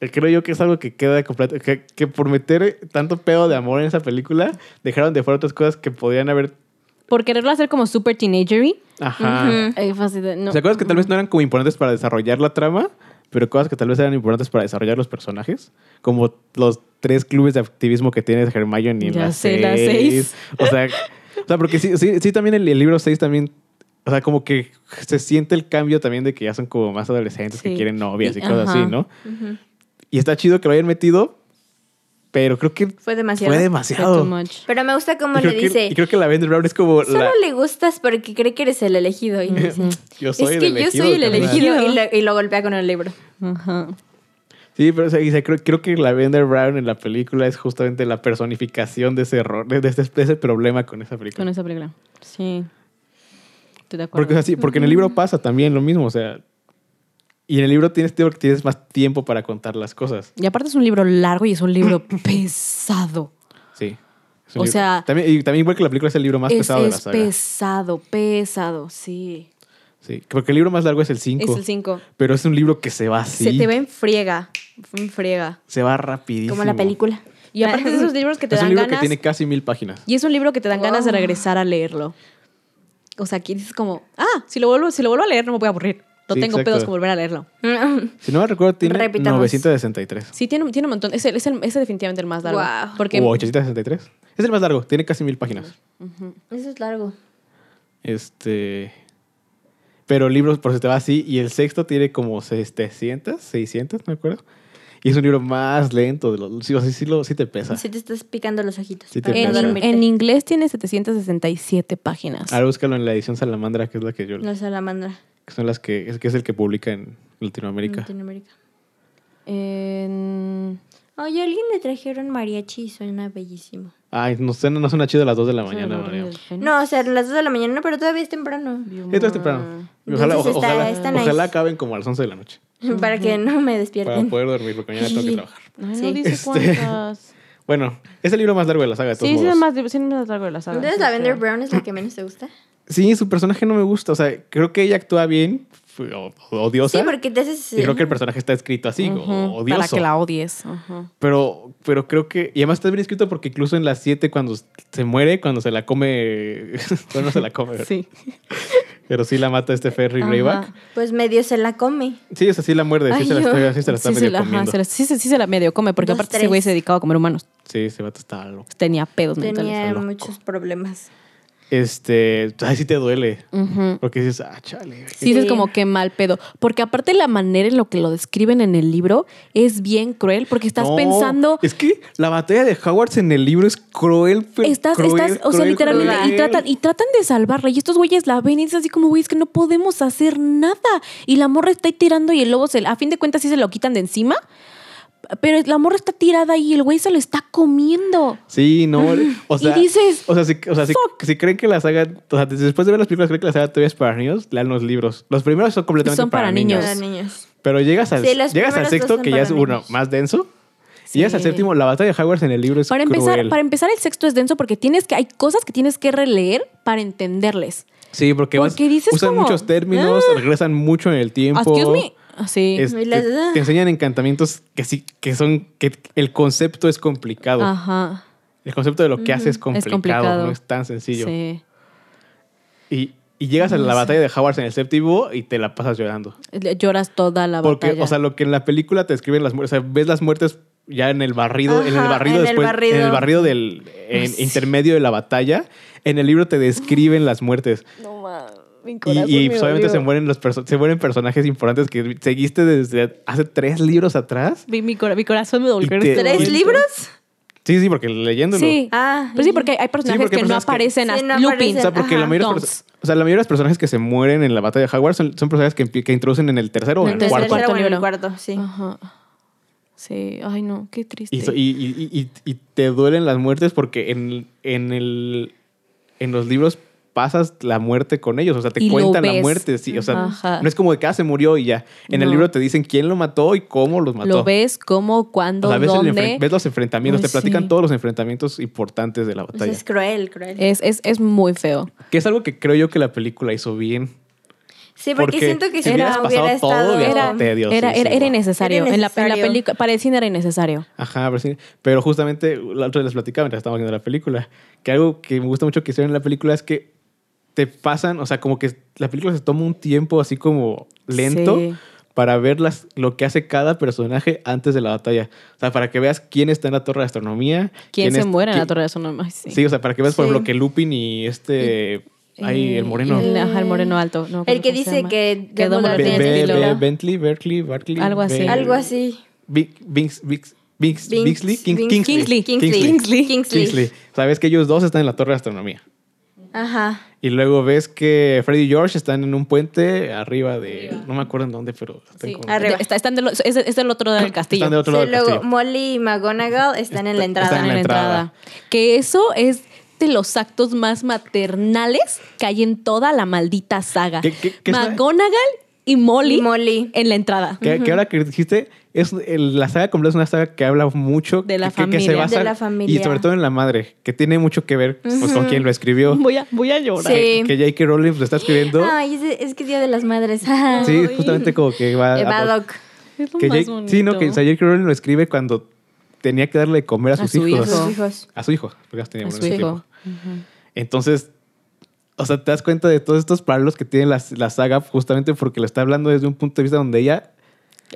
S3: que creo yo que es algo que queda de completo. Que, que por meter tanto pedo de amor en esa película, dejaron de fuera otras cosas que podrían haber.
S2: Por quererlo hacer como super teenagery.
S3: Ajá.
S1: Ujú.
S2: eh, fue así de, no.
S3: O sea, cosas que tal vez no eran como importantes para desarrollar la trama, pero cosas que tal vez eran importantes para desarrollar los personajes, como los tres clubes de activismo que tiene Hermione en
S2: Ya
S3: la
S2: sé, la
S3: seis. O sea, o sea, porque sí, sí, sí también el, el libro 6 también, o sea, como que se siente el cambio también de que ya son como más adolescentes que
S2: Sí.
S3: quieren novias y,
S2: Y-
S3: cosas
S2: ajá.
S3: así, ¿no? Y está chido que lo hayan metido, pero creo que
S1: Fue demasiado.
S3: fue
S2: Fue too
S3: demasiado.
S2: much.
S1: Pero me gusta
S3: Y
S1: cómo
S3: creo
S1: le
S3: que-
S1: dice.
S3: y creo que la Vender Brown es como
S1: Solo
S3: la...
S1: le gustas porque cree que eres el elegido. Y le dice,
S3: Yo
S1: es que yo soy el
S3: carnal".
S1: elegido. Y lo, y lo golpea con el libro.
S2: Ajá.
S3: Sí, pero o sea, y se- creo, creo que la Bender Brown en la película es justamente la personificación de ese error, de, de ese, de ese problema con esa película.
S2: Con esa película. Sí. Estoy de acuerdo.
S3: porque, o sea, sí, porque en el libro pasa también lo mismo, o sea. Y en el libro tienes, tienes- tienes más tiempo para contar las cosas.
S2: Y aparte es un libro largo y es un libro pesado.
S3: Sí. Es un
S2: O
S3: libro-
S2: sea,
S3: También, y también igual que la película es el libro más
S2: es
S3: pesado de la
S2: es
S3: saga.
S2: pesado, pesado, sí.
S3: Sí. Porque el libro más largo es el 5.
S2: Es el 5.
S3: Pero es un libro que se va así.
S2: Se te ve en friega. En friega.
S3: se va rapidísimo.
S1: Como la película.
S2: Y aparte de esos libros que te
S3: Es un
S2: dan
S3: libro
S2: ganas.
S3: que tiene casi mil páginas.
S2: Y es un libro que te dan ganas de
S1: Wow.
S2: regresar a leerlo. O sea, aquí dices como, ah, si lo vuelvo, si lo vuelvo a leer no me voy a aburrir. No
S3: Sí,
S2: tengo
S3: exacto.
S2: pedos con volver a leerlo.
S3: Si no me recuerdo, tiene
S1: Repitamos.
S3: 963.
S2: Sí, tiene, tiene un montón. Es, el- es, el- es definitivamente el más largo.
S1: Guau.
S2: Porque
S3: O 863. Es el más largo, tiene casi mil páginas.
S1: Eso es largo.
S3: Este. Pero libros por si te va así. Y el sexto tiene como 700, 600, no me acuerdo. Y es un libro más lento. De los, sí, o sea, sí lo- sí te pesa.
S1: Si te estás picando los ojitos.
S3: Sí te
S1: para
S3: pasa.
S1: no
S2: en,
S1: dormirte.
S2: en inglés tiene 767 páginas.
S3: Ahora búscalo en la edición Salamandra, que es la que yo.
S1: La salamandra.
S3: Que son las que. Es, que es el que publica en
S1: en
S3: Latinoamérica.
S1: Latinoamérica.
S2: En-
S1: Oye, a alguien le trajeron mariachi y suena bellísimo.
S3: Ay, no, suena- no suena chido a las 2 de la mañana, Mario.
S1: No, o sea, a las 2 de la mañana, pero todavía es temprano.
S3: Esto es temprano. Y Ojalá,
S1: Mm. Entonces está-
S3: ojalá,
S1: está nice.
S3: ojalá acaben como a las 11 de la noche.
S1: Para que no me
S3: Para
S1: despierten.
S3: poder dormir, porque mañana tengo que
S1: Sí.
S3: trabajar.
S2: Ay, no
S1: Sí.
S2: dice
S3: Este-
S2: cuántas.
S3: Bueno, es el libro más largo de la saga. De todos
S2: Sí, sí,
S3: modos.
S2: es más, sí, es más largo de la saga.
S1: Entonces,
S2: sí,
S1: Lavender
S2: creo.
S1: Brown es la que menos te gusta.
S3: Sí, su personaje no me gusta. O sea, creo que ella actúa bien, fue o- o- odiosa.
S1: Sí, porque te haces.
S3: Y creo que el personaje está escrito así, o-
S2: Ujú,
S3: odioso.
S2: Para que la odies. Ajá.
S3: Pero, pero creo que. Y además está bien escrito porque incluso en las 7, cuando se muere, cuando se la come. bueno, no se la come, pero-
S2: Sí.
S3: pero sí la mata este Ferry
S2: Ajá.
S3: Rayback.
S1: Pues medio se la come.
S3: Sí, es así la muerde. Sí,
S1: Ay,
S3: se la
S1: yo-
S3: está, sí se la está
S2: Sí,
S3: medio
S2: se la, ajá,
S3: comiendo.
S2: se la- sí, se- sí se la medio come, porque
S1: Dos,
S2: aparte ese güey
S1: tres.
S2: se dedicaba a comer humanos.
S3: Sí, ese vato estaba loco.
S2: Tenía pedos mentales.
S1: Tenía
S3: loco.
S1: muchos problemas.
S3: Este. Ay, sí te duele.
S2: Ujú.
S3: Porque dices, ah, chale.
S2: Sí, dices
S1: Sí.
S2: como que mal pedo. Porque aparte la manera en lo que lo describen en el libro es bien cruel, porque estás
S3: No,
S2: pensando...
S3: Es que la batalla de Howard en el libro es cruel, pero.
S2: Estás,
S3: cruel,
S2: estás, o sea,
S3: cruel,
S2: literalmente, y
S3: cruel.
S2: tratan, y tratan de salvarla. Y estos güeyes la ven y es así como, güey, es que no podemos hacer nada. Y la morra está ahí tirando y el lobo, se, a fin de cuentas, sí se lo quitan de encima. Pero la morra está tirada y el güey se lo está comiendo.
S3: Sí, no. O sea,
S2: dices,
S3: o sea, si, o sea, si- si creen que la saga, o sea, después de ver las películas, creen que la saga todavía es para niños, lean los libros. Los primeros son completamente
S2: Son para
S3: para, niños.
S2: niños.
S1: Para niños.
S3: Pero llegas al,
S1: Sí, los
S3: llegas
S1: primeros
S3: al
S1: dos
S3: sexto,
S1: son
S3: que ya
S1: para
S3: es uno
S1: niños.
S3: más denso.
S2: Sí.
S3: Y llegas al séptimo, la batalla de Hogwarts en el libro es
S2: Para empezar,
S3: cruel.
S2: para empezar, el sexto es denso porque tienes que, hay cosas que tienes que releer para entenderles.
S3: Sí, porque, vas-
S2: porque dices
S3: usan
S2: como,
S3: muchos términos, regresan mucho en el tiempo.
S2: Excuse me. Ah, Sí.
S3: Este,
S1: Y las-
S3: te enseñan encantamientos que sí, que son, que el concepto es complicado.
S2: Ajá.
S3: El concepto de lo que hace es complicado,
S2: Ah. complicado.
S3: no es tan sencillo.
S2: Sí.
S3: Y, y llegas a la batalla de Hogwarts en el séptimo y te la pasas llorando.
S2: Le- Lloras toda la
S3: Porque,
S2: batalla.
S3: o sea, lo que en la película te escriben las muertes, o sea, ves las muertes ya en el barrido, en el
S1: Ajá,
S3: barrido
S1: en el
S3: después,
S1: barrido.
S3: en el barrido del en-
S2: sí.
S3: intermedio de la batalla, en el libro te describen las muertes
S2: no mames. mi
S3: y,
S2: corazón
S3: y,
S2: me
S3: pues, obviamente se
S2: dolió.
S3: mueren los perso- se mueren personajes importantes que seguiste desde hace tres libros atrás.
S2: Mi, mi cora- mi corazón me dolió.
S3: Y te-
S1: ¿Tres
S3: Bonito.
S1: libros?
S3: Sí, sí, porque leyéndolo.
S2: Sí.
S1: Ah.
S2: Pues sí, porque hay personajes
S3: porque hay
S2: que
S3: personas que-
S2: no aparecen
S1: Sí,
S2: hasta
S1: no
S2: Lupin.
S1: aparecen.
S3: O sea, porque la
S1: Ajá.
S3: mayoría, de los
S2: Dons.
S3: perso- o sea, la mayoría de los personajes que se mueren en la batalla de Hogwarts son, son personajes que, empie- que introducen en el tercero o en el
S1: Entonces,
S3: cuarto.
S1: tercero o en el
S2: libro.
S1: cuarto, sí.
S2: Ajá. Sí. Ay, no, qué triste.
S3: Y, so- y- y- y- y- y te duelen las muertes porque en, en, el, en los libros pasas la muerte con ellos, o sea, te
S2: Y lo
S3: cuentan la
S2: ves.
S3: muerte, sí, o sea,
S2: Ajá.
S3: no es como de que ah, se murió y ya. En el
S2: No.
S3: libro te dicen quién lo mató y cómo los mató.
S2: Lo ves cómo, cuándo,
S3: O sea, ves, el
S2: dónde.
S3: enfren- ves los enfrentamientos,
S2: Ay,
S3: te platican
S2: sí. Pues
S3: todos los enfrentamientos importantes de la
S1: O sea,
S3: batalla.
S1: es
S3: Eh,
S1: cruel, cruel.
S2: Es, es, es muy feo.
S3: Que es algo que creo yo que la película hizo bien.
S1: Sí, porque, siento que
S3: si
S1: si
S3: hubieras
S1: no
S3: pasado
S1: hubiera
S3: todo,
S1: estado...
S3: hubiera
S2: Era,
S3: estado tediosísimo.
S2: era, era, era innecesario.
S1: Era
S2: En la, en la
S1: innecesario.
S2: película, para el cine era innecesario.
S3: Ajá, pero, sí. pero justamente la otra vez les platicaba mientras estábamos viendo la película, que algo que me gusta mucho que hicieron en la película es que te pasan, o sea, como que la película se toma un tiempo así como lento
S2: Sí.
S3: para ver las, lo que hace cada personaje antes de la batalla. O sea, para que veas quién está en la torre de astronomía.
S2: ¿Quién, se
S3: es-
S2: muere en la
S3: quién-
S2: torre de Sonoma? Sí.
S3: Sí. o sea, para que veas, por
S1: Sí.
S3: ejemplo, que Lupin y este... ay,
S2: Eh,
S3: el moreno.
S2: el- ajá, el moreno alto. no,
S1: El que
S2: ¿cómo se
S1: dice
S2: llama?
S1: que
S2: Que
S1: Dumbledore
S2: Dumbledore
S3: Be-
S2: tiene
S1: tiene
S3: Be-
S2: estilo.
S3: Be-
S1: estilo.
S3: Bentley, Berkeley, Barkley.
S2: Algo así.
S3: Be-
S1: Algo así.
S3: Bi- Binks- Binks- Binks-
S1: Binks-
S3: Bixley, King-
S1: Binks-
S3: Kingsley.
S2: Kingsley.
S1: Kingsley. Kingsley.
S3: Kingsley. Sabes que ellos dos están en la torre de astronomía.
S1: Ajá.
S3: Y luego ves que Freddy y George están en un puente arriba de. No me acuerdo en dónde, pero. están
S2: Sí.
S3: como-
S1: Arriba.
S2: Está, están del- es, es del otro lado del castillo.
S3: Están del otro
S1: Sí,
S3: lado del
S1: luego
S3: castillo.
S1: Molly y McGonagall están en la
S3: Está-
S1: entrada.
S3: están
S2: Están en la entrada. Que eso es de los actos más maternales que hay en toda la maldita saga.
S3: ¿Qué- qué- qué es la-
S2: McGonagall y Molly,
S1: Y Molly.
S2: en la entrada.
S3: Que, que ahora que dijiste, es, el- la saga completa es una saga que habla mucho
S2: De la
S3: que- que- que se
S2: familia.
S3: basa-
S1: De la familia.
S3: Y sobre todo en la madre, que tiene mucho que ver pues, con quien lo escribió.
S2: Voy a, voy a llorar.
S1: Sí.
S3: Que J.K. Rowling lo está escribiendo.
S1: Ay, es, es que Día de las Madres.
S3: Sí, justamente como que va
S1: Eh,
S3: a-
S1: Baddock.
S2: Es lo
S3: que
S2: más
S3: Jake-
S2: bonito.
S3: sí, no, que o sea, J.K. Rowling lo escribe cuando tenía que darle de comer a
S2: A
S3: sus
S2: su
S3: hijos.
S1: Sus
S2: Hijo.
S1: hijos.
S3: A su hijo, porque los tenía
S2: A
S3: uno en
S2: su
S3: ese
S2: hijo.
S3: tiempo. Entonces, o sea, te das cuenta de todos estos paralelos que tiene la, la saga justamente porque lo está hablando desde un punto de vista donde ella,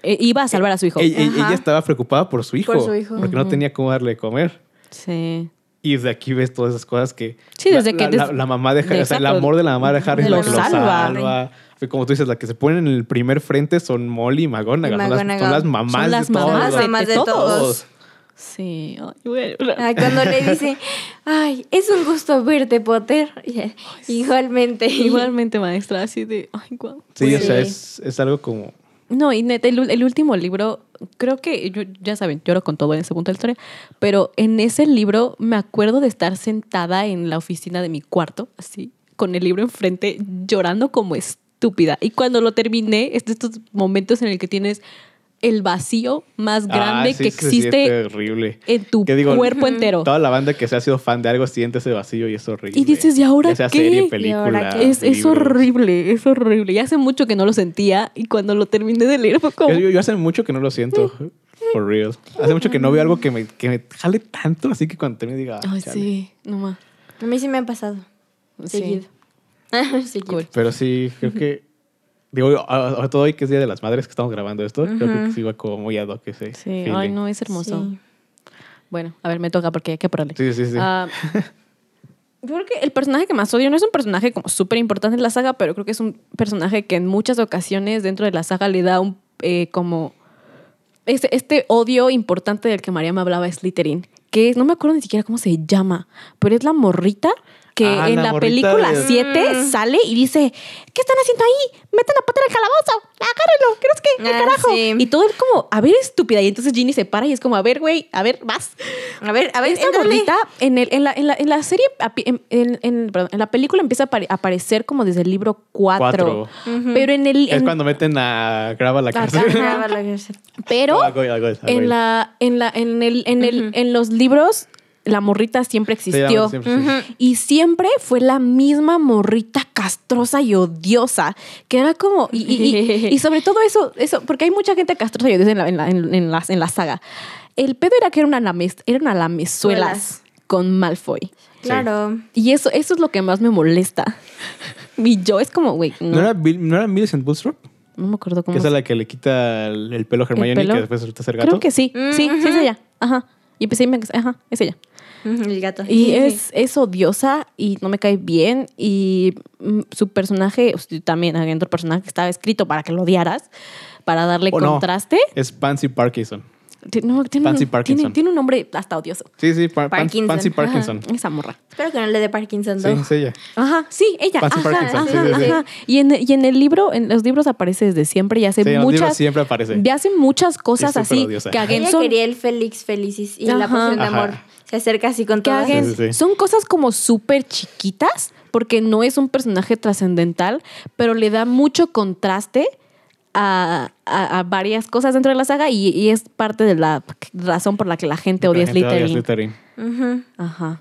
S2: Eh, iba a salvar a su hijo.
S3: ella,
S1: Ajá.
S3: ella estaba preocupada por su hijo,
S1: Por su hijo.
S3: porque no tenía cómo darle de comer.
S2: sí.
S3: Y desde aquí ves todas esas cosas que,
S2: Sí, desde
S3: la,
S2: que
S3: la-
S2: des-
S3: la- la mamá de Harry,
S2: de-
S3: o sea, el
S2: exacto.
S3: amor de la mamá de Harry es lo
S1: Lo
S3: que lo
S2: salva.
S3: salva. Fue Como tú dices, la que se ponen en el primer frente son Molly y McGonagall.
S1: Y
S3: son las- Son, las,
S1: McGonagall.
S3: mamás
S2: Son las
S3: de todos.
S2: mamás
S1: Las mamás de todos.
S2: Sí. Ay, voy a llorar.
S1: Ay, cuando le dice, ay, es un gusto verte, Potter. Y- Igualmente.
S2: Igualmente, maestra, así de. Ay, guau. Pues,
S3: Sí, o sea,
S1: Sí.
S3: es, es algo como...
S2: No, y neta, el, ul- el último libro, creo que, yo- ya saben, lloro con todo en ese punto de la historia, pero en ese libro me acuerdo de estar sentada en la oficina de mi cuarto, así, con el libro enfrente, llorando como estúpida. Y cuando lo terminé, es de estos momentos en el que tienes el vacío más grande
S3: Ah, sí,
S2: que
S3: se siente
S2: existe
S3: horrible.
S2: en tu
S3: Que digo,
S2: cuerpo entero.
S3: Toda la banda que se ha sido fan de algo siente ese vacío y es horrible.
S2: Y dices, ¿y ahora
S3: ya sea
S2: qué?
S3: serie,
S1: ¿Y
S3: película,
S1: ahora qué?
S2: Es, es
S3: libro.
S2: horrible, es horrible. Y hace mucho que no lo sentía y cuando lo terminé de leer fue como...
S3: Yo, yo- yo hace mucho que no lo siento, for real. Hace mucho que no veo algo que me, que me jale tanto, así que cuando termine diga, ah,
S2: Ay,
S3: chale.
S2: sí, no más.
S1: A mí sí me han pasado. Seguido. Seguido.
S2: Cool.
S3: Pero sí, creo que... Digo, a- sobre todo hoy que es Día de las Madres que estamos grabando esto, creo que sí va como muy ad hoc ese
S2: Sí, ay,
S3: feeling.
S2: no, es hermoso.
S1: Sí.
S2: Bueno, a ver, me toca porque hay que pararle.
S3: Sí, sí, sí.
S2: Ah, yo creo que el personaje que más odio no es un personaje como súper importante en la saga, pero creo que es un personaje que en muchas ocasiones dentro de la saga le da un eh, como este, este odio importante del que María me hablaba es Slytherin, que es- no me acuerdo ni siquiera cómo se llama, pero es la morrita que
S3: Ah,
S2: en
S3: la
S2: la,
S3: morrita
S2: película
S3: de-
S2: 7
S1: Mm.
S2: sale y dice, ¿qué están haciendo ahí? Metan a Potter al calabozo, agárrenlo, ¿crees que? ¿Qué
S1: Ah,
S2: carajo?
S1: sí.
S2: Y todo el como, a ver, estúpida. Y entonces Ginny se para y es como, a ver, güey, a ver, vas.
S1: A ver, a ver,
S2: Esta
S1: éntrale.
S2: gordita en, el, en, la, en, la, en la serie, api- en, en- en- perdón, en la película empieza a apare- aparecer como desde el libro 4.
S3: Cuatro.
S2: Pero en el.
S3: es
S2: en-
S3: cuando meten a Graba la
S2: Ajá.
S3: cárcel.
S1: Ah, vale, gracias.
S2: Pero
S3: No, algo- algo es, algo
S2: en
S3: es.
S2: la, en la, en el, en el, en los libros, la morrita siempre
S3: Sí, la-
S2: existió.
S3: siempre, sí.
S2: Y siempre fue la misma morrita castrosa y odiosa, que era como... Y, y- y- y sobre todo eso, eso, porque hay mucha gente castrosa y odiosa en la, en la- en- en la- en la saga. El pedo era que era una, lames- era una lamezuelas
S1: Suelas.
S2: con Malfoy.
S1: Claro.
S2: Y eso, eso es lo que más me molesta. Y yo es como, güey, no,
S3: ¿No era, Bill, ¿No era Millicent Bootstrap?
S2: no me acuerdo cómo
S3: Que esa
S2: se-
S3: es la que le quita el, el pelo a Hermione
S2: pelo?
S3: que después resulta ser gato.
S2: Creo que sí, sí,
S1: Mm,
S2: sí es
S1: ujú.
S2: ella. Ajá. Y empecé y me... Ajá, es ella.
S1: Ujú, El gato.
S2: Y es, es odiosa y no me cae bien. Y mm, su personaje, o sea, también adentro del personaje que estaba escrito para que lo odiaras, para darle
S3: ¿O no?
S2: contraste.
S3: Es Pansy Parkinson.
S2: Ti- No, tiene, un,
S3: Pansy
S2: tiene,
S3: Parkinson.
S2: tiene un nombre hasta odioso.
S3: Sí, sí, Par- Pan-
S1: Parkinson.
S3: Pansy
S1: Ajá.
S3: Parkinson.
S2: Esa morra.
S1: Espero que no le dé Parkinson.
S3: Sí,
S1: ¿no?
S3: es ella.
S2: Ajá, sí, ella.
S3: Pansy
S2: ajá,
S3: Parkinson, sí,
S2: ajá,
S3: sí, sí.
S2: ajá. Y, en, y en el libro, en los libros aparece desde siempre y hace
S3: Sí, en los
S2: muchas.
S3: libros siempre aparece.
S2: Y hace muchas cosas
S3: súper
S2: así
S3: odiosa.
S2: que a
S1: Ella
S2: Genson-
S1: quería el Félix Felicis y la
S2: Ajá.
S1: poción de
S3: Ajá.
S1: amor. Se acerca así con
S2: que
S1: todas.
S2: hagan-
S3: Sí, sí, sí.
S2: Son cosas como súper chiquitas, porque no es un personaje trascendental, pero le da mucho contraste a, a- a varias cosas dentro de la saga y, y es parte de la razón por la que la gente odia
S3: La gente odia
S2: Slytherin. Eh,
S3: Slytherin.
S1: Ujú.
S2: Ajá.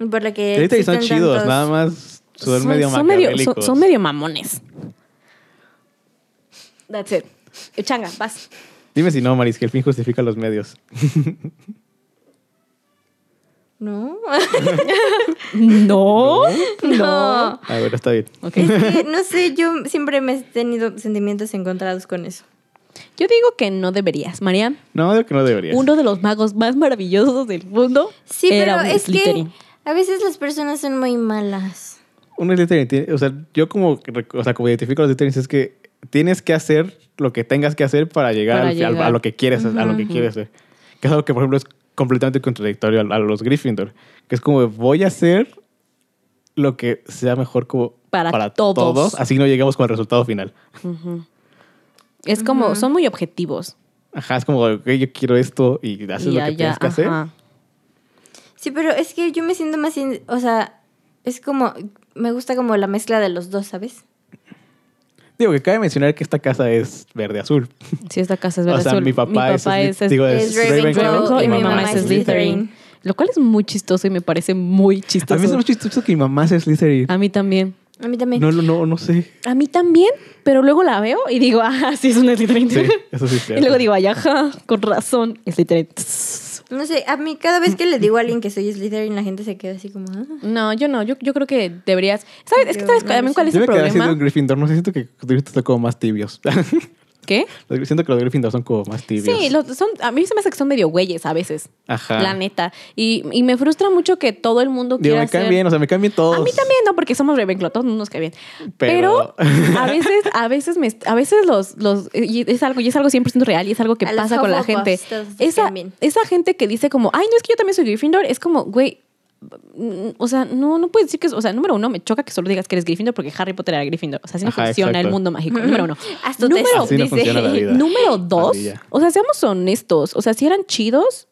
S1: Y Por lo que
S3: Slytherin son
S1: existen
S3: chidos,
S1: tantos-
S3: nada más son, medio
S2: son, medio,
S3: maquiavélicos.
S2: son- son medio mamones. That's it. Changa, vas.
S3: Dime si no, Maris, que el fin justifica los medios.
S1: No.
S2: No.
S1: No.
S3: Ah, bueno, está bien.
S2: Ok.
S1: Es que, no sé, yo siempre me he tenido sentimientos encontrados con eso.
S2: Yo digo que no deberías, María.
S3: No, digo que no deberías.
S2: Uno de los magos más maravillosos del mundo.
S1: Sí,
S2: era
S1: pero
S2: un
S1: es que
S2: Slytherin.
S1: a veces las personas son muy malas.
S3: Uno es Slytherin, tiene- O sea, yo como, rec- o sea, como identifico a los Slytherins es que tienes que hacer lo que tengas que hacer para llegar,
S2: Para
S3: al- al-
S2: llegar.
S3: a lo que quieres, a lo que quieres hacer. Que es algo que, por ejemplo, es completamente contradictorio a, a los Gryffindor. Que es como, voy a hacer lo que sea mejor como
S2: Para todos.
S3: así no llegamos con el resultado final.
S2: Ujú. Es como,
S1: Ujú.
S2: son muy objetivos.
S3: Ajá, es como, ok, yo quiero esto y haces
S2: Y
S3: lo que
S2: allá,
S3: tienes que hacer.
S2: ajá.
S1: Sí, pero es que yo me siento más... in- O sea, es como... Me gusta como la mezcla de los dos, ¿sabes?
S3: Digo, que cabe mencionar que esta casa es verde-azul.
S2: Sí, esta casa es
S3: O
S2: verdad.
S3: sea, mi papá es Slyth-
S2: es,
S3: digo,
S2: es
S3: Es Ravenclaw
S2: Ravenclaw y mi mamá es Slytherin. Lo cual es muy chistoso y me parece muy chistoso.
S3: A mí es muy chistoso que mi mamá sea Slytherin.
S2: A mí también.
S1: A mí también.
S3: No, no, no, no sé.
S2: A mí también, pero luego la veo y digo, ah, sí, es una Slytherin.
S3: Sí, eso sí es
S2: y
S3: cierto.
S2: luego digo, ay, ajá, con razón, es Slytherin.
S1: No sé, a mí cada vez que le digo a alguien que soy Slytherin, la gente se queda así como... "Ah".
S2: No, yo no, yo, yo creo que deberías. ¿Sabes? Es que
S1: Yo
S2: sabes
S1: no
S2: también
S1: lo
S2: cuál
S1: sé.
S2: es
S3: Yo
S2: el
S3: me quedé siendo un
S2: problema.
S3: Gryffindor. No sé, siento que los Gryffindor son como más tibios.
S2: ¿Qué?
S3: Los- siento que los Gryffindor son como más tibios.
S2: Sí, los- son, a mí se me hace que son medio güeyes a veces,
S3: Ajá.
S2: la neta. Y, y me frustra mucho que todo el mundo
S3: Digo,
S2: quiera
S3: me caen
S2: ser-
S3: bien, o sea, me caen bien todos.
S2: A mí también, no, porque somos Ravenclaw, todos nos cae bien. Pero,
S3: Pero-
S2: a veces, a veces, me, a veces los, los, y es algo, y es algo 100% real y es algo que
S1: A los
S2: pasa con la
S1: Hufflepuffs
S2: gente.
S1: todos nos
S2: Esa,
S1: caen bien.
S2: esa gente que dice como, ay, no es que yo también soy Gryffindor, es como, güey, mm, o sea, no, no puedes decir que, es- o sea, número uno, me choca que solo digas que eres Gryffindor porque Harry Potter era Gryffindor. O sea, así no
S3: Ajá,
S2: funciona
S3: exacto.
S2: el mundo mágico. Número uno.
S1: Haz tu
S2: número,
S1: test.
S3: Así no funciona la vida.
S2: número dos,
S3: Pandilla.
S2: o sea, seamos honestos, o sea, si eran chidos,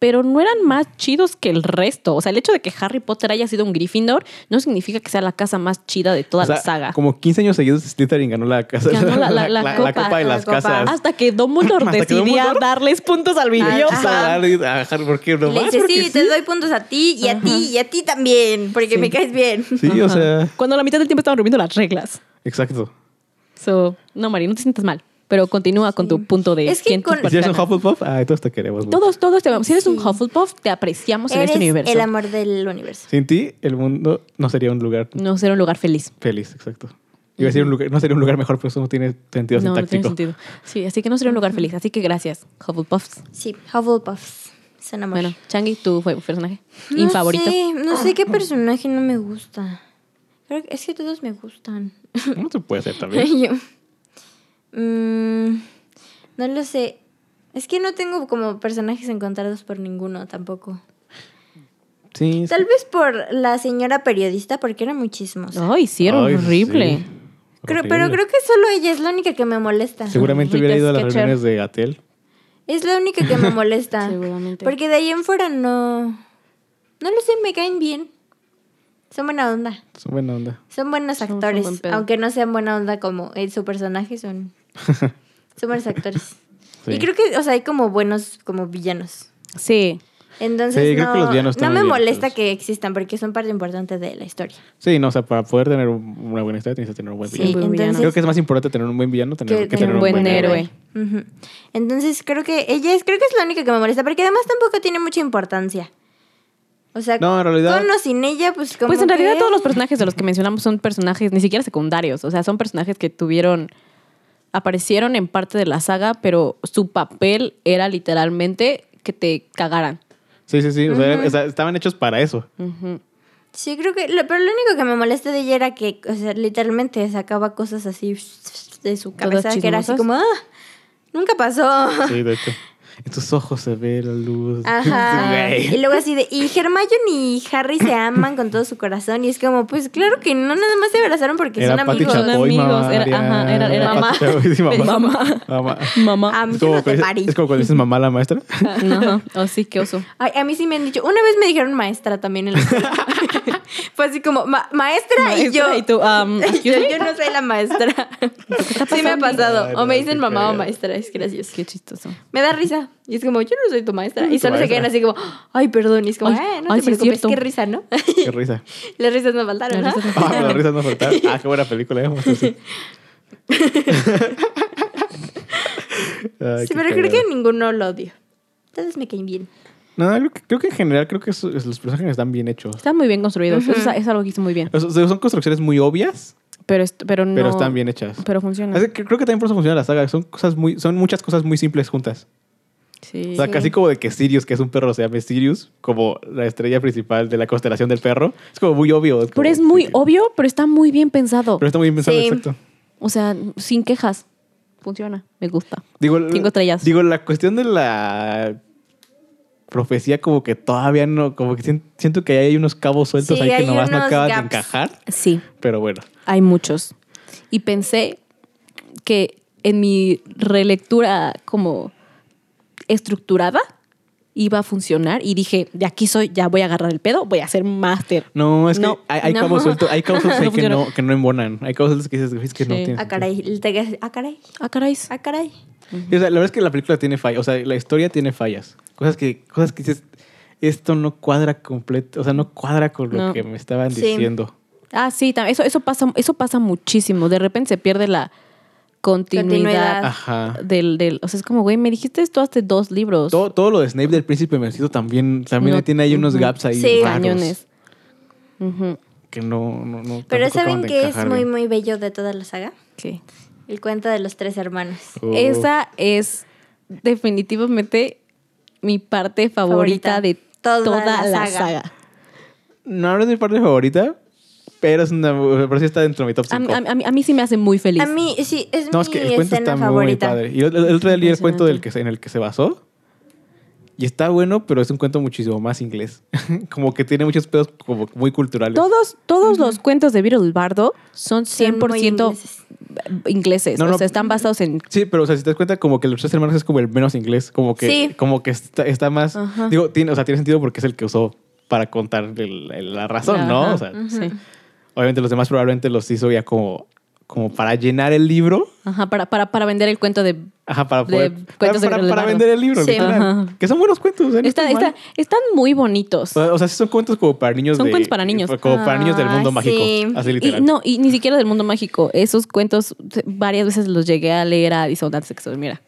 S2: pero no eran más chidos que el resto. O sea, el hecho de que Harry Potter haya sido un Gryffindor no significa que sea la casa más chida de toda
S3: O sea,
S2: la saga.
S3: Como 15 años seguidos, Slytherin ganó la casa.
S2: Ganó la- la- la copa. Ah,
S3: de
S1: La
S3: las
S1: copa.
S3: casas.
S2: Hasta que Dumbledore
S3: Hasta que
S2: decidía
S3: Dumbledore- Ah,
S2: darles puntos al
S1: Dios.
S2: Viliosa.
S1: Ajá.
S3: Hasta Harry, a Harry, porque
S1: Y Le
S3: nomás
S1: dice,
S3: porque
S1: sí, te doy puntos a ti y a ti y a ti también, porque me caes bien.
S3: Sí, o sea,
S2: Cuando la mitad del tiempo estaban rompiendo las reglas.
S3: exacto.
S2: So, no, Mari, no te sientas mal. Pero continúa con tu punto de
S1: Es que
S2: quién tus
S1: con-
S3: Si eres un
S2: personas.
S3: Hufflepuff, ah, todos te queremos. mucho.
S2: Todos, todos te vamos. Si eres un
S1: Sí.
S2: Hufflepuff, te apreciamos en
S1: Eres
S2: este universo.
S1: el amor del universo.
S3: Sin ti, el mundo no sería un lugar
S2: No ser un lugar feliz.
S3: feliz, exacto. Iba a decir un lugar, no sería un lugar mejor, pero eso no tiene sentido
S2: No, no tiene
S3: sintáctico.
S2: sentido. Sí, así que no sería un lugar feliz. Así que gracias, Hufflepuffs.
S1: Sí, Hufflepuffs. Son amor.
S2: Bueno, Changi, tu fue- personaje
S1: No
S2: infavorito.
S1: sé, no sé qué personaje no me gusta. Creo que es que todos me gustan.
S3: No se puede hacer también.
S1: Yo- Mm, no lo sé. Es que no tengo como personajes encontrados por ninguno tampoco.
S3: Sí,
S1: Tal vez por la señora periodista, porque era muy chismosa.
S2: Ay, sí, era
S3: Ay,
S2: horrible.
S3: sí.
S1: Creo- pero creo
S3: Horrible.
S1: que solo ella es la única que me molesta.
S3: Seguramente hubiera
S2: Rita
S3: ido a las
S2: Skecher.
S3: reuniones de Gatel.
S1: Es la única que me molesta.
S2: Seguramente.
S1: Porque de ahí en fuera no. No lo sé, me caen bien. Son buena onda.
S3: Son buena onda.
S1: Son buenos
S2: Son- son
S1: actores.
S2: buen pedo.
S1: aunque no sean buena onda como en su personaje, son. Son buenos actores.
S3: Sí.
S1: Y creo que, o sea, hay como buenos, como villanos.
S2: Sí.
S1: Entonces,
S3: Sí, creo
S1: no,
S3: que los villanos
S1: no
S3: están
S1: me
S3: muy bien
S1: molesta
S3: hechos.
S1: que existan porque son parte importante de la historia.
S3: Sí, no, o sea, para poder tener un- una buena historia tienes que tener un buen
S1: Sí,
S3: villano.
S2: buen villano.
S1: entonces.
S3: Creo que es más importante tener un buen villano tener- que, tener un buen, héroe.
S1: Ujú. Entonces creo que ella es, creo que es la única que me molesta, porque además tampoco tiene mucha importancia. O sea,
S3: No, en realidad-
S1: con o sin ella, pues como.
S2: Pues en realidad
S1: que-
S2: todos los personajes de los que mencionamos son personajes ni siquiera secundarios, o sea, son personajes que tuvieron, aparecieron en parte de la saga, pero su papel era literalmente que te cagaran.
S3: Sí, sí, sí. O sea, o sea, estaban hechos para eso.
S2: Ujú.
S1: Sí, creo que. lo- pero lo único que me molesta de ella era que, o sea, literalmente sacaba cosas así de su
S2: Todas
S1: cabeza, que era así
S2: chismosas.
S1: como, ah, nunca pasó.
S3: Sí, de hecho. En tus ojos se ve la luz.
S1: Ajá.
S3: Güey.
S1: Y luego así de, y Hermione y Harry se aman con todo su corazón. Y es como, pues claro que no, nada más se abrazaron porque
S3: Era
S1: son
S3: Pati
S1: amigos.
S2: Chapoy.
S3: Chapoy,
S2: Son amigos,
S3: mamá,
S2: era- ajá, era- era
S3: Pati
S2: mamá.
S3: Chapoy, sí, mamá.
S2: Mamá.
S3: Mamá.
S2: Mamá.
S1: A mí
S3: Es
S1: que
S3: como,
S1: no te
S3: cuando dices-
S1: parí.
S3: es como cuando dices mamá a la maestra.
S2: Ajá. Oh, sí, qué oso.
S1: Ay, a mí sí me han dicho, una vez me dijeron maestra también en la escuela. Fue así como, "Ma- maestra, y yo.
S2: Maestra, y tú, um, excuse
S1: yo,
S2: me.
S1: yo no soy la maestra. Sí me ha
S2: pasando?
S1: pasado.
S3: Ay,
S1: o
S3: no,
S1: me
S3: qué
S1: dicen mamá o
S3: cagado.
S1: maestra, es gracioso.
S2: Qué chistoso.
S1: Me da risa. Y es como, yo no soy tu maestra.
S3: Tu
S1: Y solo se
S3: maestra.
S1: quedan así como, ay, perdón. Y es como,
S2: Ay,
S1: "Ah, no
S2: ay,
S1: te
S2: sí es
S1: preocupes,
S2: cierto.
S1: qué risa, ¿no?
S3: Qué risa.
S1: Las risas no faltaron,
S2: Las
S1: ¿no?
S2: risas no
S3: Ah, las risas no faltaron. Ah, qué buena película. eh, vamos a hacer. Ay,
S1: Sí,
S3: qué
S1: pero creo
S3: cagado.
S1: que ninguno lo odio. Todos me caen bien.
S3: No, creo que, creo que en general creo que es- es- los personajes están bien hechos.
S2: Están muy bien construidos.
S1: Ujú.
S2: Eso es, es algo que hizo muy bien.
S3: O sea, son construcciones muy obvias,
S2: Pero, est- pero no.
S3: pero están bien hechas.
S2: Pero funciona.
S3: Así que creo que también por eso funciona la saga. Son cosas muy, son muchas cosas muy simples juntas.
S2: Sí.
S3: O sea,
S1: Sí.
S3: casi como de que Sirius, que es un perro, se llame Sirius, como la estrella principal de la constelación del perro. Es como muy obvio. como-
S2: Pero es muy obvio, pero está muy bien pensado.
S3: Pero está muy bien pensado,
S1: Sí.
S3: exacto.
S2: O sea, sin quejas. Funciona. Me gusta.
S3: Digo,
S2: Cinco estrellas.
S3: Digo, la cuestión de la profecía como que todavía no, como que sien- siento que ahí hay unos cabos sueltos
S1: Sí,
S3: ahí que
S1: hay
S3: nomás no
S1: unos
S3: acaban de
S1: gaps.
S3: encajar,
S2: Sí,
S3: pero bueno.
S2: hay muchos. Y pensé que en mi relectura como estructurada iba a funcionar y dije, de aquí soy, ya voy a agarrar el pedo, voy a ser máster.
S3: No, es
S2: No,
S3: que hay, hay
S1: no.
S3: cabos sueltos, hay cabos sueltos ahí
S2: No
S3: que, no,
S2: funciona.
S3: que no embonan. Hay cabos sueltos que dices, es que no
S2: Sí.
S3: tiene
S1: Ah,
S3: sentido.
S1: caray. el te- Ah, caray.
S2: Ah, caray.
S1: Ah, caray.
S3: Y, o sea, la verdad es que la película tiene fallas, o sea, la historia tiene fallas. Cosas que, cosas que dices, esto no cuadra completo, o sea, no cuadra con lo
S2: No.
S3: que me estaban
S1: Sí.
S3: diciendo.
S2: Ah, sí, tam- eso, eso, pasa, eso pasa muchísimo. De repente se pierde la continuidad,
S1: Continuidad.
S3: Ajá.
S2: Del, del... O sea, es como, güey, me dijiste esto hace dos libros.
S3: Todo, todo lo de Snape del príncipe vencido también, también
S2: No,
S3: tiene ahí unos
S2: ujú.
S3: gaps ahí
S1: Sí.
S3: raros
S2: Cañones. Ujú.
S3: que no, no, no.
S1: Pero
S3: tampoco acaban
S1: ¿saben
S3: de
S1: qué es
S3: encajar
S1: muy,
S3: bien.
S1: muy bello de toda la saga?
S2: ¿Qué?
S1: El cuento de los tres hermanos.
S3: Oh.
S2: Esa es definitivamente mi parte favorita,
S1: Favorita.
S2: de toda,
S1: Toda
S2: la,
S1: la
S2: saga.
S1: saga.
S3: No no es mi parte favorita, pero, es una, pero sí está dentro de mi top
S2: A,
S3: 5.
S2: a- a mí- a mí sí me hace muy feliz.
S1: A mí, sí, es
S3: No,
S1: mi
S3: es que el cuento
S1: escena
S3: está muy, muy
S1: favorita.
S3: padre. Y el, el- el otro día leí el
S2: Impresionante.
S3: cuento del que, se- en el que se basó. Y está bueno, pero es un cuento muchísimo más inglés. como que tiene muchos pedos como muy culturales.
S2: todos todos los cuentos de Viro el Bardo son
S1: Son
S2: 100%
S1: muy
S2: ingleses.
S1: ingleses.
S3: No, no.
S2: O sea, están basados en...
S3: Sí, pero o sea, si te das cuenta, como que los tres hermanos es como el menos inglés. Como que,
S1: Sí.
S3: como que está, está más.
S2: Ajá.
S3: Digo, tiene, o sea, tiene sentido porque es el que usó para contar el- el- la razón, ¿no?
S2: Ajá.
S3: O sea,
S2: Sí.
S3: obviamente los demás probablemente los hizo ya como, como para llenar el libro.
S2: Ajá, para, para, para vender el cuento de...
S3: Ajá, para
S2: De
S3: poder. Para,
S2: cuentos de
S3: para-
S2: Gregorio
S3: para
S2: Bardo.
S3: vender el libro,
S1: Sí.
S3: literal.
S2: Ajá.
S3: Que son buenos cuentos. o sea, no
S2: Está-
S3: están mal.
S2: está- están muy bonitos.
S3: pues O, o sea, sí son cuentos como para niños.
S2: Son
S3: de- eh,
S2: cuentos para niños.
S3: Como para niños del
S1: Ah,
S3: mundo
S1: sí.
S3: mágico. Así
S2: Y
S3: literal.
S2: no, y ni siquiera del mundo mágico. Esos cuentos t- varias veces los llegué a leer a Addison antes de que se durmiera.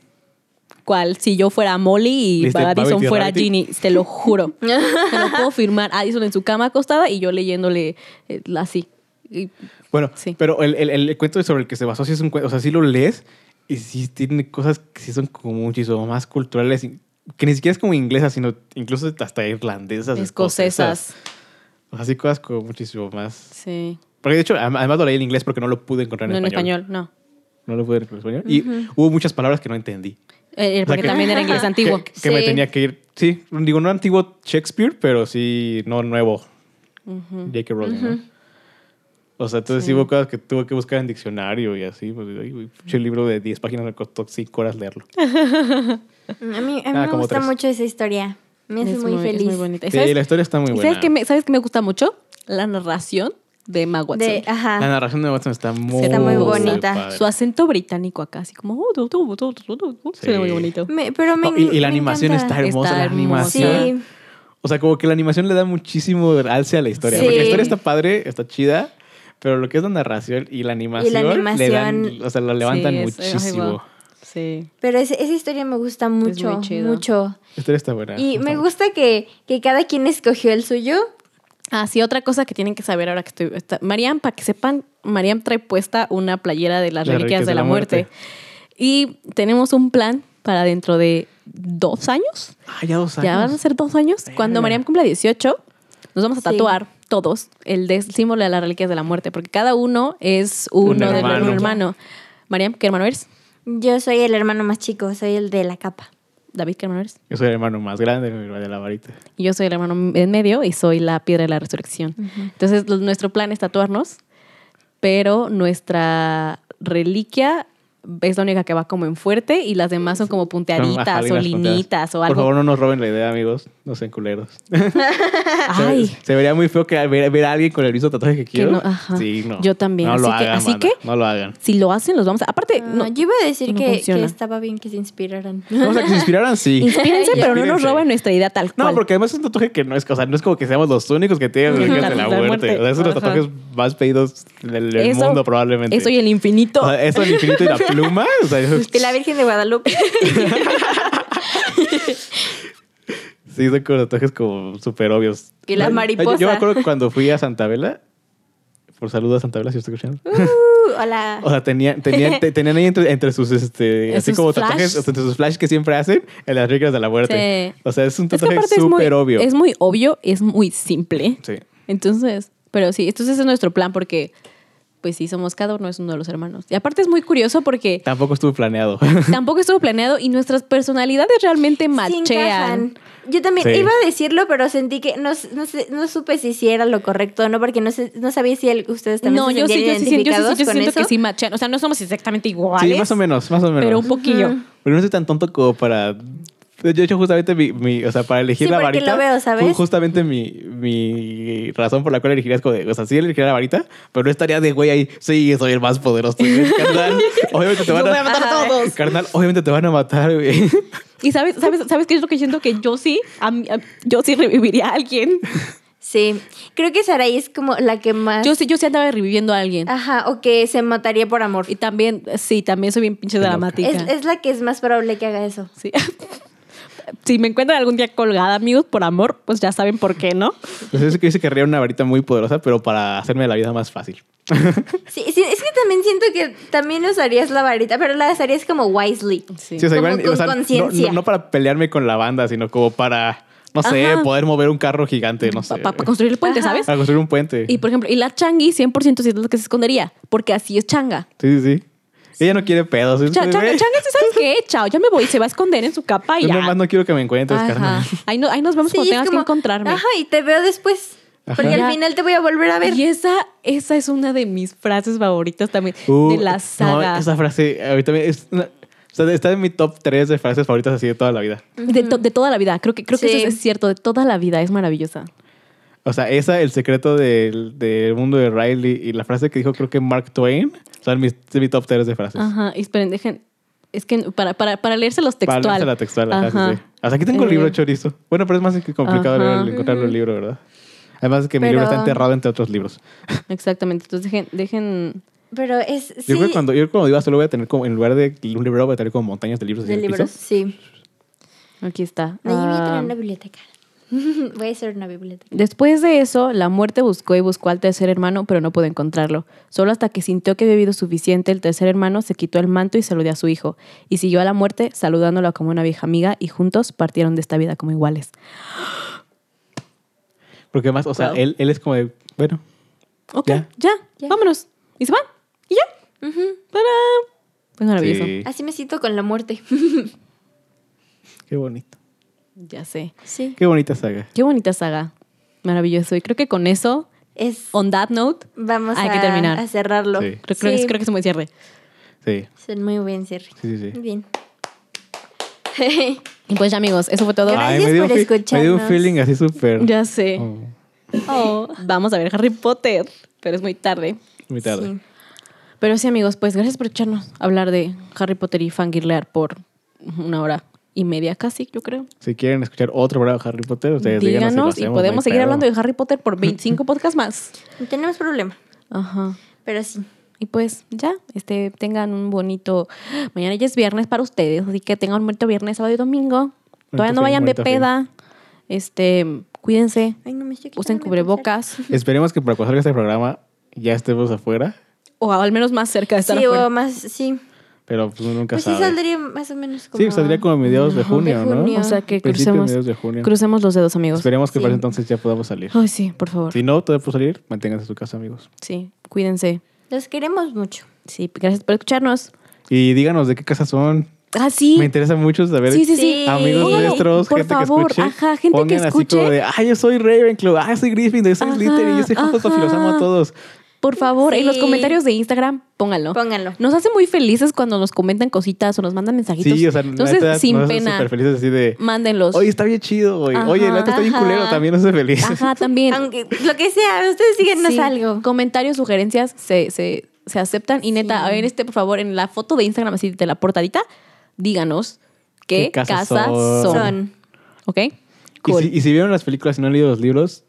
S2: Cual si yo fuera Molly y
S3: ¿Leíste
S2: para Addison
S3: Babbitt y
S2: fuera
S3: Rabbit?
S2: Ginny, te lo juro. te lo puedo firmar. Addison en su cama acostada y yo leyéndole eh, así. Y-
S3: bueno,
S2: sí.
S3: pero el, el- el cuento sobre el que se basó sí es un cuento. O sea, sí lo lees y sí tiene cosas que sí son como muchísimo más culturales. y- Que ni siquiera es como inglesas, sino incluso hasta irlandesas.
S2: escocesas.
S3: O sea, sí cosas como muchísimo más.
S2: Sí.
S3: Porque de hecho, am- además lo leí en inglés porque no lo pude encontrar en,
S2: no en
S3: español.
S2: español, no.
S3: No lo pude encontrar en español. Y hubo muchas palabras que no entendí.
S2: Eh, eh,
S3: O sea,
S2: porque
S3: que-
S2: también era inglés
S3: que-
S2: antiguo.
S3: Que, me
S1: Sí.
S3: tenía que ir. Sí, digo, no antiguo Shakespeare, pero sí, no nuevo. J.K. Rowling, ¿no? O sea, entonces sí.
S2: Sí.
S3: hubo cosas que tuve que buscar en diccionario y así. Pues, ay, güey, pinche libro de 10 páginas me costó 5 horas leerlo.
S1: A mí, a mí
S3: Ah,
S1: me
S3: como
S1: gusta
S3: tres.
S1: mucho esa historia. Me hace
S2: Es
S1: muy,
S2: es
S1: feliz.
S2: bonita. ¿Y
S3: Sí,
S2: ¿Sabes,
S3: la historia está muy
S2: y
S3: buena.
S2: ¿sabes, qué me, ¿Sabes qué me gusta mucho? La narración de Ma Watson.
S1: De,
S3: La
S1: ajá.
S3: narración de Watson está muy,
S1: Está muy bonita.
S3: padre.
S2: Su acento británico acá, así como. oh, tu, tu, tu, tu, tu, tu,
S3: Sí.
S2: Suena muy bonito.
S1: Me- pero me,
S3: No, Oh, y, y la
S1: me
S3: animación
S1: encanta.
S3: está hermosa.
S2: Está
S3: la
S2: hermosa.
S3: animación.
S1: Sí.
S3: O sea, como que la animación le da muchísimo alce a la historia.
S1: Sí.
S3: Porque la historia está padre, está chida, pero lo que es la narración y la animación, le dan,
S1: animación.
S3: o sea, la levantan
S2: Sí, es- ay,
S3: muchísimo.
S2: guau. Sí.
S1: Pero ese- esa historia me gusta mucho,
S2: muy chido.
S1: mucho.
S3: La historia está
S1: Y
S3: buena. Ah, está
S1: me
S3: buena.
S1: gusta que, que cada quien escogió el suyo.
S2: Ah, sí, otra cosa que tienen que saber ahora que estoy. está- Mariam, para que sepan, Mariam trae puesta una playera de las reliquias de la, muerte. Y tenemos un plan para dentro de dos años.
S3: Ah, ya dos años.
S2: Ya van a ser dos años. Cuando
S3: Verga.
S2: Mariam cumpla 18, nos vamos a
S1: Sí.
S2: tatuar todos el de- símbolo de las reliquias de la muerte, porque cada uno es uno
S3: Un
S2: de
S3: hermano.
S2: un hermano. Mariam, ¿qué hermano eres?
S1: Yo soy el hermano más chico, soy el de la capa.
S2: David, ¿qué hermano eres?
S3: Yo soy el hermano más grande mi hermano de la varita.
S2: Y Yo soy el hermano en medio y soy la piedra de la resurrección. Entonces, lo- nuestro plan es tatuarnos, pero nuestra reliquia es la única que va como en fuerte y las demás son como
S3: Son
S2: punteaditas
S3: ajalinas
S2: o
S3: con telas.
S2: linitas o
S3: Por
S2: algo.
S3: favor, no nos roben la idea, amigos. No sean culeros. Se-
S2: Ay,
S3: Se, vería muy feo que ver, ver a alguien con el mismo tatuaje que quiero.
S2: no- ajá.
S3: Sí, no.
S2: Yo también,
S3: No
S2: así
S3: lo
S2: que-
S3: hagan,
S2: así
S3: banda,
S2: que-
S3: No lo hagan.
S2: si lo hacen, los vamos a. Aparte, no,
S1: No, Ah, yo iba a decir
S2: no
S1: que, que
S2: funciona.
S1: estaba bien que se inspiraran.
S3: No, o sea, que se inspiraran, sí.
S2: inspírense, pero no nos
S3: Inspírense.
S2: roben nuestra idea tal cual.
S3: No, porque además es un tatuaje que no es, o sea, no es como que seamos los únicos que tienen
S2: Ujú.
S3: el de
S2: La-
S3: la,
S2: la
S3: muerte.
S2: muerte.
S3: O sea, es uno de los
S2: Ajá.
S3: tatuajes más pedidos del, del
S2: Eso-
S3: mundo probablemente. Ah,
S2: Eso y el infinito.
S3: O sea, eso, el infinito y la pluma. O sea, eso-
S2: Este,
S1: Que Este, la Virgen de Guadalupe.
S3: sí, son como tatuajes como súper obvios.
S1: Que la
S3: Ay,
S1: mariposa.
S3: Yo me acuerdo que cuando fui a Santa Vela, por saludo a Santa Vela si estoy escuchando.
S1: Uh, hola.
S3: O sea, tenían, tenían, te- tenían ahí entre, entre sus, este,
S2: En
S3: así
S2: sus
S3: como
S2: flash.
S3: tatuajes, o sea, entre sus flash que siempre hacen en las reglas de la
S2: Sí.
S3: muerte. O sea, es un
S2: Es que
S3: tatuaje
S2: aparte es muy
S3: súper obvio.
S2: Es muy obvio, es muy simple.
S3: Sí.
S2: Entonces, pero sí, entonces ese es nuestro plan porque, pues sí, somos cada uno es uno de los hermanos. Y aparte es muy curioso porque
S3: Tampoco estuvo planeado.
S2: tampoco estuvo planeado y nuestras personalidades realmente
S1: Sí
S2: machean.
S1: encajan. Yo también
S3: Sí.
S1: iba a decirlo, pero sentí que no, no, sé- no supe si sí era lo correcto o no, porque no, sé- no sabía si el- ustedes también
S2: No,
S1: se
S2: yo sí, yo
S1: sentían
S2: sí, siento- yo sí,
S1: identificados
S2: yo sí
S1: con
S2: siento que
S1: eso.
S2: sí machean. O sea, no somos exactamente iguales.
S3: sí, más o menos, más o menos.
S2: Pero un poquillo.
S1: Ujú.
S3: Porque no soy tan tonto como para. Yo, de hecho, justamente mi, mi- O sea, para elegir
S1: Sí,
S3: la
S1: porque
S3: varita.
S1: lo veo, ¿sabes?
S3: ju- Justamente mi, mi razón por la cual elegiría es como de. O sea, sí elegiría la varita, pero no estaría de güey ahí. Sí, soy el más poderoso. güey, carnal, obviamente te van
S2: Yo voy a matar a
S1: Ajá.
S2: todos.
S3: Carnal, obviamente te van a matar, güey.
S2: Y sabes, sabes, sabes qué es lo que siento que yo sí, a mí- a- yo sí reviviría a alguien.
S1: Sí. Creo que Saraí es como la que más.
S2: Yo sí, yo sí andaba reviviendo a alguien.
S1: Ajá, o que se mataría por amor.
S2: Y también, sí, también soy bien pinche
S3: Qué loca.
S2: dramática.
S1: Es, es la que es más probable que haga eso.
S2: Sí. si me encuentran algún día colgada, amigos, por amor, pues ya saben por qué, ¿no?
S3: Entonces, que dice que querría una varita muy poderosa, pero para hacerme la vida más fácil.
S1: Sí, sí, es que también siento que también usarías la varita, pero la usarías como wisely.
S3: Sí, o sea,
S1: Como
S3: igual,
S1: con
S3: o sea, no-
S1: conciencia.
S3: no, no para pelearme con la banda, sino como para, no sé,
S2: Ajá.
S3: poder mover un carro gigante, no sé.
S2: Para construir el puente,
S1: Ajá.
S2: ¿sabes?
S3: Para construir un puente.
S2: Y por ejemplo, y la changi 100% sí es lo que se escondería, porque así es changa.
S3: Sí, sí, sí. Ella no quiere pedos.
S2: Cha- changa, changa, ¿sí ¿sabes qué? Chao, ya me voy, se va a esconder en su capa y
S3: Yo
S2: ya.
S3: nomás no quiero que me encuentres,
S2: Ajá.
S3: carnal.
S2: Ahí, no- ahí nos vemos
S1: Sí,
S2: cuando
S1: es
S2: tengas
S1: como,
S2: que encontrarme.
S1: Ajá, y te veo después.
S3: Ajá.
S1: Porque
S2: Ya.
S1: al final te voy a volver a ver.
S2: Y esa, esa es una de mis frases favoritas también
S3: Uh,
S2: de la saga.
S3: No, esa frase ahorita me- es una- o sea, está en mi top 3 de frases favoritas así de toda la vida.
S2: de, to- de toda la vida. Creo que, creo
S1: Sí.
S2: que eso es cierto, de toda la vida. Es maravillosa.
S3: O sea, esa, el secreto del, del mundo de Riley y la frase que dijo creo que Mark Twain son mis, de mi top 3 de frases.
S2: Ajá, y esperen, dejen. Es que para, para, para leérselos textual.
S3: Para la textual. ajá, sí,
S2: Ajá.
S3: sí. O sea, aquí tengo el libro
S2: Eh.
S3: chorizo. Bueno, pero es más que complicado
S2: Ajá.
S3: leer- encontrar el libro, ¿verdad? Además que mi libro
S1: Pero-
S3: está enterrado entre otros libros.
S2: Exactamente. Entonces dejen, dejen.
S1: Pero es.
S3: Yo
S1: sí,
S3: creo que cuando, yo cuando iba solo voy a tener como, en lugar de un libro voy a tener como montañas de libros. así
S1: De
S3: en el
S1: libros,
S3: piso.
S1: sí.
S2: Aquí está.
S1: No, yo voy a tener
S2: Ah,
S1: una biblioteca. voy a hacer una biblioteca.
S2: después de eso, la muerte buscó y buscó al tercer hermano, pero no pudo encontrarlo. Solo hasta que sintió que había vivido suficiente, el tercer hermano se quitó el manto y saludó a su hijo. Y siguió a la muerte, saludándola como una vieja amiga, y juntos partieron de esta vida como iguales.
S3: Porque además, o sea,
S2: Wow.
S3: él, él es como de, bueno,
S2: Ok,
S3: Ya.
S2: ya,
S1: Ya.
S2: vámonos. Y se van. Y ya. ¡Tarán! Fue maravilloso. Ah,
S3: Sí.
S1: Así me siento con la muerte.
S3: qué bonito.
S2: Ya sé.
S1: sí.
S3: Qué bonita saga.
S2: Qué bonita saga. Maravilloso. Y creo que con eso,
S1: Es.
S2: on that note,
S1: Vamos
S2: Hay
S1: a,
S2: que terminar.
S1: a cerrarlo.
S3: Sí.
S2: creo, creo que,
S1: Sí,
S2: creo que es un buen cierre.
S3: Sí,
S1: es un muy buen cierre.
S3: sí, sí.
S1: Muy
S3: sí.
S1: Bien.
S2: Y pues ya, amigos, eso fue todo.
S1: Gracias
S3: me dio,
S1: por
S3: un fe- me dio un
S1: escucharnos.
S3: feeling así súper.
S2: Ya sé.
S3: Oh,
S2: Oh, vamos a ver Harry Potter, pero es muy tarde.
S3: muy tarde.
S1: Sí.
S2: Pero sí, amigos, pues gracias por echarnos a hablar de Harry Potter y fangirlear por una hora y media casi, yo creo.
S3: Si quieren escuchar otro programa de Harry Potter, ustedes díganos.
S2: Díganos y podemos seguir hablando de Harry Potter por 25 podcasts más.
S1: No tenemos problema.
S2: Ajá.
S1: Pero sí.
S2: Y pues ya, este, tengan un bonito. Mañana ya es viernes para ustedes, así que tengan un bonito viernes, sábado y domingo. Todavía no
S3: fin,
S2: vayan de
S3: bonito fin.
S2: peda. Este, cuídense,
S1: Ay, no me estoy
S2: usen
S1: quitando la pulsera.
S2: cubrebocas
S3: Esperemos que para cuando salga este programa ya estemos afuera,
S2: o al menos más cerca de estar
S1: Sí,
S2: afuera.
S1: o más, sí.
S3: pero pues uno nunca
S1: Pues sí
S3: sabe.
S1: saldría más o menos como...
S3: Sí, pues, saldría como a mediados de
S1: Ajá, de
S3: junio,
S1: junio.
S3: ¿no?
S2: O sea que
S3: Principios,
S2: crucemos,
S3: mediados de junio.
S2: crucemos los dedos, amigos.
S3: Esperemos que
S1: Sí.
S3: para ese entonces ya podamos salir.
S2: Ay, sí, por favor. Sí.
S3: Si no, todavía puedo salir, manténganse en su casa, amigos.
S2: cuídense.
S1: Los queremos mucho.
S2: Sí, gracias por escucharnos.
S3: Y díganos de qué casa son.
S2: Ah, sí.
S3: Me interesa mucho saber.
S2: Sí, sí,
S1: Sí.
S2: sí.
S3: Amigos este
S1: Oigan,
S3: nuestros,
S2: por
S3: gente
S2: favor,
S3: que escuche.
S2: ajá, gente que
S3: pongan así
S2: escuche.
S3: como de, ay, yo soy Ravenclaw, ay, soy Gryffindor, yo soy
S2: Ajá,
S3: Slytherin, yo soy Hufflepuff y los amo a
S2: ajá.
S3: todos.
S2: Por favor, en los
S1: Sí.
S2: comentarios de Instagram, pónganlo.
S1: Pónganlo.
S2: Nos hace muy felices cuando nos comentan cositas o nos mandan mensajitos.
S3: Sí, o sea, la
S2: Entonces,
S3: neta,
S2: sin
S3: nos hace
S2: pena,
S3: Súper felices así de.
S2: mándenlos.
S3: Oye, está bien chido, güey. Oye, la neta está bien
S1: Ajá,
S3: culero. También nos hace felices.
S2: Ajá, ah, también.
S1: Aunque lo que sea, ustedes síguenos
S2: Sí,
S1: algo.
S2: Comentarios, sugerencias, se, se, se aceptan. Y neta, a ver, este, por favor, en la foto de Instagram, así de la portadita, díganos qué,
S3: ¿Qué
S2: casa,
S3: casa
S2: son.
S3: son?
S1: Son.
S2: ¿Ok?
S3: Y,
S2: Cool.
S3: si, y si vieron las películas y no han leído los libros,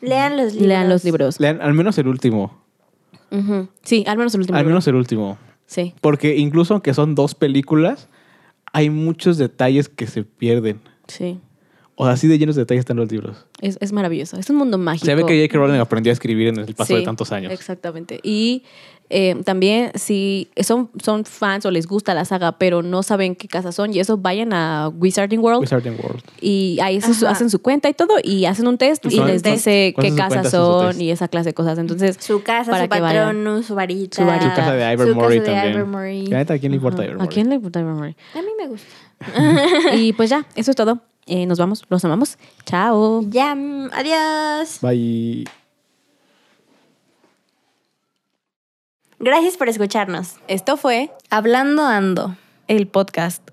S1: Lean los libros.
S2: Lean los libros.
S3: lean al menos el último.
S2: Ujú. Sí, al menos el último.
S3: Al
S2: libro.
S3: menos el último.
S2: Sí.
S3: Porque incluso aunque son dos películas, hay muchos detalles que se pierden.
S2: Sí.
S3: O sea, así de llenos de detalles están los libros.
S2: Es, es maravilloso. Es un mundo mágico.
S3: Se ve que J.K. Rowling aprendió a escribir en el paso
S2: Sí,
S3: de tantos años.
S2: Exactamente. Y eh, también si son, son fans o les gusta la saga, pero no saben qué casa son, y eso vayan a Wizarding World
S3: Wizarding World.
S2: y ahí hacen su,
S1: Ajá.
S2: hacen su cuenta y todo, y hacen un test y
S3: Pues
S1: Son-
S2: les
S1: test.
S2: dice
S3: ¿Cuál
S2: qué
S3: es su cuenta?
S2: casas
S3: Hacen su
S2: son
S3: test.
S2: y esa clase de cosas. Entonces,
S1: Su casa,
S2: para
S1: su
S2: que vayan.
S1: patronus, su varita.
S2: Su varita.
S3: Su casa de Ivor
S1: su
S3: Murray
S1: casa de
S3: también.
S1: Ivor Murray.
S3: La neta, ¿a quién le importa
S2: Ajá.
S3: Ivor
S2: ¿A
S3: Murray?
S2: quién le importa Ivor Murray?
S1: A mí me gusta.
S2: Y pues ya, eso es todo. Eh, nos vamos, los amamos. Chao.
S1: Ya, mm, adiós.
S3: Bye.
S1: Gracias por escucharnos.
S2: Esto fue
S1: Hablando Ando.
S2: el podcast.